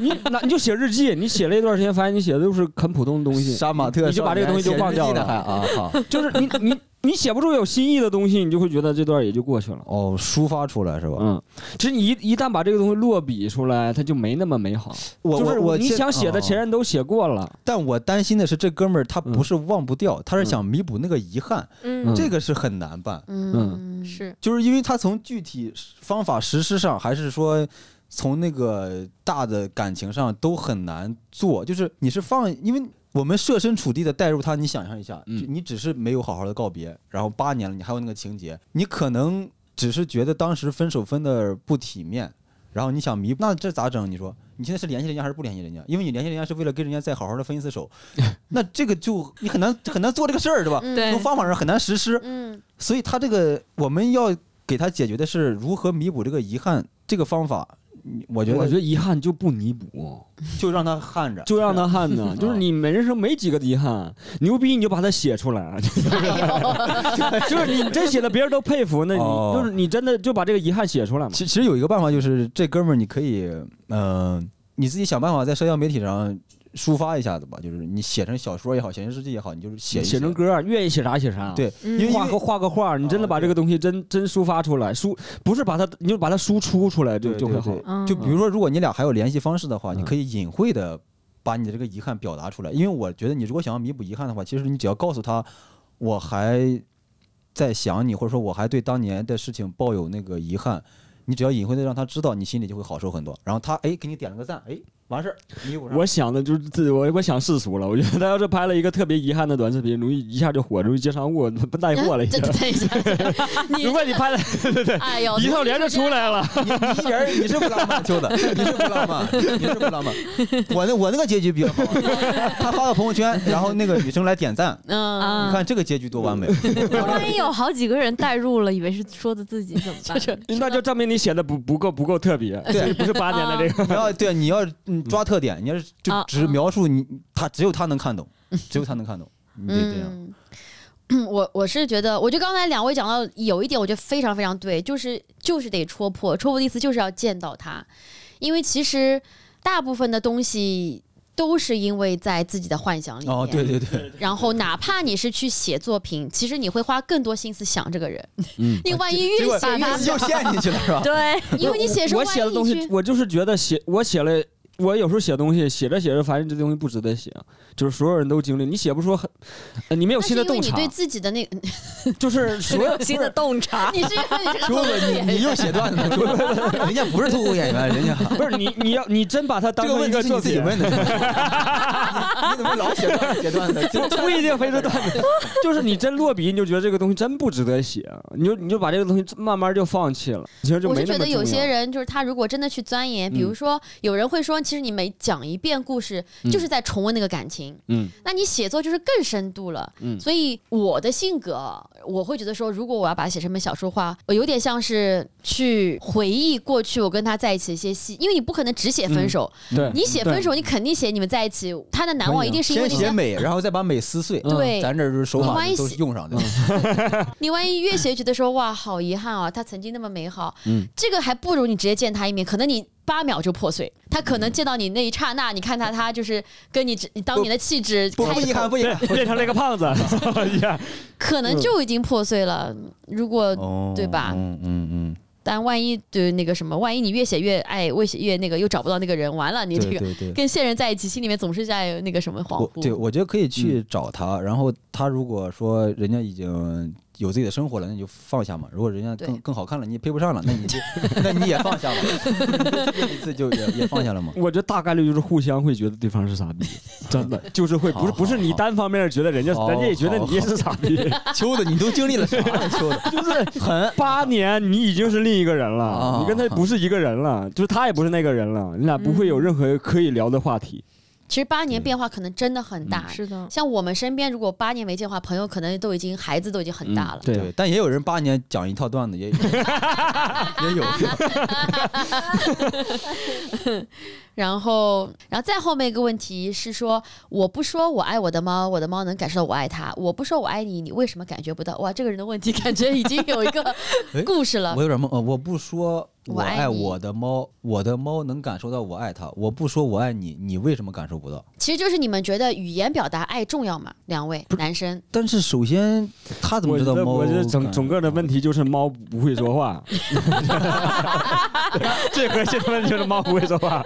B: 你那你就写日记，你写了一段时间，发现你写的都是很普通的东西，
C: 杀马特，
B: 你就把这个东西就忘掉了
C: 还啊。好
B: 就是你你你写不出有新意的东西，你就会觉得这段也就过去了。
C: 哦，抒发出来是吧？
B: 嗯，其实你一一旦把这个东西落笔出来，它就没那么美好。
C: 我
B: 就是
C: 我我
B: 你
C: 其实
B: 想写的前
C: 哦
B: 嗯任都写过了，
C: 但我担心的是，这哥们儿他不是忘不掉，
B: 嗯
C: 他是想弥补那个遗憾，
D: 嗯，
C: 这个是很难办。
A: 嗯，
D: 是
C: 就是因为他从具体方法实施上，还是说从那个大的感情上都很难做。就是你是放，因为我们设身处地的带入他，你想象一下，
B: 嗯
C: 就你只是没有好好的告别，然后八年了，你还有那个情节，你可能只是觉得当时分手分的不体面。然后你想弥补，那这咋整？你说你现在是联系人家还是不联系人家？因为你联系人家是为了跟人家再好好的分一次手，那这个就你很难很难做这个事儿，对吧？
A: 嗯
D: 对
C: 从方法上很难实施。
A: 嗯
C: 所以他这个我们要给他解决的是如何弥补这个遗憾，这个方法，嗯我
B: 我
C: 觉得
B: 得遗憾就不弥补，
C: 就让他焊着，
B: 就让他憾 呢。就是你没人生没几个遗憾，牛逼你就把它写出来。 哎就是你真写的别人都佩服，那你
C: 哦
B: 就是你真的就把这个遗憾写出来嘛。
C: 其其实有一个办法，就是这哥们儿，你可以，嗯、你自己想办法在社交媒体上抒发一下子吧，就是你写成小说也好，写成日记也好，你就是写一啊
B: 写成。歌，愿意写啥写啥。
C: 对，
D: 嗯
C: 因为
B: 画个画个画，你真的
C: 哦
B: 把这个东西真真抒发出来，输不是把它，你就把它输出出来就
C: 对
B: 就
C: 对
B: 会好
C: 对。
D: 嗯
C: 就比如说，如果你俩还有联系方式的话，
B: 嗯
C: 你可以隐晦的把你的这个遗憾表达出来，因为我觉得你如果想要弥补遗憾的话，其实你只要告诉他，我还在想你，或者说我还对当年的事情抱有那个遗憾，你只要隐晦的让他知道，你心里就会好受很多。然后他哎给你点了个赞，哎完事儿，弥补上。
B: 我想的就是自我，我想世俗了。我觉得他要是拍了一个特别遗憾的短视频，容易一下就火，容易接商务，不 带
A: 嗯
B: 货了已经
A: 等。等一下，你
B: 如果你拍了
A: 哎呦，
B: 一套连着出来了，
C: 你你一人儿你是不浪漫，秋子，你是不浪漫，你是不浪漫。我那我那个结局比较好，他发到朋友圈，然后那个女生来点赞，
A: 嗯，
C: 你看这个结局多完美。
D: 万一有好几个人带入了，以为是说的自己怎么办？
B: 那就证明你写的不不够不够特别，
C: 对
B: 不是八年的这
A: 啊
B: 个。
C: 你要对，你要嗯抓特点，你要是就
D: 啊
C: 只描述你，他只有他能看懂，只有他能看懂，你得这样。
A: 嗯嗯，我我是觉得，我就刚才两位讲到有一点，我觉得非常非常对，就是就是得戳破，戳破的意思就是要见到他，因为其实大部分的东西都是因为在自己的幻想里面。
C: 哦，对对对，
A: 然后哪怕你是去写作品，其实你会花更多心思想这个 人。
B: 嗯
A: 你万一
C: 结
A: 越
C: 果
A: 写越
C: 又陷进去了是
A: 啊
C: 吧？
D: 对，
A: 因为你写是
B: 我
A: 万
B: 写的
A: 一
B: 东西
A: 去，
B: 我就是觉得写我写了。我有时候写东西，写着写着发现这东西不值得写，啊就是所有人都经历，你写不出很，呃你没有
A: 那是
B: 新的
A: 因为
B: 洞
A: 你
B: 察
A: 对，自己的那，你
B: 就是所有
D: 新的洞察。
A: 是因为你 是个
C: 秋
A: 作
C: 子，你你又写段子了，秋子， 人家不是脱口演员，人家
B: 不是你，你要你真把它当
C: 这个
B: 成一
C: 问题
B: 个
C: 是
B: 作
C: 你自己
B: 品，
C: 问的，是吧 你怎么老写段子写段子？
B: 不不一定非 是段子，就是你真落笔，你就觉得这个东西真不值得写，啊你就你就把这个东西慢慢就放弃了，其实就
A: 我
B: 没
A: 是觉
B: 那么
A: 得有
B: 重
A: 些
B: 要
A: 人就是他如果真的去钻研，比如
B: 嗯
A: 说有人会说，其实你每讲一遍故事，
B: 嗯
A: 就是在重温那个感情。
B: 嗯
A: 那你写作就是更深度了。
B: 嗯
A: 所以我的性格，我会觉得说，如果我要把它写成本小说的话，我有点像是去回忆过去我跟他在一起的一些戏，因为你不可能只写分手，
B: 嗯对，啊
A: 你写分手，你肯定写你们在一起，他的难忘一定是因为
C: 先
A: 那
C: 写
A: 些。
C: 美，然后再把美撕碎，
B: 嗯
A: 对，嗯
C: 咱这儿就是手
A: 你
C: 法
A: 万一
C: 都
A: 写
C: 是用上的。
A: 你万一越写越觉得说哇，好遗憾啊，他曾经那么美好，
B: 嗯
A: 这个还不如你直接见他一面，可能你八秒就破碎，他可能见到你那一刹那，你看他他就是跟你你当年的气质
C: 不
A: 开
C: 不遗
A: 口
C: 憾，不遗
B: 变
C: 憾。
B: 变成了一个胖子， 呀
A: 可能就已经破碎了。如果
C: 哦
A: 对吧
C: 嗯嗯嗯，
A: 但万一对那个什么，万一你越写越爱，越写越那个，又找不到那个人，完了你这
C: 对
A: 个
C: 对对。
A: 跟现人在一起，心里面总是在那个什么
C: 我
A: 恍
C: 对，
A: 惚。
C: 我觉得可以去找他，然后他如果说人家已经有自己的生活了，那你就放下嘛。如果人家更
A: 对
C: 更好看了，你也配不上了，那你就 那你也放下嘛，那一次就也也放下了嘛。
B: 我觉得大概率就是互相会觉得对方是傻逼，真的就是会
C: 好
B: 不是不是
C: 好
B: 你
C: 好
B: 单方面觉得人家，
C: 好
B: 人家也觉得
C: 好
B: 你是傻逼，
C: 秋子，你都经历了啥呀？秋子
B: 就是
C: 很
B: 八年你已经是另一个人了
C: 啊，
A: 嗯
B: 你跟他不是一个人了，就是他也不是那个人了，你俩不会有任何可以聊的话题。
A: 其实八年变化可能真的很大。
D: 是的，
C: 嗯
A: 像我们身边，如果八年没见的话，朋友可能都已经孩子都已经很大了。
C: 对但也有人八年讲一套段子， 也有也有。
A: 然后，然后再后面一个问题是说，我不说我爱我的猫，我的猫能感受到我爱它；我不说我爱你，你为什么感觉不到？哇，这个人的问题感觉已经有一个
C: 哎
A: 故事了。
C: 我有点懵，呃，我不说
A: 我
C: 我
A: 爱
C: 爱
A: 你
C: 我的猫，我的猫能感受到我爱它；我不说我爱你，你为什么感受不到？
A: 其实就是你们觉得语言表达爱重要吗？两位男生，
C: 但是首先，他怎么
B: 我
C: 知道
B: 觉得
C: 猫啊
B: 我
C: 感受
B: 这
C: 到？
B: 整整个的问题就是猫不会 说话，最核心的问题就是猫不会说话。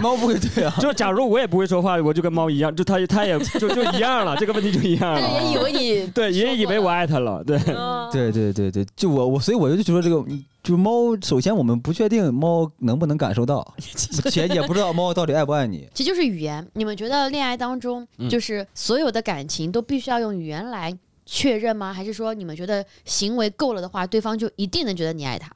C: 猫不会对啊，
B: 就假如我也不会说话，我就跟猫一样，就它它也就就一 样了，这个问题就一
C: 啊
B: 样
A: 但是
B: 了。
A: 也以为你
B: 对，也以为我爱它了，对。
C: 对对对对，就我我所以我就觉得这个嗯就猫，首先我们不确定猫能不能感受到，且也不知道猫到底爱不爱你。
A: 其实就是语言。你们觉得恋爱当中，
C: 嗯
A: 就是所有的感情都必须要用语言来确认吗？还是说你们觉得行为够了的话，对方就一定能觉得你爱他？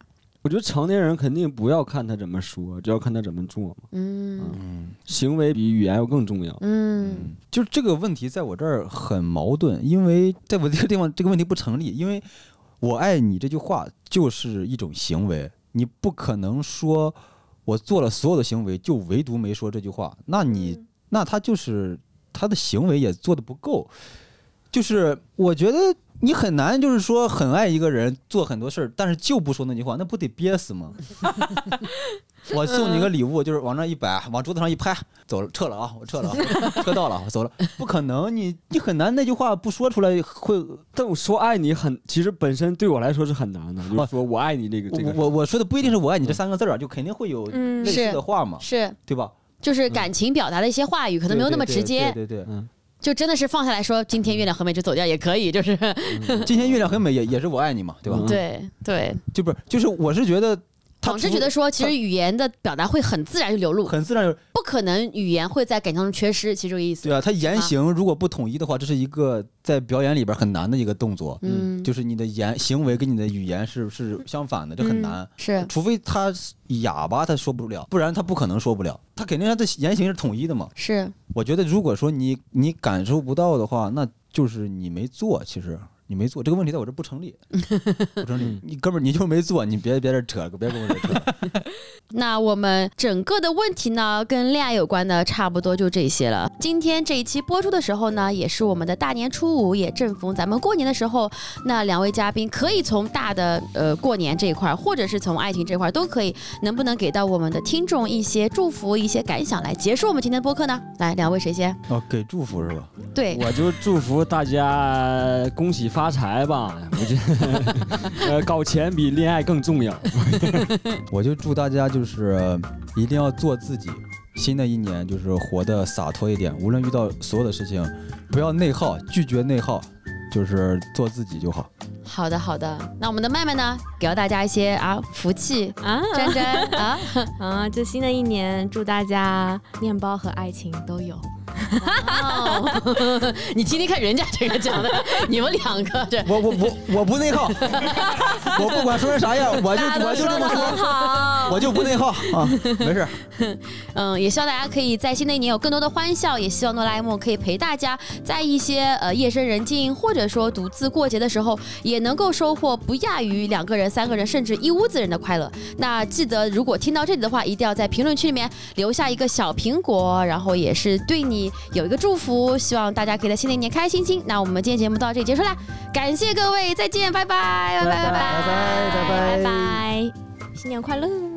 B: 我觉得成年人肯定不要看他怎么说，只要看他怎么做嘛。
A: 嗯
B: 行为比语言要更重要。
A: 嗯
C: 就这个问题在我这儿很矛盾，因为在我这个地方这个问题不成立，因为“我爱你”这句话就是一种行为，你不可能说我做了所有的行为，就唯独没说这句话，那你、那他就是他的行为也做的不够，就是我觉得你很难就是说很爱一个人，做很多事儿，但是就不说那句话，那不得憋死吗？我送你个礼物，就是往那一摆，往桌子上一拍，走了，撤了啊，我撤了啊， 车到了，我走了，不可能，你你很难那句话不说出来会，
B: 但我说爱你很，其实本身对我来说是很难的，就是说我爱你这个这
C: 我
B: 个。
C: 我我说的不一定是我爱你这三个字儿啊，就肯定会有
D: 嗯
C: 类似的话嘛，
A: 是，
C: 对吧？
A: 就是感情表达的一些话语，可
C: 可
A: 能没有那么直接，
C: 嗯对对对
B: 嗯
A: 就真的是放下来说，今天月亮和美就走掉也可以，就是
C: 对，今 天月亮很美也也是我爱你嘛，对吧？
B: 嗯
A: 对对。
C: 就不是就是我是觉得他
A: 总是
C: 除
A: 觉得说，其实语言的表达会很自然就流露，
C: 很自然，
A: 不可能语言会在感情当中缺失，其实这个意思。
C: 对啊，他言行如果不统一的话，这是一个在表演里边很难的一个动作，
A: 嗯，
C: 就是你的言行为跟你的语言是是相反的，这
A: 嗯
C: 很难。
A: 是
C: 除非他是哑巴，他说不了，不然他不可能说不了。他肯定他的言行是统一的嘛。
A: 是，
C: 我觉得，如果说你你感受不到的话，那就是你没做。其实你没做这个问题，在我这不成立，不成立。你哥们儿你就没做，你别别这扯，别跟我这扯。
A: 那我们整个的问题呢，跟恋爱有关的差不多就这些了。今天这一期播出的时候呢，也是我们的大年初五，也正逢咱们过年的时候。那两位嘉宾可以从大的呃过年这一块儿，或者是从爱情这块儿都可以，能不能给到我们的听众一些祝福、一些感想，来结束我们今天的播客呢？来，两位谁先？
C: 哦，给祝福是吧？
A: 对，
B: 我就祝福大家恭喜发财吧！我觉得， 呃，搞钱比恋爱更重要。
C: 我就祝大家就是一定要做自己。新的一年就是活得洒脱一点，无论遇到所有的事情，不要内耗，拒绝内耗，就是做自己就好。
A: 好的好的。那我们的麦麦呢，给到大家一些啊福气。
D: 啊
A: 沾沾啊，
D: 啊！就新的一年，祝大家面包和爱情都有。
A: 哦你听听看人家这个讲的， 你们两个这
C: 我我我我不内耗， 我不管说成啥样，我就我就 这么说，
D: 好，
C: 我就不内耗啊，没事儿。
A: 嗯，也希望大家可以在新的一年有更多的欢笑，也希望哆啦 A 梦可以陪大家在一些呃夜深人静或者说独自过节的时候，也能够收获不亚于两个人、三个人甚至一屋子人的快乐。那记得，如果听到这里的话，一定要在评论区里面留下一个小苹果，然后也是对你有一个祝福，希望大家可以在新的一年开开心心。那我们今天节目到这里结束啦，感谢各位，再见，拜拜，拜拜，拜拜，
D: 拜拜，新年快乐！